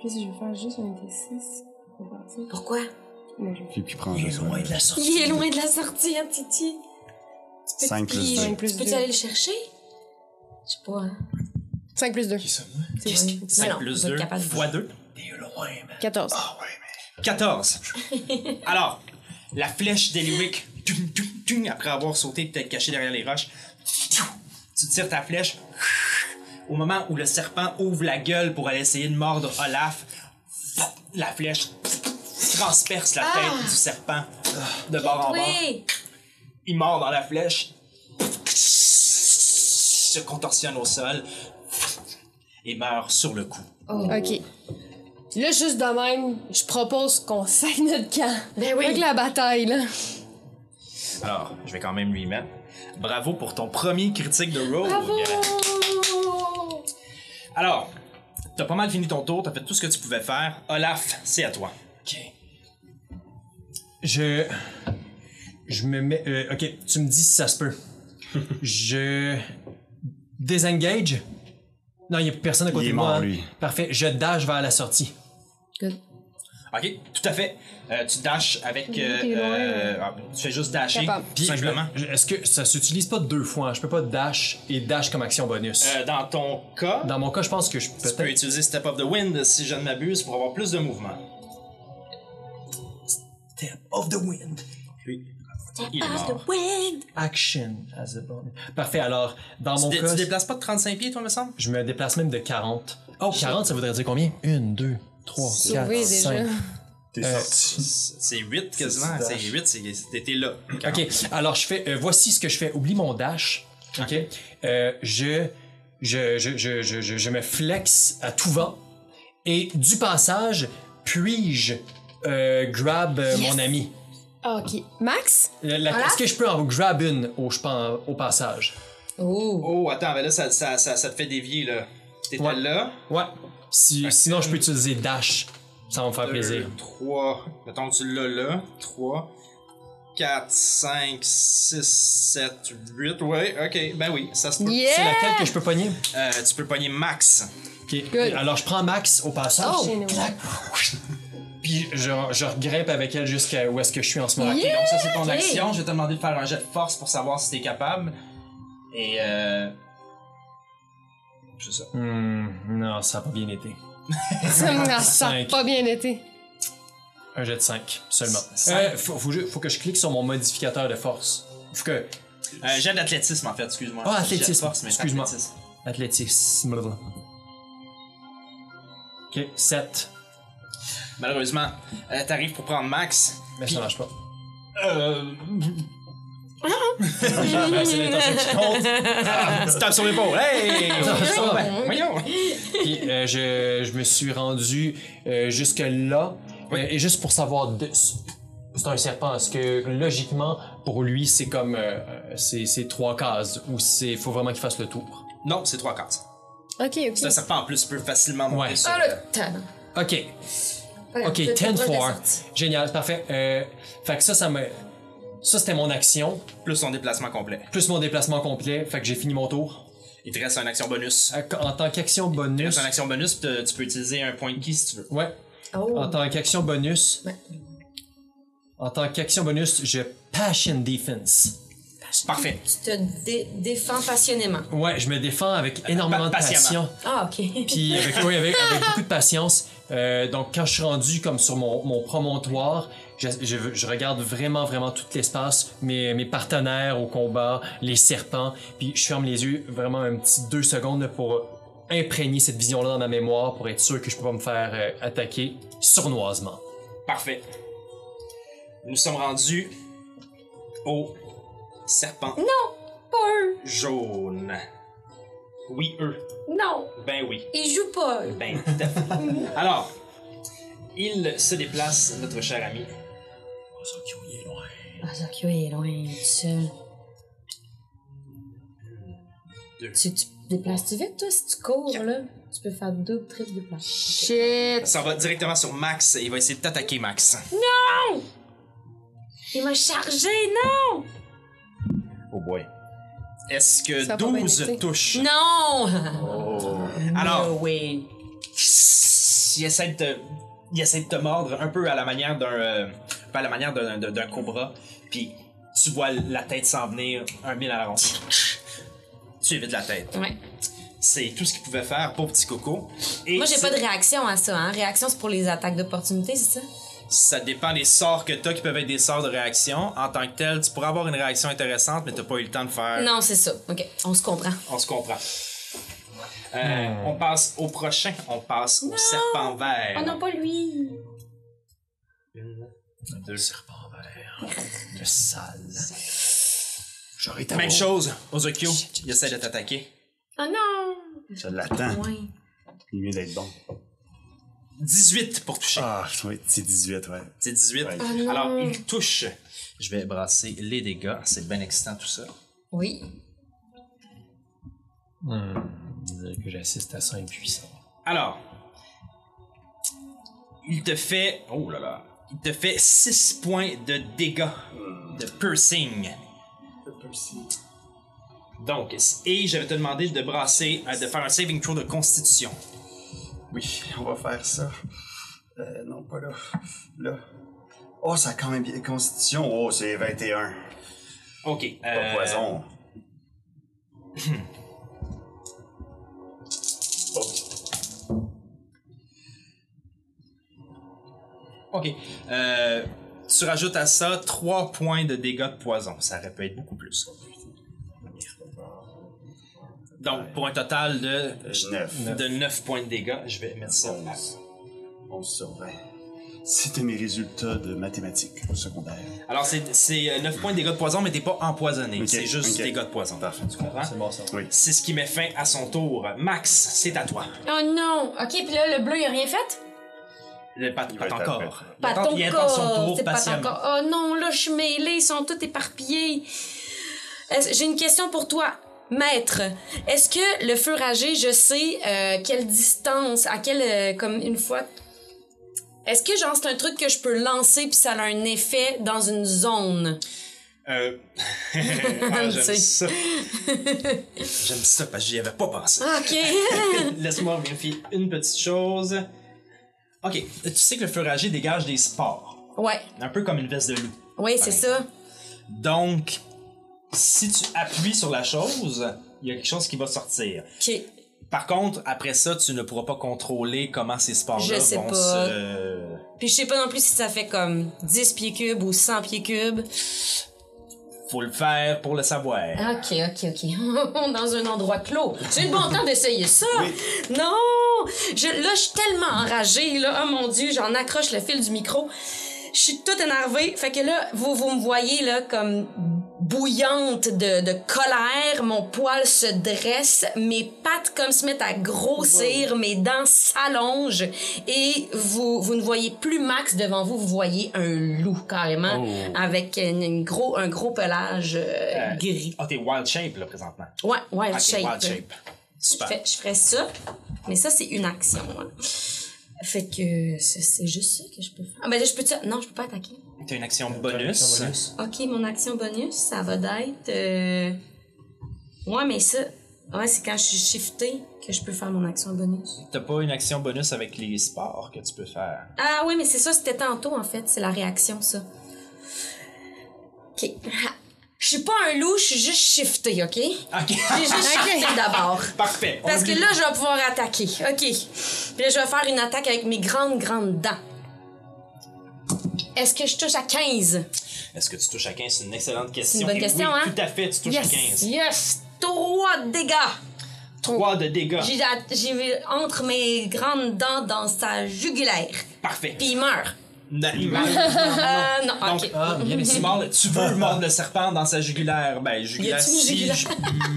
[SPEAKER 5] Puis si je vais faire juste un D6, on va partir.
[SPEAKER 2] Pourquoi?
[SPEAKER 3] Puis qui prend juste un.
[SPEAKER 4] de la sortie.
[SPEAKER 2] Il est loin de la sortie, hein, Titi. Tu peux-
[SPEAKER 3] 5 plus
[SPEAKER 2] puis-
[SPEAKER 3] 2.
[SPEAKER 5] Cinq plus
[SPEAKER 2] Tu peux-tu
[SPEAKER 5] deux.
[SPEAKER 2] aller le chercher? Je sais pas, hein.
[SPEAKER 5] 5 plus 2.
[SPEAKER 2] C'est
[SPEAKER 4] Qu'est-ce
[SPEAKER 2] vrai. Mais
[SPEAKER 1] 5
[SPEAKER 2] non,
[SPEAKER 1] plus
[SPEAKER 2] vous êtes
[SPEAKER 1] 2,
[SPEAKER 2] capable de-
[SPEAKER 1] x 2,
[SPEAKER 5] 14.
[SPEAKER 1] 14. Alors, la flèche d'Eliwick, tung, tung, tung, après avoir sauté et peut-être caché derrière les roches, tu tires ta flèche. Au moment où le serpent ouvre la gueule pour aller essayer de mordre Olaf, la flèche transperce la tête du serpent de bord en bord.
[SPEAKER 2] Oui!
[SPEAKER 1] Il mord dans la flèche,
[SPEAKER 4] Ah,
[SPEAKER 1] se contorsionne au sol et meurt sur le coup.
[SPEAKER 5] Ok. Là, juste de même, je propose qu'on saigne notre camp.
[SPEAKER 2] Ben oui.
[SPEAKER 5] Avec la bataille, là.
[SPEAKER 1] Alors, je vais quand même lui mettre. Bravo pour ton premier critique de Rogue.
[SPEAKER 5] Bravo!
[SPEAKER 1] Alors, t'as pas mal fini ton tour, t'as fait tout ce que tu pouvais faire. Olaf, c'est à toi.
[SPEAKER 4] Ok. Je. Je me mets. euh, ok, tu me dis si ça se peut. je. Désengage. Non, il n'y a personne à côté
[SPEAKER 3] Il est
[SPEAKER 4] de moi.
[SPEAKER 3] mort,
[SPEAKER 4] hein.
[SPEAKER 3] lui.
[SPEAKER 4] Parfait, je dash vers la sortie.
[SPEAKER 1] Ok, tout à fait. Euh, tu dashes avec. euh,
[SPEAKER 5] Il est loin.
[SPEAKER 1] euh, ah, tu fais juste dasher.
[SPEAKER 5] Capable.
[SPEAKER 1] tout Simplement.
[SPEAKER 4] je- je- Est-ce que ça s'utilise pas deux fois hein? Je peux pas dash et dash comme action bonus.
[SPEAKER 1] Euh, dans ton cas,
[SPEAKER 4] Dans mon cas, je pense que je
[SPEAKER 1] tu peux
[SPEAKER 4] peut-être.
[SPEAKER 1] utiliser Step of the Wind si je ne m'abuse pour avoir plus de mouvement.
[SPEAKER 4] Step of the wind.
[SPEAKER 1] Oui. Il est
[SPEAKER 6] Passe
[SPEAKER 1] mort.
[SPEAKER 6] le wind.
[SPEAKER 4] Action as a bonus. Parfait, alors, dans mon
[SPEAKER 1] Tu, dé-
[SPEAKER 4] cas.
[SPEAKER 1] tu déplaces pas de 35 pieds, toi, me semble?
[SPEAKER 4] Je me déplace même de 40. Oh, 40, ça voudrait dire combien 1, 2, 3,
[SPEAKER 5] Sauvé
[SPEAKER 4] 4,
[SPEAKER 5] déjà.
[SPEAKER 4] 5.
[SPEAKER 3] T'es
[SPEAKER 4] Euh,
[SPEAKER 3] sorti.
[SPEAKER 1] C'est 8 quasiment.
[SPEAKER 4] tu
[SPEAKER 1] C'est
[SPEAKER 4] dashes.
[SPEAKER 1] 8, c'est- t'étais là.
[SPEAKER 4] OK, alors je fais... euh, voici ce que je fais. Oublie mon dash. OK. Euh, je, je, je, je, je, je, je me flex à tout vent. Et du passage, puis-je euh, grab euh, mon ami?
[SPEAKER 5] Ah, ok. Max?
[SPEAKER 4] La- la-
[SPEAKER 2] Voilà.
[SPEAKER 4] Est-ce que je peux en grab une au, je pense, au passage?
[SPEAKER 2] Oh.
[SPEAKER 1] Oh, attends, mais là, ça, ça, ça, ça te fait dévier, là. T'étais
[SPEAKER 4] Ouais.
[SPEAKER 1] là.
[SPEAKER 4] Ouais. Si, sinon, je peux utiliser dash. Ça va me faire plaisir.
[SPEAKER 1] 3. Mettons que tu l'as là. 3. 4, 5, 6, 7, 8. Ouais, ok. Ben oui, ça se peut.
[SPEAKER 4] C'est
[SPEAKER 5] Yeah!
[SPEAKER 4] laquelle que je peux pogner?
[SPEAKER 1] Euh, tu peux pogner max.
[SPEAKER 4] Ok.
[SPEAKER 5] Good.
[SPEAKER 4] Alors je prends Max au passage.
[SPEAKER 5] Oh!
[SPEAKER 4] Clac. Puis je, je regrimpe avec elle jusqu'à où est-ce que je suis en ce moment.
[SPEAKER 1] Ok, donc ça, c'est ton
[SPEAKER 2] ok.
[SPEAKER 1] action. Je vais te demander de faire un jet de force pour savoir si t'es capable. Et euh. C'est ça.
[SPEAKER 4] Hmm, non, ça n'a pas bien été.
[SPEAKER 5] Ça n'a
[SPEAKER 4] Cinq.
[SPEAKER 5] pas bien été.
[SPEAKER 4] Un jet de 5 seulement.
[SPEAKER 1] Cinq.
[SPEAKER 4] Euh, faut, faut ju- faut que je clique sur mon modificateur de force. Faut que.
[SPEAKER 1] Un Euh, jet d'athlétisme, en fait, excuse-moi.
[SPEAKER 4] Ah,
[SPEAKER 1] Jet de
[SPEAKER 4] athlétisme,
[SPEAKER 1] force, mais c'est
[SPEAKER 4] excuse-moi.
[SPEAKER 1] athlétisme.
[SPEAKER 4] Athlétisme. blablabla. Ok, 7.
[SPEAKER 1] Malheureusement, euh, t'arrives pour prendre max.
[SPEAKER 4] Mais ça marche pas.
[SPEAKER 1] Euh.
[SPEAKER 4] Ben, c'est l'intention qui compte.
[SPEAKER 1] Ah, tu tapes sur l'épaule. Hey!
[SPEAKER 4] ça va.
[SPEAKER 1] Voyons!
[SPEAKER 4] Puis euh, je, je me suis rendu euh, jusque-là. Euh, et juste pour savoir, de- c'est un serpent. Est-ce que logiquement, pour lui, c'est comme. euh, euh, c'est c'est trois cases ou c'est faut vraiment qu'il fasse le tour?
[SPEAKER 1] Non, c'est trois cartes.
[SPEAKER 5] Ok, ok.
[SPEAKER 1] C'est un serpent en plus, peut facilement monter
[SPEAKER 4] Ouais.
[SPEAKER 1] sur-
[SPEAKER 2] Ah, le talent.
[SPEAKER 4] Ok, ok,
[SPEAKER 2] Peut-être
[SPEAKER 4] 10
[SPEAKER 2] proche de la
[SPEAKER 4] 4.
[SPEAKER 2] sortie.
[SPEAKER 4] Génial, parfait. Euh, fait que ça, ça me. Ça, c'était mon action,
[SPEAKER 1] plus son déplacement complet.
[SPEAKER 4] plus mon déplacement complet. Fait que j'ai fini mon tour.
[SPEAKER 1] Il te reste une action bonus.
[SPEAKER 4] Euh, En tant qu'action
[SPEAKER 1] Il te reste
[SPEAKER 4] bonus.
[SPEAKER 1] une action bonus, te- tu peux utiliser un point de key si tu veux.
[SPEAKER 4] Ouais,
[SPEAKER 2] Oh.
[SPEAKER 4] en tant qu'action bonus.
[SPEAKER 2] Ouais.
[SPEAKER 4] En tant qu'action bonus, je Passion Defense.
[SPEAKER 1] Parfait.
[SPEAKER 2] Tu te dé- défends passionnément.
[SPEAKER 4] Ouais, je me défends avec énormément de
[SPEAKER 1] patiemment.
[SPEAKER 4] patience.
[SPEAKER 2] Ah, ok.
[SPEAKER 4] Puis avec, oui, avec, avec beaucoup de patience. Euh, donc, quand je suis rendu comme sur mon, mon promontoire, je, je veux- je regarde vraiment, vraiment tout l'espace, mes, mes partenaires au combat, les serpents. Puis je ferme les yeux vraiment un petit deux secondes pour imprégner cette vision-là dans ma mémoire pour être sûr que je peux pas me faire euh, attaquer sournoisement.
[SPEAKER 1] Parfait. Nous sommes rendus au serpent. Non, pas
[SPEAKER 2] eux.
[SPEAKER 1] Jaune. Oui, eux.
[SPEAKER 2] Non,
[SPEAKER 1] Ben oui.
[SPEAKER 2] il joue pas.
[SPEAKER 1] Ben, tout à fait. Alors, il se déplace, notre cher ami.
[SPEAKER 2] Ah, Zakio il est loin, il est seul.
[SPEAKER 1] Deux.
[SPEAKER 2] Tu, tu te déplaces-tu vite, toi, si tu cours, là? Tu peux faire deux ou triple de
[SPEAKER 5] Shit.
[SPEAKER 1] Ça va directement sur Max et il va essayer de t'attaquer, Max.
[SPEAKER 2] Il m'a chargé,
[SPEAKER 1] Oh boy. Est-ce que
[SPEAKER 5] Ça va pas bien
[SPEAKER 1] 12
[SPEAKER 5] été.
[SPEAKER 1] touches?
[SPEAKER 2] non! Non!
[SPEAKER 1] Alors,
[SPEAKER 2] oui.
[SPEAKER 1] il essaie de te, il essaie de te mordre un peu à la manière d'un euh, pas à la manière d'un, d'un- d'un cobra puis tu vois la tête s'en venir un mille à la ronde tu évites la tête
[SPEAKER 2] Ouais.
[SPEAKER 1] c'est tout ce qu'il pouvait faire pour petit coco et
[SPEAKER 2] Moi, j'ai
[SPEAKER 1] c'est-
[SPEAKER 2] pas de réaction à ça, hein. Réaction, c'est pour les attaques d'opportunité, c'est ça?
[SPEAKER 1] ça dépend des sorts que t'as qui peuvent être des sorts de réaction en tant que tel tu pourrais avoir une réaction intéressante mais t'as pas eu le temps de faire
[SPEAKER 2] Non, c'est ça. OK, on se comprend.
[SPEAKER 1] on se comprend Euh, on passe au prochain on passe au serpent vert
[SPEAKER 2] Oh non, pas lui!
[SPEAKER 1] Deux.
[SPEAKER 4] Serpent vert. Le sale. J'aurais été
[SPEAKER 1] Même chose, Ozokyo, il essaie de t'attaquer.
[SPEAKER 2] Oh non!
[SPEAKER 3] Je l'attends.
[SPEAKER 2] Ouais.
[SPEAKER 3] Il est mieux d'être bon.
[SPEAKER 1] 18 pour toucher.
[SPEAKER 3] Ah, oui, c'est 18, ouais.
[SPEAKER 1] C'est 18.
[SPEAKER 3] Ouais.
[SPEAKER 2] Ah non.
[SPEAKER 1] Alors, il touche. Je vais brasser les dégâts. C'est bien excitant tout ça.
[SPEAKER 2] Oui.
[SPEAKER 4] Hmm. Dire que j'assiste à ça impuissant.
[SPEAKER 1] Alors, il te fait. Oh là là. Il te fait 6 points de dégâts de piercing. Donc, et je vais te demander de brasser, euh, de faire un saving throw de constitution.
[SPEAKER 3] Oui, on va faire ça. Euh, non, pas là. Là. Oh, ça a quand même bien. Constitution, oh, c'est 21.
[SPEAKER 1] Ok.
[SPEAKER 3] Pas
[SPEAKER 1] euh,
[SPEAKER 3] poison.
[SPEAKER 1] Ok. Euh, tu rajoutes à ça 3 points de dégâts de poison. Ça aurait pu être beaucoup plus. Donc, pour un total de, euh,
[SPEAKER 3] 9.
[SPEAKER 1] de 9 points de dégâts, je vais mettre ça.
[SPEAKER 3] 11. 11 sur 20. C'était mes résultats de mathématiques au secondaire.
[SPEAKER 1] Alors, c'est- c'est 9 points de dégâts de poison, mais t'es pas empoisonné.
[SPEAKER 3] Ok,
[SPEAKER 1] C'est juste
[SPEAKER 3] ok.
[SPEAKER 1] dégâts de poison.
[SPEAKER 3] Parfait.
[SPEAKER 1] Tu comprends?
[SPEAKER 4] Ah. C'est bon ça.
[SPEAKER 3] Oui.
[SPEAKER 1] C'est ce qui met fin à son tour. Max, c'est à toi.
[SPEAKER 2] Oh non! OK, puis là, le bleu, il a rien fait?
[SPEAKER 1] Le pat,
[SPEAKER 3] Il
[SPEAKER 1] pat
[SPEAKER 3] va être
[SPEAKER 1] encore. Il
[SPEAKER 2] Pas
[SPEAKER 1] attend-
[SPEAKER 2] ton
[SPEAKER 1] il
[SPEAKER 2] cas!
[SPEAKER 1] attend son tour
[SPEAKER 2] C'est pas ton
[SPEAKER 1] patiemment.
[SPEAKER 2] cas. Oh non, là, je suis mêlée. Ils sont tous éparpillés. Est-ce- J'ai une question pour toi. Maître, est-ce que le feu ragé, je sais euh, quelle distance, à quelle, euh, comme une fois... Est-ce que, genre, c'est un truc que je peux lancer puis ça a un effet dans une zone?
[SPEAKER 1] Euh... ah,
[SPEAKER 2] Je
[SPEAKER 1] J'aime
[SPEAKER 2] sais.
[SPEAKER 1] ça. J'aime ça parce que j'y avais pas pensé.
[SPEAKER 2] OK.
[SPEAKER 1] Laisse-moi vérifier une petite chose. Ok, tu sais que le feu ragé dégage des spores.
[SPEAKER 2] ouais.
[SPEAKER 1] Un peu comme une veste de loup.
[SPEAKER 2] Oui, c'est ça.
[SPEAKER 1] Donc, si tu appuies sur la chose, il y a quelque chose qui va sortir.
[SPEAKER 2] OK.
[SPEAKER 1] Par contre, après ça, tu ne pourras pas contrôler comment ces
[SPEAKER 2] Je
[SPEAKER 1] spores-là
[SPEAKER 2] sais
[SPEAKER 1] vont
[SPEAKER 2] pas.
[SPEAKER 1] se... euh,
[SPEAKER 2] Puis je sais pas non plus si ça fait comme 10 pieds cubes ou 100 pieds cubes.
[SPEAKER 1] Faut le faire pour le savoir.
[SPEAKER 2] Ok, ok, ok. Dans un endroit clos. J'ai le bon temps d'essayer ça. Non! Je, là, je suis tellement enragée, là. Oh mon Dieu, j'en accroche le fil du micro. Je suis toute énervée. Fait que là, vous, vous me voyez, là, comme bouillante de, de colère. Mon poil se dresse. Mes pattes, comme, se mettent à grossir. Mes dents s'allongent. Et vous, vous ne voyez plus Max devant vous. Vous voyez un loup, carrément. Avec une, une gros, un gros pelage euh,
[SPEAKER 1] Euh,
[SPEAKER 2] gris.
[SPEAKER 1] Ah, t'es wild shape, là, présentement.
[SPEAKER 2] Ouais, wild
[SPEAKER 1] Ok,
[SPEAKER 2] shape.
[SPEAKER 1] wild shape.
[SPEAKER 2] Je,
[SPEAKER 1] Super.
[SPEAKER 2] fais- je ferais ça, mais ça, c'est une action. hein. Fait que ça, c'est juste ça que je peux faire. Ah, ben là, je peux tu- Non, je peux pas attaquer.
[SPEAKER 1] T'as une action
[SPEAKER 4] Bonus.
[SPEAKER 1] bonus.
[SPEAKER 2] Ok, mon action bonus, ça va d'être. euh, Ouais, mais ça. Ouais, c'est quand je suis shiftée que je peux faire mon action bonus.
[SPEAKER 1] T'as pas une action bonus avec les sports que tu peux faire.
[SPEAKER 2] Ah, oui, mais c'est ça, c'était tantôt, en fait. C'est la réaction, ça. Ok. Ah. Je suis pas un loup, je suis juste shiftée, ok? J'ai
[SPEAKER 1] Ok,
[SPEAKER 2] juste shifté d'abord.
[SPEAKER 1] parfait.
[SPEAKER 2] Parce que
[SPEAKER 1] Oublie-
[SPEAKER 2] là, je vais pouvoir attaquer. OK. Puis là, je vais faire une attaque avec mes grandes, grandes dents. Est-ce que je touche à 15?
[SPEAKER 1] Est-ce que tu touches à 15 C'est une excellente question.
[SPEAKER 2] une bonne
[SPEAKER 1] Et
[SPEAKER 2] question,
[SPEAKER 1] oui,
[SPEAKER 2] hein?
[SPEAKER 1] Tout à fait, tu touches à 15.
[SPEAKER 2] Yes! 3 dégâts!
[SPEAKER 1] 3 de dégâts.
[SPEAKER 2] J'ai j'ai- entre mes grandes dents dans sa jugulaire.
[SPEAKER 1] Parfait.
[SPEAKER 2] Puis il meurt.
[SPEAKER 1] Animal.
[SPEAKER 2] Euh, non,
[SPEAKER 1] Donc,
[SPEAKER 2] OK.
[SPEAKER 4] Ah, bien mais c'est
[SPEAKER 1] Mord- tu veux mordre le serpent dans sa jugulaire? Ben, jugulaire,
[SPEAKER 2] Y a-t-il une
[SPEAKER 1] si.
[SPEAKER 2] jugulaire?
[SPEAKER 1] je-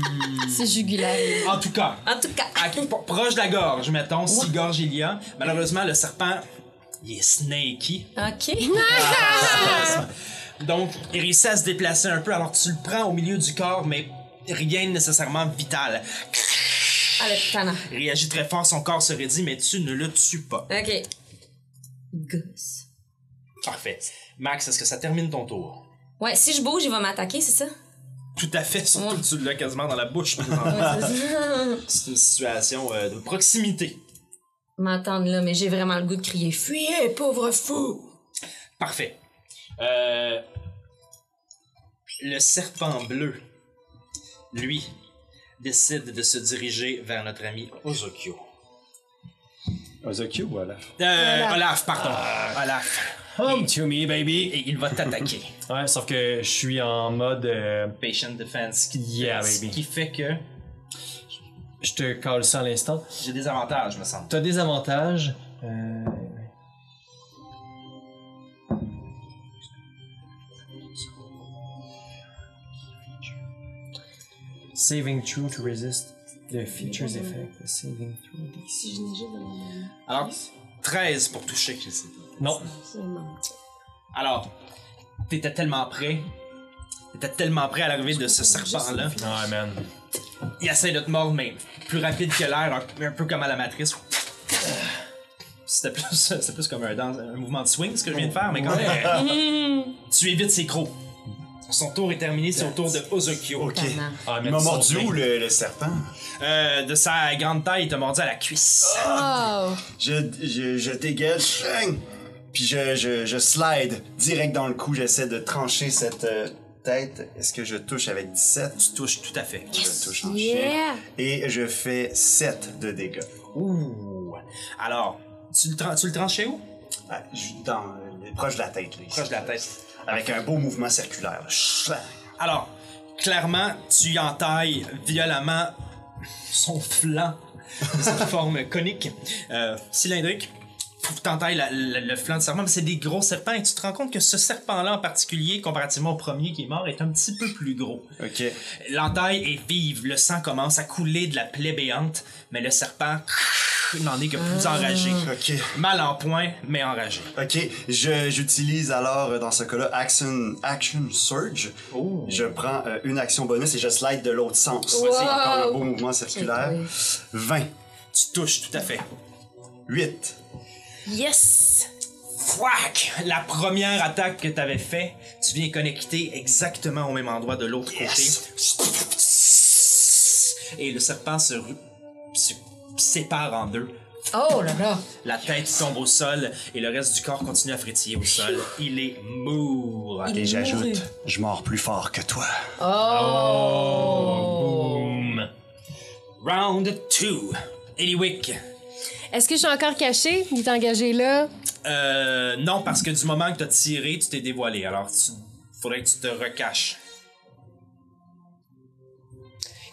[SPEAKER 8] C'est jugulaire.
[SPEAKER 1] Hmm. en tout cas,
[SPEAKER 2] En tout cas,
[SPEAKER 1] à- pro- proche de la gorge, mettons, si gorge il y a. Malheureusement, le serpent, il est snaky.
[SPEAKER 2] OK.
[SPEAKER 1] Donc, il réussit à se déplacer un peu, alors tu le prends au milieu du corps, mais rien de nécessairement vital.
[SPEAKER 2] Allez, tana.
[SPEAKER 1] Il réagit très fort, son corps se raidit, mais tu ne le tues pas.
[SPEAKER 2] OK. Gosse.
[SPEAKER 1] Parfait. Max, est-ce que ça termine ton tour?
[SPEAKER 2] Ouais, si je bouge, il va m'attaquer, c'est ça?
[SPEAKER 1] Tout à fait, surtout que tu l'as quasiment dans la bouche. C'est une situation euh, de proximité.
[SPEAKER 2] M'entendre là, mais j'ai vraiment le goût de crier « Fuyez, pauvre fou! »
[SPEAKER 1] Parfait. Euh, le serpent bleu, lui, décide de se diriger vers notre ami Ozokyo.
[SPEAKER 3] Ozokyo ou
[SPEAKER 1] Euh, Olaf, pardon.
[SPEAKER 4] Ah.
[SPEAKER 1] Olaf.
[SPEAKER 4] Come to me, baby.
[SPEAKER 1] Et il va t'attaquer.
[SPEAKER 4] Ouais, sauf que je suis en mode. euh,
[SPEAKER 1] Patient defense. Qui,
[SPEAKER 4] Yeah,
[SPEAKER 1] ce
[SPEAKER 4] baby.
[SPEAKER 1] qui fait que
[SPEAKER 4] je te cale ça à l'instant.
[SPEAKER 1] j'ai des avantages, me semble.
[SPEAKER 4] T'as des avantages. Euh... Saving true to resist the features effect. The saving throw.
[SPEAKER 1] Alors, 13 pour toucher.
[SPEAKER 4] Non.
[SPEAKER 1] Alors, t'étais tellement prêt. T'étais tellement prêt à l'arrivée de ce serpent-là.
[SPEAKER 4] Ah, man.
[SPEAKER 1] Il essaie de te mordre, mais plus rapide que l'air, un, un peu comme à la matrice. C'était plus, c'était plus comme un, danse- un mouvement de swing, ce que je viens de faire, mais quand même. tu évites ses crocs. Son tour est terminé, c'est au tour de Ozokyo.
[SPEAKER 3] Ok.
[SPEAKER 4] Ah,
[SPEAKER 3] Il
[SPEAKER 4] man,
[SPEAKER 3] m'a
[SPEAKER 4] ils
[SPEAKER 3] mordu
[SPEAKER 4] sont
[SPEAKER 3] où
[SPEAKER 4] bien.
[SPEAKER 3] le, le serpent?
[SPEAKER 1] Euh, de sa grande taille, il t'a mordu à la cuisse.
[SPEAKER 5] Oh!
[SPEAKER 3] Je, je, je dégage, chang! puis je, je, je slide direct dans le cou. J'essaie de trancher cette euh, tête. Est-ce que je touche avec 17?
[SPEAKER 1] Tu touches tout à fait.
[SPEAKER 3] Je touche en
[SPEAKER 5] Yeah!
[SPEAKER 3] chien. Et je fais 7 de dégâts.
[SPEAKER 1] Ouh. Alors, tu le, tran- tu le tranches chez où?
[SPEAKER 3] Ah, je- dans, euh, proche de la tête. Là, ici.
[SPEAKER 1] Proche de la tête.
[SPEAKER 3] Avec un beau mouvement circulaire. là. Chang!
[SPEAKER 1] Alors, clairement, tu y entailles violemment son flanc, cette forme conique, euh, cylindrique. Tu entailles la- la- le flanc du serpent, mais c'est des gros serpents. Et tu te rends compte que ce serpent-là en particulier, comparativement au premier qui est mort, est un petit peu plus gros.
[SPEAKER 3] Ok.
[SPEAKER 1] L'entaille est vive, le sang commence à couler de la plaie béante, mais le serpent n'en est que plus enragé.
[SPEAKER 3] Ok.
[SPEAKER 1] Mal en point, mais enragé.
[SPEAKER 3] Ok, je- j'utilise alors euh, dans ce cas-là Action, action Surge. Je prends euh, une action bonus et je slide de l'autre sens.
[SPEAKER 5] Wow.
[SPEAKER 3] C'est encore un beau mouvement circulaire. 20,
[SPEAKER 1] Tu touches, tout à fait.
[SPEAKER 3] 8.
[SPEAKER 5] Yes!
[SPEAKER 1] Fouac! La première attaque que t'avais fait, tu viens connecter exactement au même endroit de l'autre côté. Et le serpent se, ru- se sépare en deux.
[SPEAKER 2] Oh là là!
[SPEAKER 1] La tête tombe au sol et le reste du corps continue à frétiller au sol. Il est mort.
[SPEAKER 2] Il est mouru.
[SPEAKER 3] je mords plus fort que toi.
[SPEAKER 2] Oh!
[SPEAKER 1] Round 2. Eliwick.
[SPEAKER 5] Est-ce que je suis encore caché? Il est engagé là.
[SPEAKER 1] Euh, non, parce que du moment que t'as tiré, tu t'es dévoilé. Alors, tu... faudrait que tu te recaches.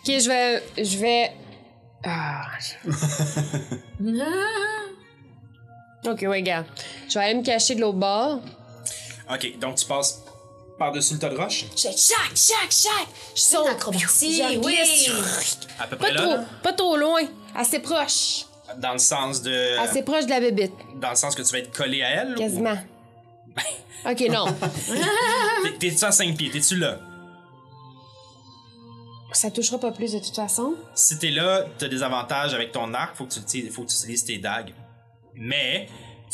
[SPEAKER 5] Ok, je vais. Je vais. Ah. ok, ouais, gars. Je vais aller me cacher de l'autre bord.
[SPEAKER 1] Ok, donc tu passes par-dessus le tas de roches?
[SPEAKER 6] Chac, chac, chac, chac! Je saute.
[SPEAKER 2] Acrobatie,
[SPEAKER 6] Je
[SPEAKER 2] oui!
[SPEAKER 6] glisse.
[SPEAKER 1] À peu près
[SPEAKER 5] Pas
[SPEAKER 1] là,
[SPEAKER 5] trop,
[SPEAKER 1] là.
[SPEAKER 5] pas trop loin. Assez proche.
[SPEAKER 1] Dans le sens de.
[SPEAKER 5] Assez proche de la bébite.
[SPEAKER 1] Dans le sens que tu vas être collé à elle? ou-
[SPEAKER 5] Ah, Quasiment.
[SPEAKER 1] Ben.
[SPEAKER 5] Ok, non.
[SPEAKER 1] T'es- T'es-tu à 5 pieds? T'es-tu là?
[SPEAKER 5] Ça touchera pas plus de toute façon.
[SPEAKER 1] Si t'es là, t'as des avantages avec ton arc, faut que tu, utilises- faut que tu utilises tes dagues. Mais,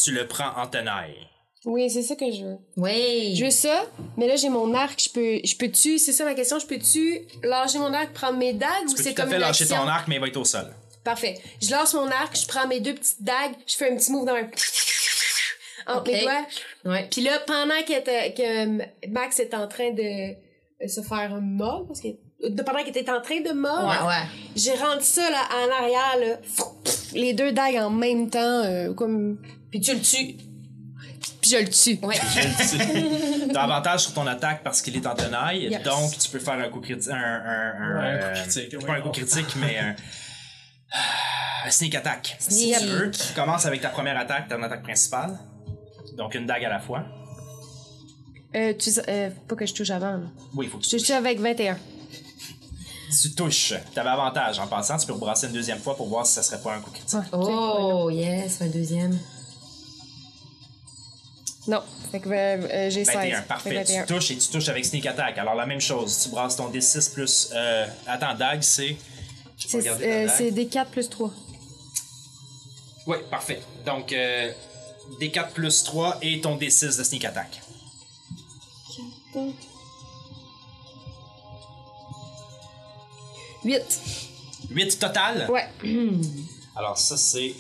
[SPEAKER 1] tu le prends en tenaille.
[SPEAKER 5] Oui, c'est ça que je veux.
[SPEAKER 2] Oui!
[SPEAKER 5] Je veux ça, mais là j'ai mon arc, je peux je peux-tu, c'est ça ma question, je peux-tu lâcher mon arc, prendre mes dagues ou
[SPEAKER 1] Tu peux
[SPEAKER 5] c'est
[SPEAKER 1] tout à
[SPEAKER 5] comme
[SPEAKER 1] fait
[SPEAKER 5] une
[SPEAKER 1] lâcher
[SPEAKER 5] action?
[SPEAKER 1] ton arc, mais il va être au sol.
[SPEAKER 5] Parfait. Je lance mon arc, je prends mes deux petites dagues, je fais un petit move dans un entre
[SPEAKER 2] Ok.
[SPEAKER 5] mes doigts.
[SPEAKER 2] Ouais.
[SPEAKER 5] Puis là pendant qu'elle était- que euh, Max est en train de de se faire mort parce que de- pendant qu'il était en train de mordre,
[SPEAKER 2] Ah, Ouais, ouais.
[SPEAKER 5] j'ai rendu ça là, en arrière là, les deux dagues en même temps euh, comme
[SPEAKER 2] Puis tu le tues.
[SPEAKER 5] puis je le tue.
[SPEAKER 2] Ouais.
[SPEAKER 1] T'as avantage sur ton attaque parce qu'il est en tenaille,
[SPEAKER 5] Yes.
[SPEAKER 1] donc tu peux faire un coup critique. Un, un- un-
[SPEAKER 4] Ouais, un coup
[SPEAKER 1] euh,
[SPEAKER 4] critique,
[SPEAKER 1] Pas un coup
[SPEAKER 4] ouais.
[SPEAKER 1] critique, mais un. un sneak attack.
[SPEAKER 2] Sneak.
[SPEAKER 1] Si tu veux. Tu commences avec ta première attaque, ton attaque principale. Donc une dague à la fois.
[SPEAKER 5] Euh, tu sais- euh, faut pas que je touche avant. là.
[SPEAKER 1] Oui, il faut que tu
[SPEAKER 5] Je touche avec 21.
[SPEAKER 1] Tu touches. T'avais avantage en passant. Tu peux rebrasser une deuxième fois pour voir si ça serait pas un coup critique.
[SPEAKER 2] Oh, yes, un deuxième.
[SPEAKER 5] Non, fait que euh, euh, j'ai 16.
[SPEAKER 1] 21,
[SPEAKER 5] Fait
[SPEAKER 1] parfait.
[SPEAKER 5] que 21.
[SPEAKER 1] Tu touches et tu touches avec sneak attack. Alors la même chose. Tu brasses ton D6 plus. Euh, attends, dague, c'est. J'ai pas
[SPEAKER 5] C'est
[SPEAKER 1] regardé ta
[SPEAKER 5] euh,
[SPEAKER 1] dague.
[SPEAKER 5] c'est des 4 plus 3.
[SPEAKER 1] Oui, parfait. Donc, euh, D4 plus 3 et ton D6 de sneak attack.
[SPEAKER 5] Donc... 8.
[SPEAKER 1] 8 total.
[SPEAKER 5] Ouais.
[SPEAKER 1] Alors, ça, c'est.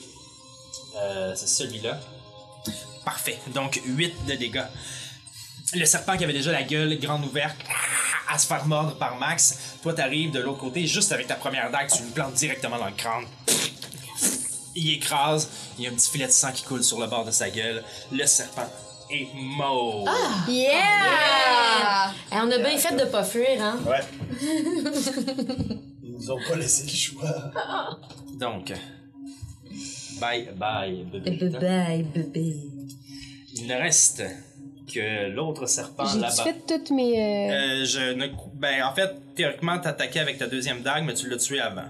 [SPEAKER 1] euh, c'est celui-là. Parfait. Donc, 8 de dégâts. Le serpent qui avait déjà la gueule grande ouverte à se faire mordre par Max. Toi, t'arrives de l'autre côté, juste avec ta première dague, tu lui plantes directement dans le crâne. Il écrase, il y a un petit filet de sang qui coule sur le bord de sa gueule. Le serpent est mort.
[SPEAKER 5] Ah! Yeah!
[SPEAKER 2] Eh, on a bien fait de pas fuir, hein?
[SPEAKER 3] Ouais. Ils nous ont pas laissé le choix.
[SPEAKER 1] Donc, bye bye, bébé.
[SPEAKER 2] Bye, bébé.
[SPEAKER 1] Il ne reste que l'autre serpent
[SPEAKER 5] J'ai-tu
[SPEAKER 1] là-bas.
[SPEAKER 5] fait toutes mes. euh,
[SPEAKER 1] Euh, je ne... cou- Ben, en fait, théoriquement, t'attaquais avec ta deuxième dague, mais tu l'as tué avant.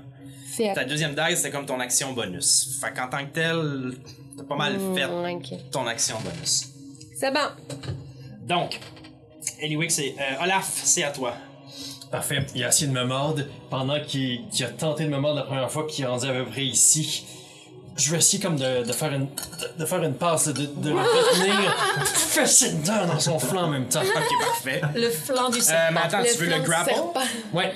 [SPEAKER 5] fait.
[SPEAKER 1] Ta deuxième dice, c'est comme ton action bonus. Fait qu'en tant que tel, t'as pas mal fait
[SPEAKER 5] Mm, ok.
[SPEAKER 1] ton action bonus.
[SPEAKER 5] C'est bon.
[SPEAKER 1] Donc, Eliwick, c'est. euh, Olaf, c'est à toi.
[SPEAKER 4] Parfait. Il a essayé de me mordre. Pendant qu'il qu'il a tenté de me mordre la première fois, qu'il est rendu à peu près ici, je vais essayer comme de, de faire, une, de, de faire une passe, de, de le retenir. Facile d'un dans son flanc en même temps.
[SPEAKER 1] Ok, parfait.
[SPEAKER 2] Le flanc du
[SPEAKER 1] Euh,
[SPEAKER 2] serpent.
[SPEAKER 1] mais attends,
[SPEAKER 5] Le
[SPEAKER 1] tu veux le
[SPEAKER 5] flanc du
[SPEAKER 1] grapple?
[SPEAKER 5] serpent.
[SPEAKER 4] Ouais.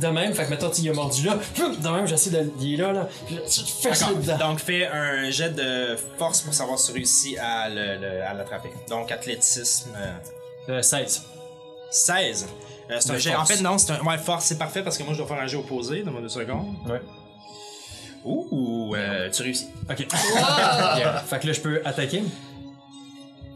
[SPEAKER 4] De même, fait que maintenant, il a mordu là. De même, j'essaie de. Il est là, là. Puis je- Facile
[SPEAKER 1] D'accord.
[SPEAKER 4] dedans.
[SPEAKER 1] Donc, fais un jet de force pour savoir si tu réussis à le- le- à l'attraper. Donc, athlétisme euh,
[SPEAKER 4] Euh, 16.
[SPEAKER 1] 16. Euh, c'est un
[SPEAKER 4] De
[SPEAKER 1] jet.
[SPEAKER 4] force.
[SPEAKER 1] En fait, non, c'est un. Ouais, force, c'est parfait parce que moi, je dois faire un jet opposé. Donne-moi deux secondes.
[SPEAKER 4] Ouais.
[SPEAKER 1] Ouh, euh, tu réussis.
[SPEAKER 4] Ok. Yeah. Fait que là, je peux attaquer.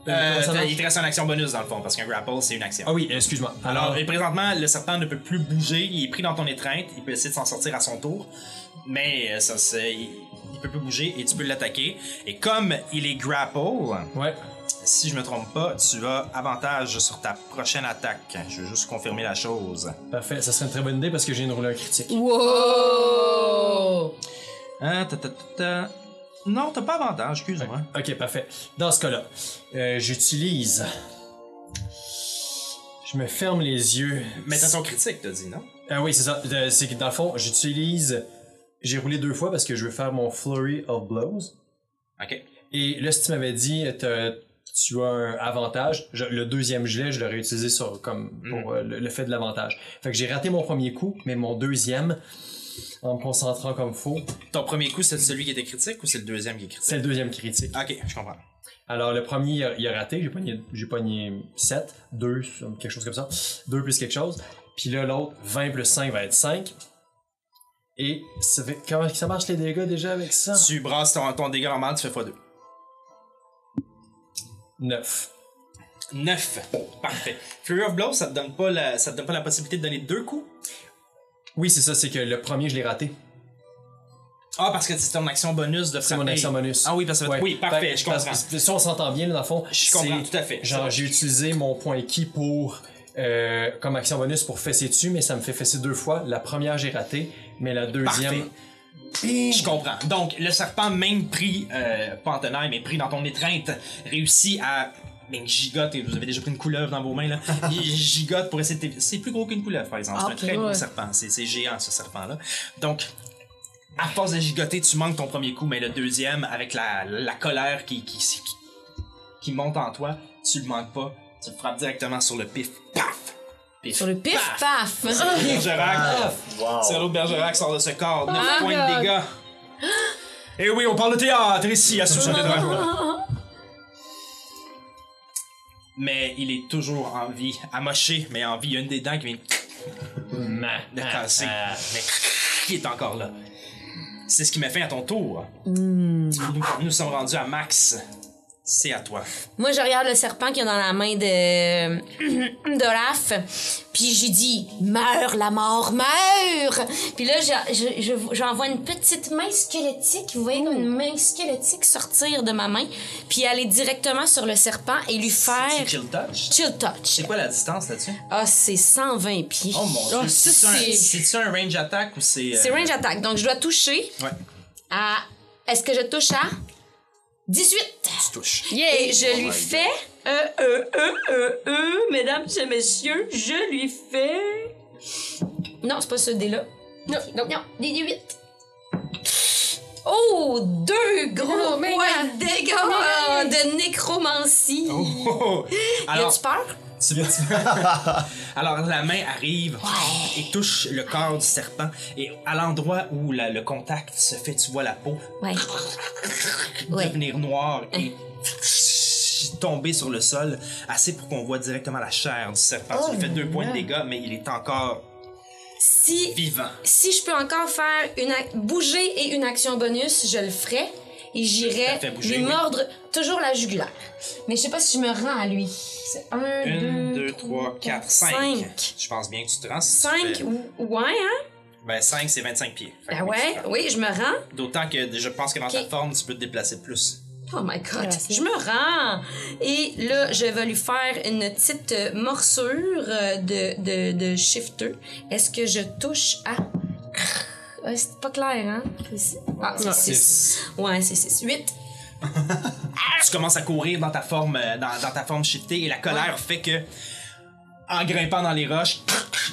[SPEAKER 4] Euh,
[SPEAKER 1] Euh,
[SPEAKER 4] comment ça
[SPEAKER 1] t'as-
[SPEAKER 4] marche?
[SPEAKER 1] il te reste une action bonus dans le fond parce qu'un grapple, c'est une action.
[SPEAKER 4] Ah oui, excuse-moi.
[SPEAKER 1] Alors, et présentement, le serpent ne peut plus bouger, il est pris dans ton étreinte, il peut essayer de s'en sortir à son tour, mais euh, ça, c'est- il, il peut plus bouger et tu peux l'attaquer. Et comme il est grapple,
[SPEAKER 4] Ouais.
[SPEAKER 1] si je me trompe pas, tu as avantage sur ta prochaine attaque. Je veux juste confirmer la chose.
[SPEAKER 4] Parfait. Ça serait une très bonne idée parce que j'ai une rouleur critique.
[SPEAKER 2] Wow!
[SPEAKER 1] Ah, ta, ta, ta, ta. Non, t'as pas avantage, excuse-moi.
[SPEAKER 4] Ok, parfait. Dans ce cas-là, euh, j'utilise. Je me ferme les yeux.
[SPEAKER 1] Mais t'as ton critique, t'as dit, non?
[SPEAKER 4] Ah oui, c'est ça. Euh, C'est que dans le fond, j'utilise. J'ai roulé deux fois parce que je veux faire mon Flurry of Blows.
[SPEAKER 1] Ok.
[SPEAKER 4] Et là, si tu m'avais dit, t'as- tu as un avantage, je- le deuxième jet, je l'aurais utilisé sur, comme, pour
[SPEAKER 1] Mhm.
[SPEAKER 4] euh, le, le fait de l'avantage. Fait que j'ai raté mon premier coup, mais mon deuxième, en me concentrant comme faux,
[SPEAKER 1] Ton premier coup, c'est celui qui était critique ou c'est le deuxième qui est critique?
[SPEAKER 4] c'est le deuxième critique.
[SPEAKER 1] Ok, je comprends.
[SPEAKER 4] Alors, le premier, il a, il a raté. J'ai pogné, j'ai pogné 7, 2, quelque chose comme ça. 2 plus quelque chose. Puis là, l'autre, 20 plus 5 va être 5. Et ça fait, comment ça marche les dégâts déjà avec ça?
[SPEAKER 1] Tu brasses ton, ton dégât normal, tu fais x2.
[SPEAKER 4] 9.
[SPEAKER 1] 9. Parfait. Fury of Blow, ça te donne pas la, ça te donne pas la possibilité de donner deux coups.
[SPEAKER 4] Oui, c'est ça, c'est que le premier, je l'ai raté.
[SPEAKER 1] Ah, parce que c'est ton action bonus de frapper.
[SPEAKER 4] C'est mon action bonus.
[SPEAKER 1] Ah oui, parce que ça va être- oui, parfait,
[SPEAKER 4] Fait-
[SPEAKER 1] je
[SPEAKER 4] parce-
[SPEAKER 1] comprends.
[SPEAKER 4] si on s'entend bien, là, dans le fond,
[SPEAKER 1] Je comprends,
[SPEAKER 4] c'est-
[SPEAKER 1] tout à fait. C'est bon.
[SPEAKER 4] Genre, j'ai utilisé mon point qui pour. euh, comme action bonus pour fesser dessus, mais ça me fait fesser deux fois. La première, j'ai raté, mais la deuxième.
[SPEAKER 1] Je comprends. Donc, le serpent, même pris, euh, pas en tenaille, mais pris dans ton étreinte, réussit à. Ben, gigote, et vous avez déjà pris une couleuvre dans vos mains, là. Il gigote pour essayer de. t'évi- C'est plus gros qu'une couleuvre, par exemple. C'est un
[SPEAKER 2] Ah, Ok,
[SPEAKER 1] très gros
[SPEAKER 2] ouais.
[SPEAKER 1] serpent. C'est c'est géant, ce serpent-là. Donc, à force de gigoter, tu manques ton premier coup, mais le deuxième, avec la, la colère qui, qui, qui, qui monte en toi, tu le manques pas. Tu le frappes directement sur le pif. Paf! Pif.
[SPEAKER 2] Sur le pif
[SPEAKER 1] Paf!
[SPEAKER 2] paf!
[SPEAKER 1] Bergerac.
[SPEAKER 3] Wow.
[SPEAKER 1] C'est l'autre Bergerac qui sort de ce corps. 9
[SPEAKER 2] Ah,
[SPEAKER 1] points de dégâts. Et oui, on parle de théâtre ici, à ce sujet de
[SPEAKER 2] Ah.
[SPEAKER 1] Dracula. Mais il est toujours en vie, amoché, mais en vie. Il y a une des dents qui vient de casser. Mais qui est encore là. C'est ce qui m'a fait à ton tour.
[SPEAKER 2] Hmm.
[SPEAKER 1] Nous, nous sommes rendus à Max. C'est à toi.
[SPEAKER 2] Moi, je regarde le serpent qu'il y a dans la main de d'Olaf, puis j'ai dit meurs la mort, meurs. Puis là, j'a- je- je- j'envoie une petite main squelettique, vous voyez comme une main squelettique sortir de ma main, puis aller directement sur le serpent et lui
[SPEAKER 1] C'est
[SPEAKER 2] faire
[SPEAKER 1] Chill Touch.
[SPEAKER 2] chill touch.
[SPEAKER 1] C'est quoi la distance là-dessus?
[SPEAKER 2] Ah, c'est 120 pieds.
[SPEAKER 1] Oh mon dieu.
[SPEAKER 2] Ah, ça,
[SPEAKER 1] C'est-tu un-
[SPEAKER 2] c'est
[SPEAKER 1] C'est-tu un range attack ou c'est. euh,
[SPEAKER 2] c'est range attack. Donc je dois toucher
[SPEAKER 1] Ouais,
[SPEAKER 2] à est-ce que je touche à 18
[SPEAKER 1] tu touches. Oh
[SPEAKER 2] Et je lui fais. Euh, euh, euh, euh, euh, mesdames et messieurs, je lui fais. Non, c'est pas ce dé-là. Non, non, non, dé du 8. Oh, deux gros
[SPEAKER 5] Oh, mais
[SPEAKER 2] points
[SPEAKER 5] non.
[SPEAKER 2] de dégâts de nécromancie.
[SPEAKER 1] Oh, oh, oh. Alors,
[SPEAKER 2] As-tu peur?
[SPEAKER 1] tu- tu- Alors, la main arrive et touche le corps du serpent. Et à l'endroit où la- le contact se fait, tu vois la peau
[SPEAKER 2] Ouais. Ouais. Mm.
[SPEAKER 1] devenir noire et tomber sur le sol, assez pour qu'on voit directement la chair du serpent. tu lui
[SPEAKER 2] Oh
[SPEAKER 1] fais deux points de dégâts, mais il est encore
[SPEAKER 2] Si,
[SPEAKER 1] vivant.
[SPEAKER 2] si je peux encore faire une ac- bouger et une action bonus, je le ferai. Et j'irai
[SPEAKER 1] Ça fait bouger,
[SPEAKER 2] lui
[SPEAKER 1] oui.
[SPEAKER 2] mordre toujours la jugulaire. Mais je sais pas si je me rends à lui. C'est un,
[SPEAKER 1] 1,
[SPEAKER 2] deux,
[SPEAKER 1] 2, 3, 4, 5.
[SPEAKER 2] cinq.
[SPEAKER 1] Je pense bien que tu te rends. si tu
[SPEAKER 2] 5,
[SPEAKER 1] fais-
[SPEAKER 2] ouais, hein?
[SPEAKER 1] Ben, 5, c'est 25 pieds. Fait que
[SPEAKER 2] Ben
[SPEAKER 1] oui, tu te
[SPEAKER 2] ouais,
[SPEAKER 1] rends.
[SPEAKER 2] oui, je me rends.
[SPEAKER 1] D'autant que je pense que dans ta
[SPEAKER 2] Ok.
[SPEAKER 1] forme, tu peux te déplacer plus.
[SPEAKER 2] Oh my god,
[SPEAKER 5] Merci.
[SPEAKER 2] je me rends! Et là, je vais lui faire une petite euh, morsure euh, de, de, de shifter. Est-ce que je touche à. Euh, c'est pas clair, hein? C'est six. Ah, c'est six. Ouais, c'est six. Huit.
[SPEAKER 1] Tu commences à courir dans ta forme, euh, dans, dans ta forme shiftée et la colère fait que, en grimpant dans les roches,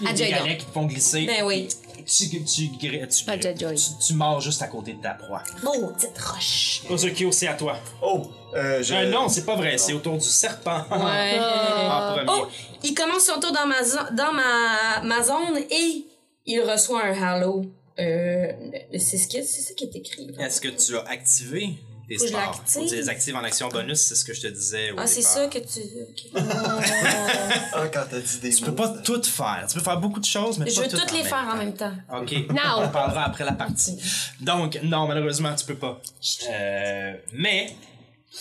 [SPEAKER 1] les
[SPEAKER 2] Adjoy
[SPEAKER 1] galets
[SPEAKER 2] donc.
[SPEAKER 1] qui te font glisser,
[SPEAKER 2] Ben oui.
[SPEAKER 1] tu, tu, gri- tu-
[SPEAKER 7] Adjoy Joy.
[SPEAKER 1] tu- tu mords juste à côté de ta proie.
[SPEAKER 6] Maudite roche.
[SPEAKER 1] Ozokyo, c'est à toi.
[SPEAKER 3] Oh, euh, je...
[SPEAKER 1] Euh, non, c'est pas vrai, c'est autour du serpent.
[SPEAKER 2] Ouais.
[SPEAKER 1] en premier.
[SPEAKER 2] Oh! Il commence son tour dans ma, zo- dans ma, ma zone et il reçoit un halo. Euh, c'est ce qui c'est ça qui est écrit. là.
[SPEAKER 1] Est-ce que tu as activé tes
[SPEAKER 2] Faut que je
[SPEAKER 1] sorts?
[SPEAKER 2] l'active.
[SPEAKER 1] Faut que tu les actives en action bonus, c'est ce que je te disais au
[SPEAKER 2] Ah, c'est
[SPEAKER 1] départ.
[SPEAKER 2] ça que tu. ok.
[SPEAKER 3] Ah, quand t'as dit des
[SPEAKER 1] Tu peux pas tout faire. Tu peux faire beaucoup de choses, mais
[SPEAKER 2] Je
[SPEAKER 1] pas
[SPEAKER 2] veux toutes les faire en même temps.
[SPEAKER 1] temps. OK. On parlera après la partie. Donc, non, malheureusement, tu peux pas. Euh, mais,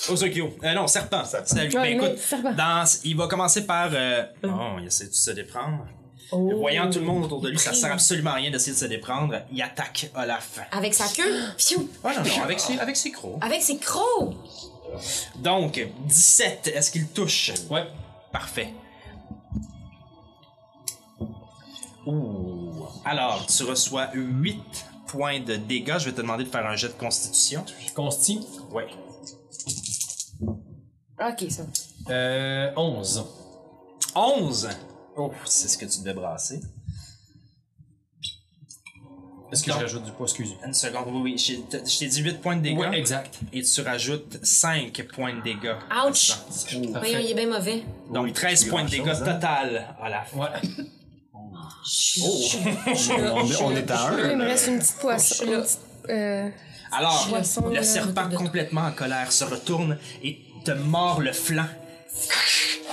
[SPEAKER 1] Ozokyo. Euh, non, serpent.
[SPEAKER 3] Serpent.
[SPEAKER 1] Salut.
[SPEAKER 7] Ouais,
[SPEAKER 1] Ben,
[SPEAKER 7] mais
[SPEAKER 1] écoute,
[SPEAKER 7] serpent.
[SPEAKER 1] dans- il va commencer par... euh, Oh, il essaie de se déprendre. Voyant
[SPEAKER 2] Oh.
[SPEAKER 1] tout le monde autour de lui, ça sert absolument à rien d'essayer de se déprendre. Il attaque Olaf.
[SPEAKER 2] Avec sa queue. Pfiou.
[SPEAKER 1] Ah non, non, avec ses, avec ses crocs.
[SPEAKER 2] Avec ses crocs.
[SPEAKER 1] Donc, 17, est-ce qu'il touche? Ouais. Parfait. Ouh. Alors, tu reçois 8 points de dégâts. Je vais te demander de faire un jet de constitution.
[SPEAKER 4] Consti,
[SPEAKER 1] Ouais.
[SPEAKER 5] Ok, ça.
[SPEAKER 4] euh, 11.
[SPEAKER 1] 11! Oh, c'est ce que tu devais brasser.
[SPEAKER 4] Est-ce que
[SPEAKER 1] Non.
[SPEAKER 4] je rajoute du poids, excusez.
[SPEAKER 1] Une seconde, oui, oui. Je t'ai- je t'ai dit 8 points de dégâts.
[SPEAKER 4] Oui, exact.
[SPEAKER 1] et tu rajoutes 5 points de dégâts.
[SPEAKER 2] Ouch. Voyons,
[SPEAKER 4] Parfait.
[SPEAKER 2] il est bien mauvais.
[SPEAKER 1] Donc, 13 points de dégâts total à la fin.
[SPEAKER 4] Ouais.
[SPEAKER 3] On, on est à
[SPEAKER 5] Il
[SPEAKER 1] euh,
[SPEAKER 5] me
[SPEAKER 3] un.
[SPEAKER 5] reste une petite poisson. une petite, euh,
[SPEAKER 1] Alors,
[SPEAKER 5] Poisson,
[SPEAKER 1] le
[SPEAKER 5] là,
[SPEAKER 1] serpent complètement en colère se retourne et te mord le flanc.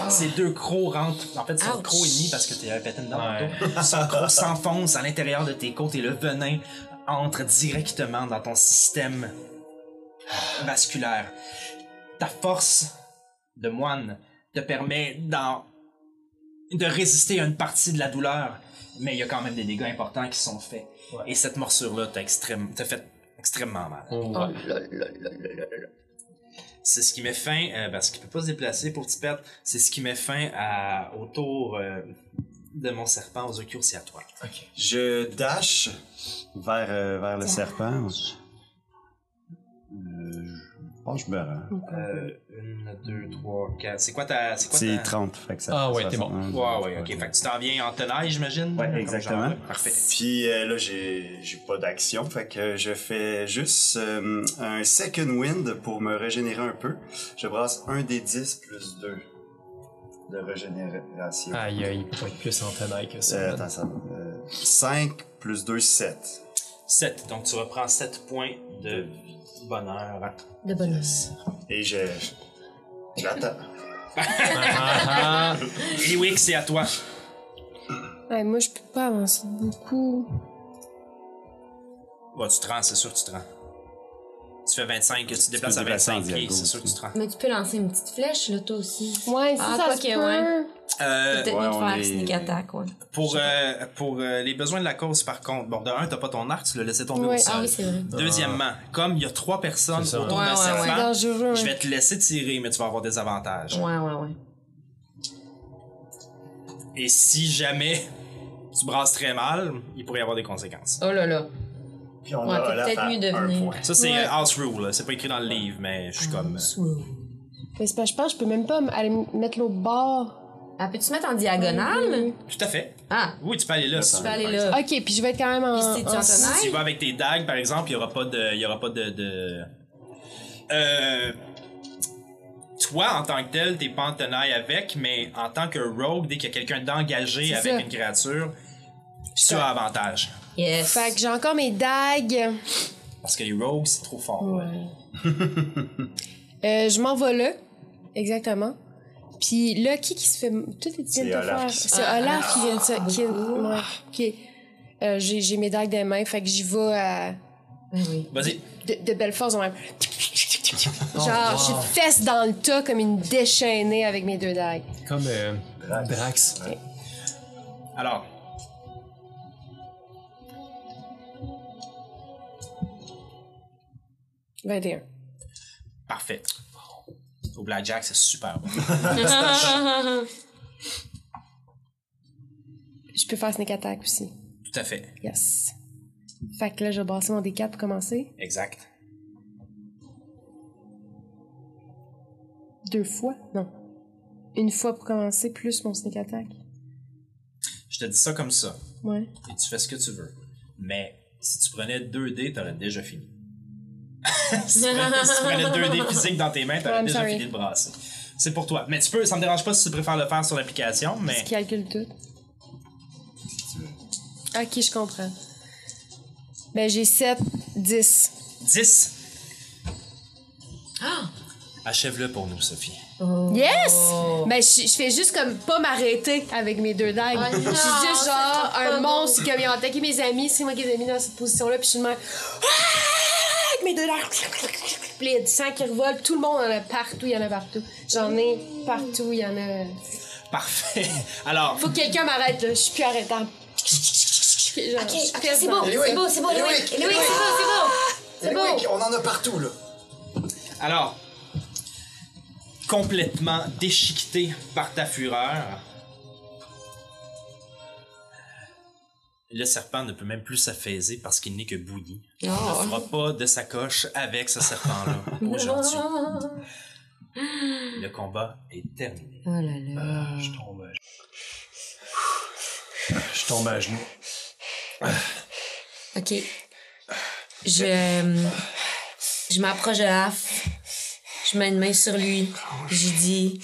[SPEAKER 1] Ses deux crocs rentrent. En fait, son
[SPEAKER 2] Ouch.
[SPEAKER 1] croc est mis parce que t'es pété dedans.
[SPEAKER 4] Ouais.
[SPEAKER 1] tantôt. Son croc s'enfonce à l'intérieur de tes côtes et le venin entre directement dans ton système vasculaire. Ta force de moine te permet d'en- de résister à une partie de la douleur, mais il y a quand même des dégâts importants qui sont faits.
[SPEAKER 4] Ouais.
[SPEAKER 1] Et cette morsure-là t'a extrême- t'a fait extrêmement mal.
[SPEAKER 4] On
[SPEAKER 2] Oh
[SPEAKER 4] voit.
[SPEAKER 2] là là là là là là.
[SPEAKER 1] C'est ce qui met fin, euh, parce qu'il peut pas se déplacer pour Tipet, c'est ce qui met fin à, au tour euh, de mon serpent aux occurs, c'est à toi.
[SPEAKER 3] Je dash vers, euh, vers le serpent. Euh, je pense que je me rends.
[SPEAKER 1] Euh, une, deux, trois, quatre. C'est quoi ta. C'est quoi
[SPEAKER 3] C'est
[SPEAKER 1] ta.
[SPEAKER 3] 30, fait que ça
[SPEAKER 4] Ah
[SPEAKER 3] fait euh,
[SPEAKER 4] ouais, t'es bon.
[SPEAKER 3] 61.
[SPEAKER 1] Ouais, ouais, ok. Fait que tu t'en viens en tenaille, j'imagine.
[SPEAKER 3] Ouais,
[SPEAKER 1] Comme
[SPEAKER 3] exactement.
[SPEAKER 1] genre, Parfait.
[SPEAKER 3] Puis euh, là, j'ai j'ai pas d'action, fait que je fais juste euh, un second wind pour me régénérer un peu. Je brasse un des 10 plus 2 de régénération.
[SPEAKER 4] Ah, Aïe, aïe, il peut pas être plus en tenaille que ça. Ah,
[SPEAKER 3] Euh, attends, ça va. Euh, 5 plus 2, 7.
[SPEAKER 1] 7. Donc tu reprends 7 points de bonheur.
[SPEAKER 2] De bonus.
[SPEAKER 3] Et je. Je l'attends.
[SPEAKER 4] Ah, ah.
[SPEAKER 1] Eliwick, c'est à toi.
[SPEAKER 5] ouais, moi, je peux pas avancer beaucoup.
[SPEAKER 1] Ouais, tu te rends, c'est sûr que tu te rends. Tu fais 25, tu te déplaces à
[SPEAKER 3] déplacer en
[SPEAKER 1] 25 pieds,
[SPEAKER 3] diagonale
[SPEAKER 1] c'est sûr que tu te rends.
[SPEAKER 2] Mais tu peux lancer une petite flèche, là, toi aussi.
[SPEAKER 5] Ouais, si
[SPEAKER 2] Ah,
[SPEAKER 5] ça
[SPEAKER 2] quoi
[SPEAKER 5] se
[SPEAKER 2] que,
[SPEAKER 5] peut.
[SPEAKER 2] ouais.
[SPEAKER 1] Euh,
[SPEAKER 2] Peut-être
[SPEAKER 3] ouais,
[SPEAKER 2] mieux de
[SPEAKER 3] on
[SPEAKER 2] faire
[SPEAKER 3] est-
[SPEAKER 2] sneak attack, ouais.
[SPEAKER 1] Pour, euh, pour euh, les besoins de la cause, par contre, bon, de un, t'as pas ton arc, tu l'as laissé tomber
[SPEAKER 5] Ouais.
[SPEAKER 1] au sol.
[SPEAKER 2] Ah oui, c'est vrai.
[SPEAKER 1] Deuxièmement, comme il y a trois personnes
[SPEAKER 4] C'est ça.
[SPEAKER 1] autour
[SPEAKER 2] Ouais,
[SPEAKER 1] d'un
[SPEAKER 2] ouais,
[SPEAKER 1] serpent,
[SPEAKER 5] C'est dangereux. hein.
[SPEAKER 1] je vais te laisser tirer, mais tu vas avoir des avantages.
[SPEAKER 2] Ouais, ouais, ouais.
[SPEAKER 1] Et si jamais tu brasses très mal, il pourrait y avoir des conséquences.
[SPEAKER 2] Oh là là.
[SPEAKER 3] Puis on
[SPEAKER 2] Ouais,
[SPEAKER 3] a
[SPEAKER 2] t'es
[SPEAKER 3] Olaf
[SPEAKER 2] peut-être
[SPEAKER 3] à
[SPEAKER 2] mieux de
[SPEAKER 3] un
[SPEAKER 2] venir.
[SPEAKER 3] point.
[SPEAKER 1] Ça, c'est euh, house rule. là. C'est pas écrit dans le livre, mais
[SPEAKER 2] Ah.
[SPEAKER 1] je suis comme... euh,
[SPEAKER 5] Mais c'est parce que je pense que je peux même pas m- aller m- mettre l'autre bord.
[SPEAKER 2] Ah, peux-tu mettre en diagonale?
[SPEAKER 1] Tout à fait.
[SPEAKER 2] Ah,
[SPEAKER 1] Oui, tu peux aller là. si
[SPEAKER 2] tu
[SPEAKER 1] tu
[SPEAKER 2] peux
[SPEAKER 1] veux,
[SPEAKER 2] aller
[SPEAKER 1] par
[SPEAKER 2] là.
[SPEAKER 1] exemple.
[SPEAKER 5] Ok, puis je vais être quand même en.
[SPEAKER 2] Puis si tu
[SPEAKER 5] en-
[SPEAKER 2] en
[SPEAKER 1] Si tu
[SPEAKER 2] tenaille,
[SPEAKER 1] vas avec tes dagues, par exemple, il y aura pas de... Il y aura pas de... de- Euh... Toi, en tant que tel, t'es pas en tenaille avec, mais en tant que rogue, dès qu'il y a quelqu'un d'engagé
[SPEAKER 5] C'est
[SPEAKER 1] avec
[SPEAKER 5] ça.
[SPEAKER 1] une créature, tu as avantage.
[SPEAKER 2] yes.
[SPEAKER 5] Fait que j'ai encore mes dagues.
[SPEAKER 1] Parce que les rogues, c'est trop fort. là.
[SPEAKER 5] Euh, je m'en vais là. Exactement. Puis là, qui qui se fait. Tout est
[SPEAKER 3] C'est
[SPEAKER 5] vient de te
[SPEAKER 3] Olaf
[SPEAKER 5] faire.
[SPEAKER 3] qui se- Ah,
[SPEAKER 5] C'est Olaf qui vient de se. Qui... ouais, ok. Euh, j'ai j'ai mes dagues dans les mains, fait que j'y vais à.
[SPEAKER 2] Ben oui.
[SPEAKER 1] Vas-y.
[SPEAKER 5] de, de belle force dans même.
[SPEAKER 4] Oh,
[SPEAKER 5] Genre, j'ai
[SPEAKER 4] wow.
[SPEAKER 5] fesse dans le tas comme une déchaînée avec mes deux dagues.
[SPEAKER 4] Comme euh, Drax.
[SPEAKER 1] Alors. Parfait. Au Blackjack, c'est super bon.
[SPEAKER 5] Je peux faire sneak attack aussi.
[SPEAKER 1] Tout à fait.
[SPEAKER 5] Yes. Fait que là, je vais brasser mon D4 pour commencer.
[SPEAKER 1] Exact.
[SPEAKER 5] Deux fois? Non. Une fois pour commencer, plus mon sneak attack.
[SPEAKER 1] Je te dis ça comme ça,
[SPEAKER 5] Ouais.
[SPEAKER 1] et tu fais ce que tu veux. Mais si tu prenais 2 dés, t'aurais déjà fini. si, tu prenais, si tu prenais 2 dés physiques dans tes mains, t'aurais
[SPEAKER 5] I'm
[SPEAKER 1] déjà
[SPEAKER 5] sorry.
[SPEAKER 1] fini de brasser. C'est pour toi. Mais tu peux, ça me dérange pas si tu préfères le faire sur l'application, mais
[SPEAKER 5] Tu calcules tout. Ok, je comprends. Ben, j'ai 7, 10.
[SPEAKER 1] 10.
[SPEAKER 2] Ah!
[SPEAKER 1] Achève-le pour nous, Sophie.
[SPEAKER 5] Yes!
[SPEAKER 6] Oh.
[SPEAKER 5] Ben, je je fais juste comme pas m'arrêter avec mes deux dagues.
[SPEAKER 2] Ah
[SPEAKER 5] je suis
[SPEAKER 2] non,
[SPEAKER 5] juste
[SPEAKER 2] c'est
[SPEAKER 5] genre
[SPEAKER 2] trop pas
[SPEAKER 5] un
[SPEAKER 2] beau.
[SPEAKER 5] monstre qui a attaqué mes amis. C'est moi qui les ai mis dans cette position-là. Puis je suis de même. Ah! Avec mes deux dagues. Puis il y a du sang qui revole. Tout le monde en a partout. Il y en a partout. J'en ai partout. Il y en a.
[SPEAKER 1] Parfait. Alors,
[SPEAKER 5] Faut que quelqu'un m'arrête, là. Je suis plus arrêtable. Genre,
[SPEAKER 6] Ok,
[SPEAKER 5] je suis
[SPEAKER 6] ok,
[SPEAKER 5] perdue.
[SPEAKER 6] c'est beau,
[SPEAKER 8] Eliwick,
[SPEAKER 6] c'est beau, c'est beau, Eliwick,
[SPEAKER 8] Eliwick,
[SPEAKER 6] Eliwick, c'est beau,
[SPEAKER 8] Eh oui, on en a partout, là.
[SPEAKER 1] Alors, complètement déchiqueté par ta fureur, le serpent ne peut même plus s'affaiser parce qu'il n'est que bouilli.
[SPEAKER 5] Oh.
[SPEAKER 1] On ne fera pas de sacoche avec ce serpent-là aujourd'hui. Le combat est terminé.
[SPEAKER 2] Oh là là.
[SPEAKER 4] Je tombe à genoux. Je tombe à genoux.
[SPEAKER 2] Ok. Je. euh, Je m'approche de Haf. Je mets une main sur lui. Je dis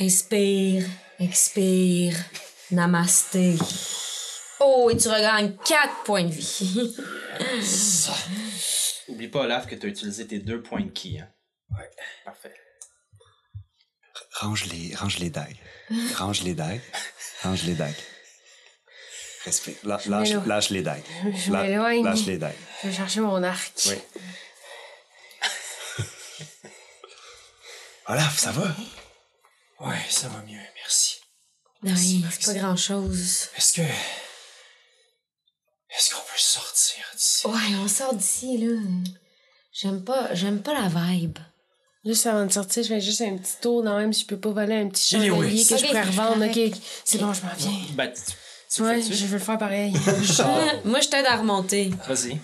[SPEAKER 2] Inspire, expire, namasté. Oh, et tu regagnes 4 points de vie.
[SPEAKER 1] Oublie pas, Olaf, que tu as utilisé tes deux points de ki. Hein?
[SPEAKER 8] Ouais.
[SPEAKER 1] Parfait.
[SPEAKER 8] Range les, range les dagues. Range les dagues. Range les dagues. Respire. La- lâche,
[SPEAKER 5] m'éloigne.
[SPEAKER 8] lâche les dagues.
[SPEAKER 5] Je
[SPEAKER 8] La-
[SPEAKER 5] m'éloigne.
[SPEAKER 8] lâche les dagues.
[SPEAKER 5] Je vais chercher mon arc.
[SPEAKER 8] Oui. Olaf, ça va?
[SPEAKER 4] Ouais, ça va mieux, merci.
[SPEAKER 2] Non, c'est pas grand chose.
[SPEAKER 4] Est-ce que. Est-ce qu'on peut sortir d'ici?
[SPEAKER 2] Ouais, on sort d'ici, là. J'aime pas, j'aime pas la vibe.
[SPEAKER 5] Juste avant de sortir, je fais juste un petit tour, non, même si je peux pas voler un petit
[SPEAKER 4] Anyway.
[SPEAKER 5] chandelier que je
[SPEAKER 2] Ok,
[SPEAKER 5] pourrais revendre.
[SPEAKER 2] correct.
[SPEAKER 5] Ok, c'est bon, je m'en viens.
[SPEAKER 1] Ben, tu, tu le
[SPEAKER 5] Ouais,
[SPEAKER 1] fais-tu?
[SPEAKER 5] je veux le faire pareil.
[SPEAKER 2] Moi, je t'aide à remonter.
[SPEAKER 1] Vas-y.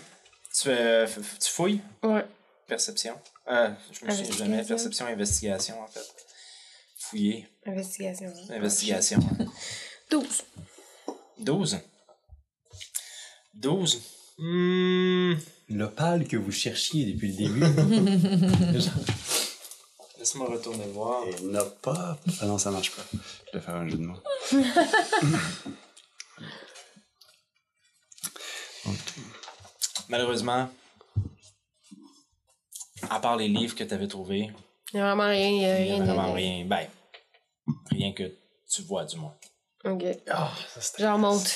[SPEAKER 1] Tu, fais- f- f- tu fouilles?
[SPEAKER 5] ouais.
[SPEAKER 1] Perception. Euh, je me souviens jamais.
[SPEAKER 5] Investigation.
[SPEAKER 1] Perception, investigation, en fait. Fouiller.
[SPEAKER 5] Investigation. hein.
[SPEAKER 1] Investigation.
[SPEAKER 5] 12.
[SPEAKER 1] 12. 12. Hmm.
[SPEAKER 9] L'opale que vous cherchiez depuis le début.
[SPEAKER 1] Laisse-moi retourner voir.
[SPEAKER 8] Il n'a pas. Ah non, ça marche pas. Je vais faire un jeu de mots.
[SPEAKER 1] Malheureusement, à part les livres que tu avais trouvés,
[SPEAKER 5] Il y a vraiment rien. Il y a
[SPEAKER 1] il n'y a
[SPEAKER 5] rien. de-
[SPEAKER 1] vraiment rien. Ben, rien que tu vois, du moins.
[SPEAKER 5] Ok.
[SPEAKER 4] Ah,
[SPEAKER 5] je remonte.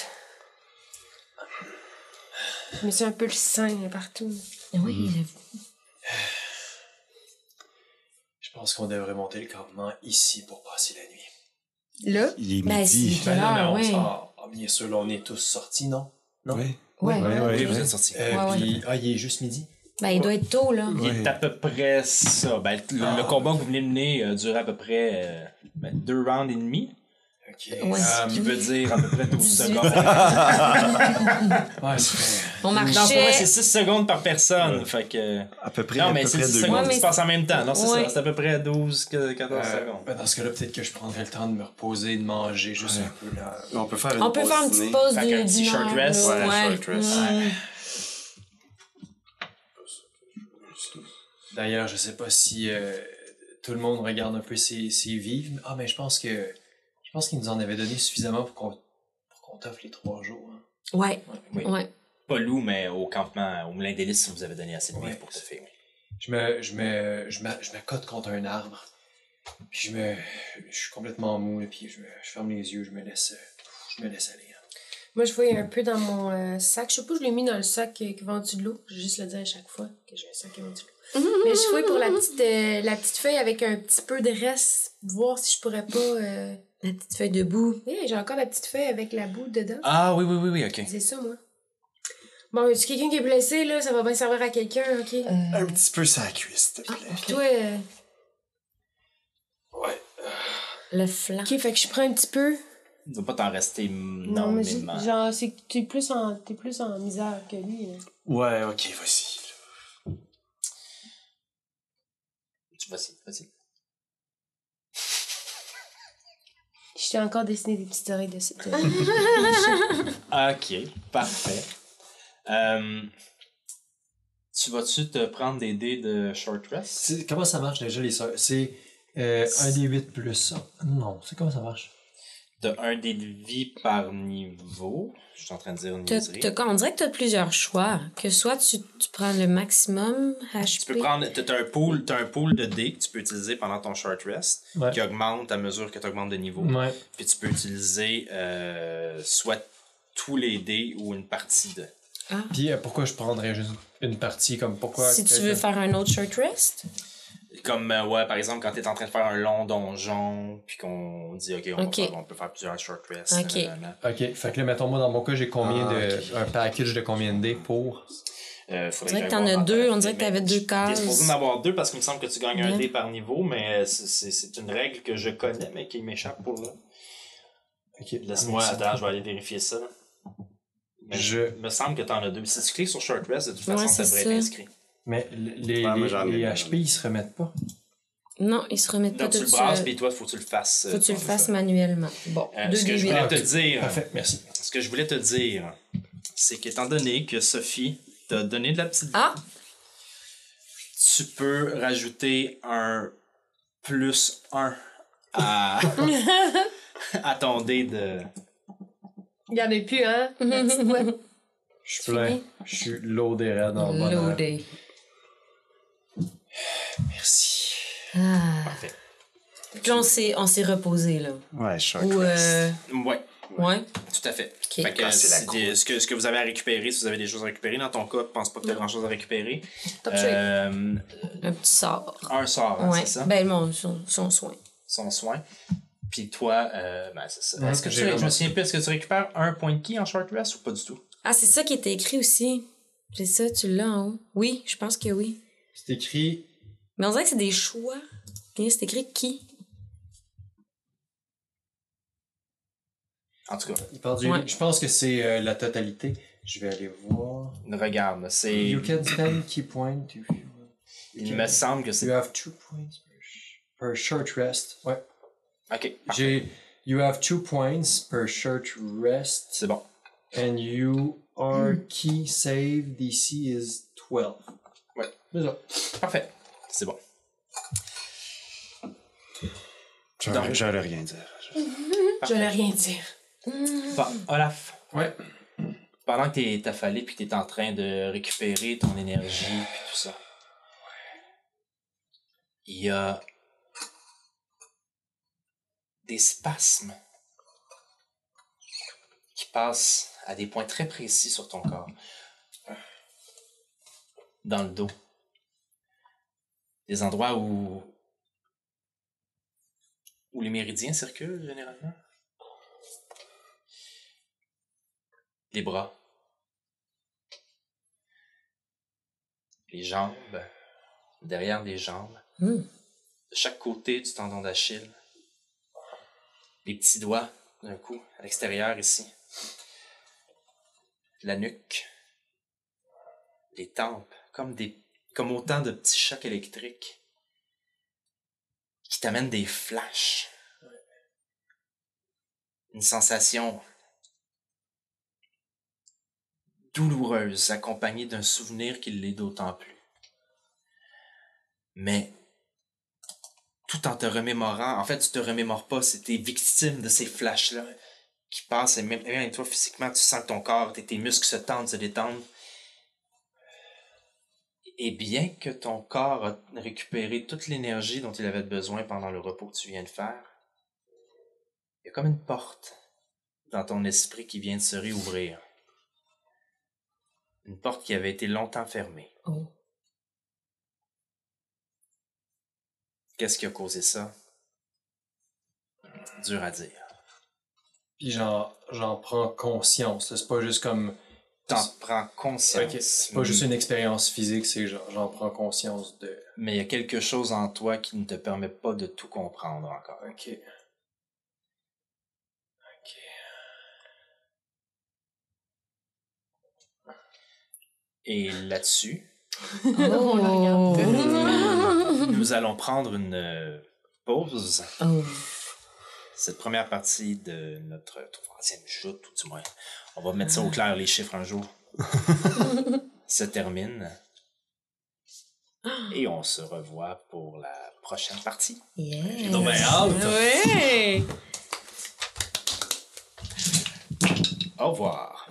[SPEAKER 5] Je me suis un peu le sang là, partout.
[SPEAKER 2] Ah
[SPEAKER 8] Hmm.
[SPEAKER 2] Oui, j'avoue.
[SPEAKER 4] Je pense qu'on devrait monter le campement ici pour passer la nuit.
[SPEAKER 5] Là,
[SPEAKER 8] Il est
[SPEAKER 2] Ben,
[SPEAKER 8] midi.
[SPEAKER 2] Quelle
[SPEAKER 4] non, mais
[SPEAKER 2] heure,
[SPEAKER 4] on
[SPEAKER 2] ouais.
[SPEAKER 4] sort. Ah, bien sûr, là, on est tous sortis, non? non.
[SPEAKER 8] Oui. Ouais,
[SPEAKER 2] Ouais.
[SPEAKER 1] oui,
[SPEAKER 8] ouais,
[SPEAKER 1] vous
[SPEAKER 8] ouais.
[SPEAKER 1] êtes sorti.
[SPEAKER 4] Euh,
[SPEAKER 2] Ouais,
[SPEAKER 4] puis- Ah, il est juste midi.
[SPEAKER 2] Ben, il doit être tôt, là.
[SPEAKER 1] Il est à peu près ça. Ben, le, le combat que vous venez de mener euh, dure à peu près euh, ben, deux rounds et demi.
[SPEAKER 4] Ok.
[SPEAKER 2] Ouais,
[SPEAKER 4] Euh,
[SPEAKER 1] qui veut dire à peu près 12 secondes.
[SPEAKER 4] ouais, c'est-
[SPEAKER 2] On
[SPEAKER 1] Non, c'est vrai, c'est
[SPEAKER 2] marchait.
[SPEAKER 1] 6 secondes par personne. Fait que...
[SPEAKER 8] À peu près,
[SPEAKER 1] Non,
[SPEAKER 8] à
[SPEAKER 1] mais
[SPEAKER 8] peu
[SPEAKER 1] c'est
[SPEAKER 8] près
[SPEAKER 1] 6
[SPEAKER 8] deux
[SPEAKER 1] secondes
[SPEAKER 2] minutes.
[SPEAKER 1] qui se passent en même temps. Non, c'est
[SPEAKER 2] Ouais.
[SPEAKER 1] ça. C'est à peu près 12, que- 14
[SPEAKER 4] Euh,
[SPEAKER 1] secondes.
[SPEAKER 4] ben, dans ce cas-là, peut-être que je prendrais le temps de me reposer, de manger juste un peu là.
[SPEAKER 8] On peut faire une
[SPEAKER 2] On peut faire une petite
[SPEAKER 8] dîner.
[SPEAKER 2] pause
[SPEAKER 1] Fait
[SPEAKER 2] du
[SPEAKER 1] qu'un petit short rest.
[SPEAKER 8] Ouais, short rest.
[SPEAKER 2] Hmm.
[SPEAKER 4] D'ailleurs, je sais pas si euh, tout le monde regarde un peu ses, ses vives. Ah, mais je pense que je pense qu'ils nous en avaient donné suffisamment pour qu'on pour qu'on t'offre les trois jours. hein.
[SPEAKER 2] Ouais,
[SPEAKER 1] Oui.
[SPEAKER 2] ouais.
[SPEAKER 1] Pas loup, mais au campement, au Moulin d'Hélice, vous avez donné assez de
[SPEAKER 4] Ouais.
[SPEAKER 1] livres pour te faire.
[SPEAKER 4] Je me je me je m'a- je m'accote contre un arbre. Puis je me je suis complètement mou et puis je, me- je ferme les yeux, je me laisse euh, je me laisse aller. hein.
[SPEAKER 5] moi, je voyais un peu dans mon euh, sac. Je sais pas, je l'ai mis dans le sac euh, qui vend du lot. Je vais juste le dire à chaque fois que j'ai un sac qui vend du lot. Mais je fouille pour la petite, euh, la petite feuille avec un petit peu de reste, voir si je pourrais pas. euh,
[SPEAKER 2] La petite feuille de boue.
[SPEAKER 5] Hey, j'ai encore la petite feuille avec la boue dedans.
[SPEAKER 1] Ah oui, oui, oui, oui, ok.
[SPEAKER 5] C'est ça, moi. Bon, si quelqu'un qui est blessé, là, ça va bien servir à quelqu'un, ok?
[SPEAKER 2] euh,
[SPEAKER 8] Un petit peu ça cuisse, s'il te plaît.
[SPEAKER 5] Puis toi, euh,
[SPEAKER 2] Le flanc.
[SPEAKER 5] ok, fait que je prends un petit peu,
[SPEAKER 1] Il ne doit pas t'en rester
[SPEAKER 5] Non, mais j'ai-
[SPEAKER 1] énormément.
[SPEAKER 5] genre, c'est que t'es plus, en, t'es plus en misère que lui. là.
[SPEAKER 4] Ouais, ok, voici.
[SPEAKER 1] Tu vas essayer, vas-y.
[SPEAKER 5] Je t'ai encore dessiné des petites oreilles de cette. euh,
[SPEAKER 1] Ok, parfait. Euh, tu vas-tu te prendre des dés de short rest?
[SPEAKER 9] C'est- Comment ça marche déjà, les sœurs? C'est euh, un des 8 plus un. Non, c'est comment ça marche?
[SPEAKER 1] De un dé de vie par niveau. Je suis en train de dire une
[SPEAKER 2] T'as-
[SPEAKER 1] niaiserie.
[SPEAKER 2] t'as- on dirait que t'as plusieurs choix. Que soit tu, tu prends le maximum HP.
[SPEAKER 1] Tu peux prendre, t'as t'as un pool, t'as un pool de dés que tu peux utiliser pendant ton short rest,
[SPEAKER 4] Ouais.
[SPEAKER 1] qui augmente à mesure que tu augmentes de niveau.
[SPEAKER 4] Ouais.
[SPEAKER 1] Puis tu peux utiliser euh, soit tous les dés ou une partie de.
[SPEAKER 4] Puis euh, pourquoi je prendrais juste une partie comme pourquoi
[SPEAKER 2] si
[SPEAKER 4] que-
[SPEAKER 2] tu veux faire un autre short rest.
[SPEAKER 1] Comme, euh, ouais, par exemple, quand t'es en train de faire un long donjon, puis qu'on dit, OK, on, va
[SPEAKER 2] Ok.
[SPEAKER 1] faire- on peut faire plusieurs short rests.
[SPEAKER 2] Ok.
[SPEAKER 1] nanana.
[SPEAKER 4] Ok, fait que là, mettons, moi, dans mon cas, j'ai combien
[SPEAKER 9] Ah,
[SPEAKER 4] de.
[SPEAKER 9] ok.
[SPEAKER 4] Un package de combien de dés pour.
[SPEAKER 1] Euh, faudrait
[SPEAKER 2] On dirait que
[SPEAKER 1] j'aille
[SPEAKER 2] t'en
[SPEAKER 1] voir
[SPEAKER 2] as
[SPEAKER 1] dans
[SPEAKER 2] deux,
[SPEAKER 1] ta-
[SPEAKER 2] on dirait que
[SPEAKER 1] mais
[SPEAKER 2] t'avais deux
[SPEAKER 1] T'es
[SPEAKER 2] cases.
[SPEAKER 1] supposé en avoir deux parce qu'il me semble que tu gagnes un
[SPEAKER 2] Ouais.
[SPEAKER 1] dé par niveau, mais c'est- c'est c'est une règle que je connais, mais qui m'échappe pour là.
[SPEAKER 4] Ok,
[SPEAKER 1] Laisse-moi,
[SPEAKER 4] Ah,
[SPEAKER 1] attends, je vais aller vérifier ça. Mais
[SPEAKER 4] Je-
[SPEAKER 1] me semble que t'en as deux. Si tu cliques sur Short Rest, de toute façon,
[SPEAKER 2] Ouais,
[SPEAKER 1] ça
[SPEAKER 2] c'est
[SPEAKER 1] devrait être
[SPEAKER 2] ça.
[SPEAKER 1] inscrit.
[SPEAKER 4] Mais l- les,
[SPEAKER 3] Ouais, moi,
[SPEAKER 4] les,
[SPEAKER 3] j'en ai
[SPEAKER 4] les
[SPEAKER 3] bien, j'en ai.
[SPEAKER 4] HP, ils se remettent pas.
[SPEAKER 2] Non, ils se remettent
[SPEAKER 1] Donc,
[SPEAKER 2] pas
[SPEAKER 1] tu
[SPEAKER 2] tout
[SPEAKER 1] le brasses,
[SPEAKER 2] seul.
[SPEAKER 1] puis toi, faut que tu le fasses.
[SPEAKER 2] Faut que tu le
[SPEAKER 1] euh,
[SPEAKER 2] fasses
[SPEAKER 1] ça.
[SPEAKER 2] manuellement. Bon,
[SPEAKER 1] Euh,
[SPEAKER 2] deux
[SPEAKER 1] ce que
[SPEAKER 2] des
[SPEAKER 1] je
[SPEAKER 2] huit.
[SPEAKER 1] voulais
[SPEAKER 4] Ah,
[SPEAKER 1] te
[SPEAKER 4] ok.
[SPEAKER 1] dire,
[SPEAKER 4] Parfait, merci.
[SPEAKER 1] ce que je voulais te dire, c'est qu'étant donné que Sophie t'a donné de la petite
[SPEAKER 2] Ah!
[SPEAKER 1] tu peux rajouter un plus 1 à, à ton dé de.
[SPEAKER 5] Il n'y en a plus, hein?
[SPEAKER 4] Je suis plein. Je suis loadé raide
[SPEAKER 8] Oh,
[SPEAKER 4] en bonne heure.
[SPEAKER 2] Loadé.
[SPEAKER 4] Merci.
[SPEAKER 2] Ah.
[SPEAKER 1] Parfait.
[SPEAKER 2] Puis là, on s'est, on s'est reposé, là.
[SPEAKER 8] Ouais, short
[SPEAKER 2] Ou,
[SPEAKER 8] rest.
[SPEAKER 2] euh,
[SPEAKER 1] Ouais,
[SPEAKER 2] ouais.
[SPEAKER 1] tout à fait.
[SPEAKER 2] Ok.
[SPEAKER 1] Fait que,
[SPEAKER 3] Ah, c'est la
[SPEAKER 1] c'est des- ce, que, ce que vous avez à récupérer, si vous avez des choses à récupérer, dans ton cas, je pense pas que tu as grand chose à récupérer.
[SPEAKER 5] Top shape.
[SPEAKER 1] Euh,
[SPEAKER 2] Un petit sort.
[SPEAKER 1] un sort, hein,
[SPEAKER 2] Ouais.
[SPEAKER 1] c'est ça?
[SPEAKER 2] Ben, mon, son, son soin.
[SPEAKER 1] Son soin. Puis toi, euh, ben, c'est ça.
[SPEAKER 4] Ouais,
[SPEAKER 1] est-ce que tu,
[SPEAKER 4] j'ai
[SPEAKER 1] je me
[SPEAKER 4] vraiment-
[SPEAKER 1] souviens plus, est-ce que tu récupères un point de ki en short rest ou pas du tout?
[SPEAKER 2] Ah, c'est ça qui était écrit aussi. C'est ça, tu l'as en haut. Oui, je pense que oui.
[SPEAKER 4] C'est écrit.
[SPEAKER 2] Mais on dirait que c'est des choix. Tiens, C'est écrit qui?
[SPEAKER 1] En tout cas,
[SPEAKER 4] il parle du-
[SPEAKER 2] Ouais.
[SPEAKER 4] Je pense que c'est euh, la totalité. Je vais aller voir.
[SPEAKER 1] regarde, c'est.
[SPEAKER 9] You can spend key point if you
[SPEAKER 1] Il me semble que
[SPEAKER 9] You
[SPEAKER 1] c'est.
[SPEAKER 9] have two points per, sh- per short rest. Ouais.
[SPEAKER 1] Ok,
[SPEAKER 9] J'ai. You have two points per short rest,
[SPEAKER 1] c'est bon.
[SPEAKER 9] and you are key save DC is 12.
[SPEAKER 1] Ouais.
[SPEAKER 9] C'est ça.
[SPEAKER 1] Parfait. C'est bon.
[SPEAKER 8] J'allais j'allais rien dire.
[SPEAKER 5] J'allais rien dire.
[SPEAKER 1] Bon, Olaf.
[SPEAKER 4] Ouais.
[SPEAKER 1] Pendant que t'es affalé puis que t'es en train de récupérer ton énergie puis tout ça. Il y a des spasmes qui passent à des points très précis sur ton corps. Dans le dos. Des endroits où où les méridiens circulent généralement. les bras, les jambes, derrière les jambes,
[SPEAKER 2] Hmm.
[SPEAKER 1] de chaque côté du tendon d'Achille, les petits doigts d'un coup, à l'extérieur ici, la nuque, les tempes, comme, des, comme autant de petits chocs électriques qui t'amènent des flashs. Une sensation douloureuse, accompagnée d'un souvenir qui l'est d'autant plus. Mais tout en te remémorant, en fait, tu te remémores pas, c'est t'es victime de ces flashs-là qui passent, et même, même toi, physiquement, tu sens que ton corps, tes, tes muscles se tendent, se détendent. Et bien que ton corps a récupéré toute l'énergie dont il avait besoin pendant le repos que tu viens de faire, il y a comme une porte dans ton esprit qui vient de se réouvrir une porte qui avait été longtemps fermée.
[SPEAKER 2] Oh.
[SPEAKER 1] Qu'est-ce qui a causé ça? Dur à dire.
[SPEAKER 4] Puis j'en j'en prends conscience. là. C'est pas juste comme.
[SPEAKER 1] T'en prends conscience.
[SPEAKER 4] Ok, C'est pas juste une expérience physique, c'est genre, j'en prends conscience de.
[SPEAKER 1] Mais il y a quelque chose en toi qui ne te permet pas de tout comprendre encore.
[SPEAKER 4] Ok. Ok.
[SPEAKER 1] Et là-dessus,
[SPEAKER 5] Oh.
[SPEAKER 2] on le regarde.
[SPEAKER 1] nous allons prendre une euh, pause.
[SPEAKER 2] Oh.
[SPEAKER 1] Cette première partie de notre troisième joute, ou du moins, on va mettre ça au clair, les chiffres un jour, se termine. Et on se revoit pour la prochaine partie.
[SPEAKER 2] Yeah.
[SPEAKER 1] Donc, ben, hâte.
[SPEAKER 2] Euh, Ouais.
[SPEAKER 1] Au revoir.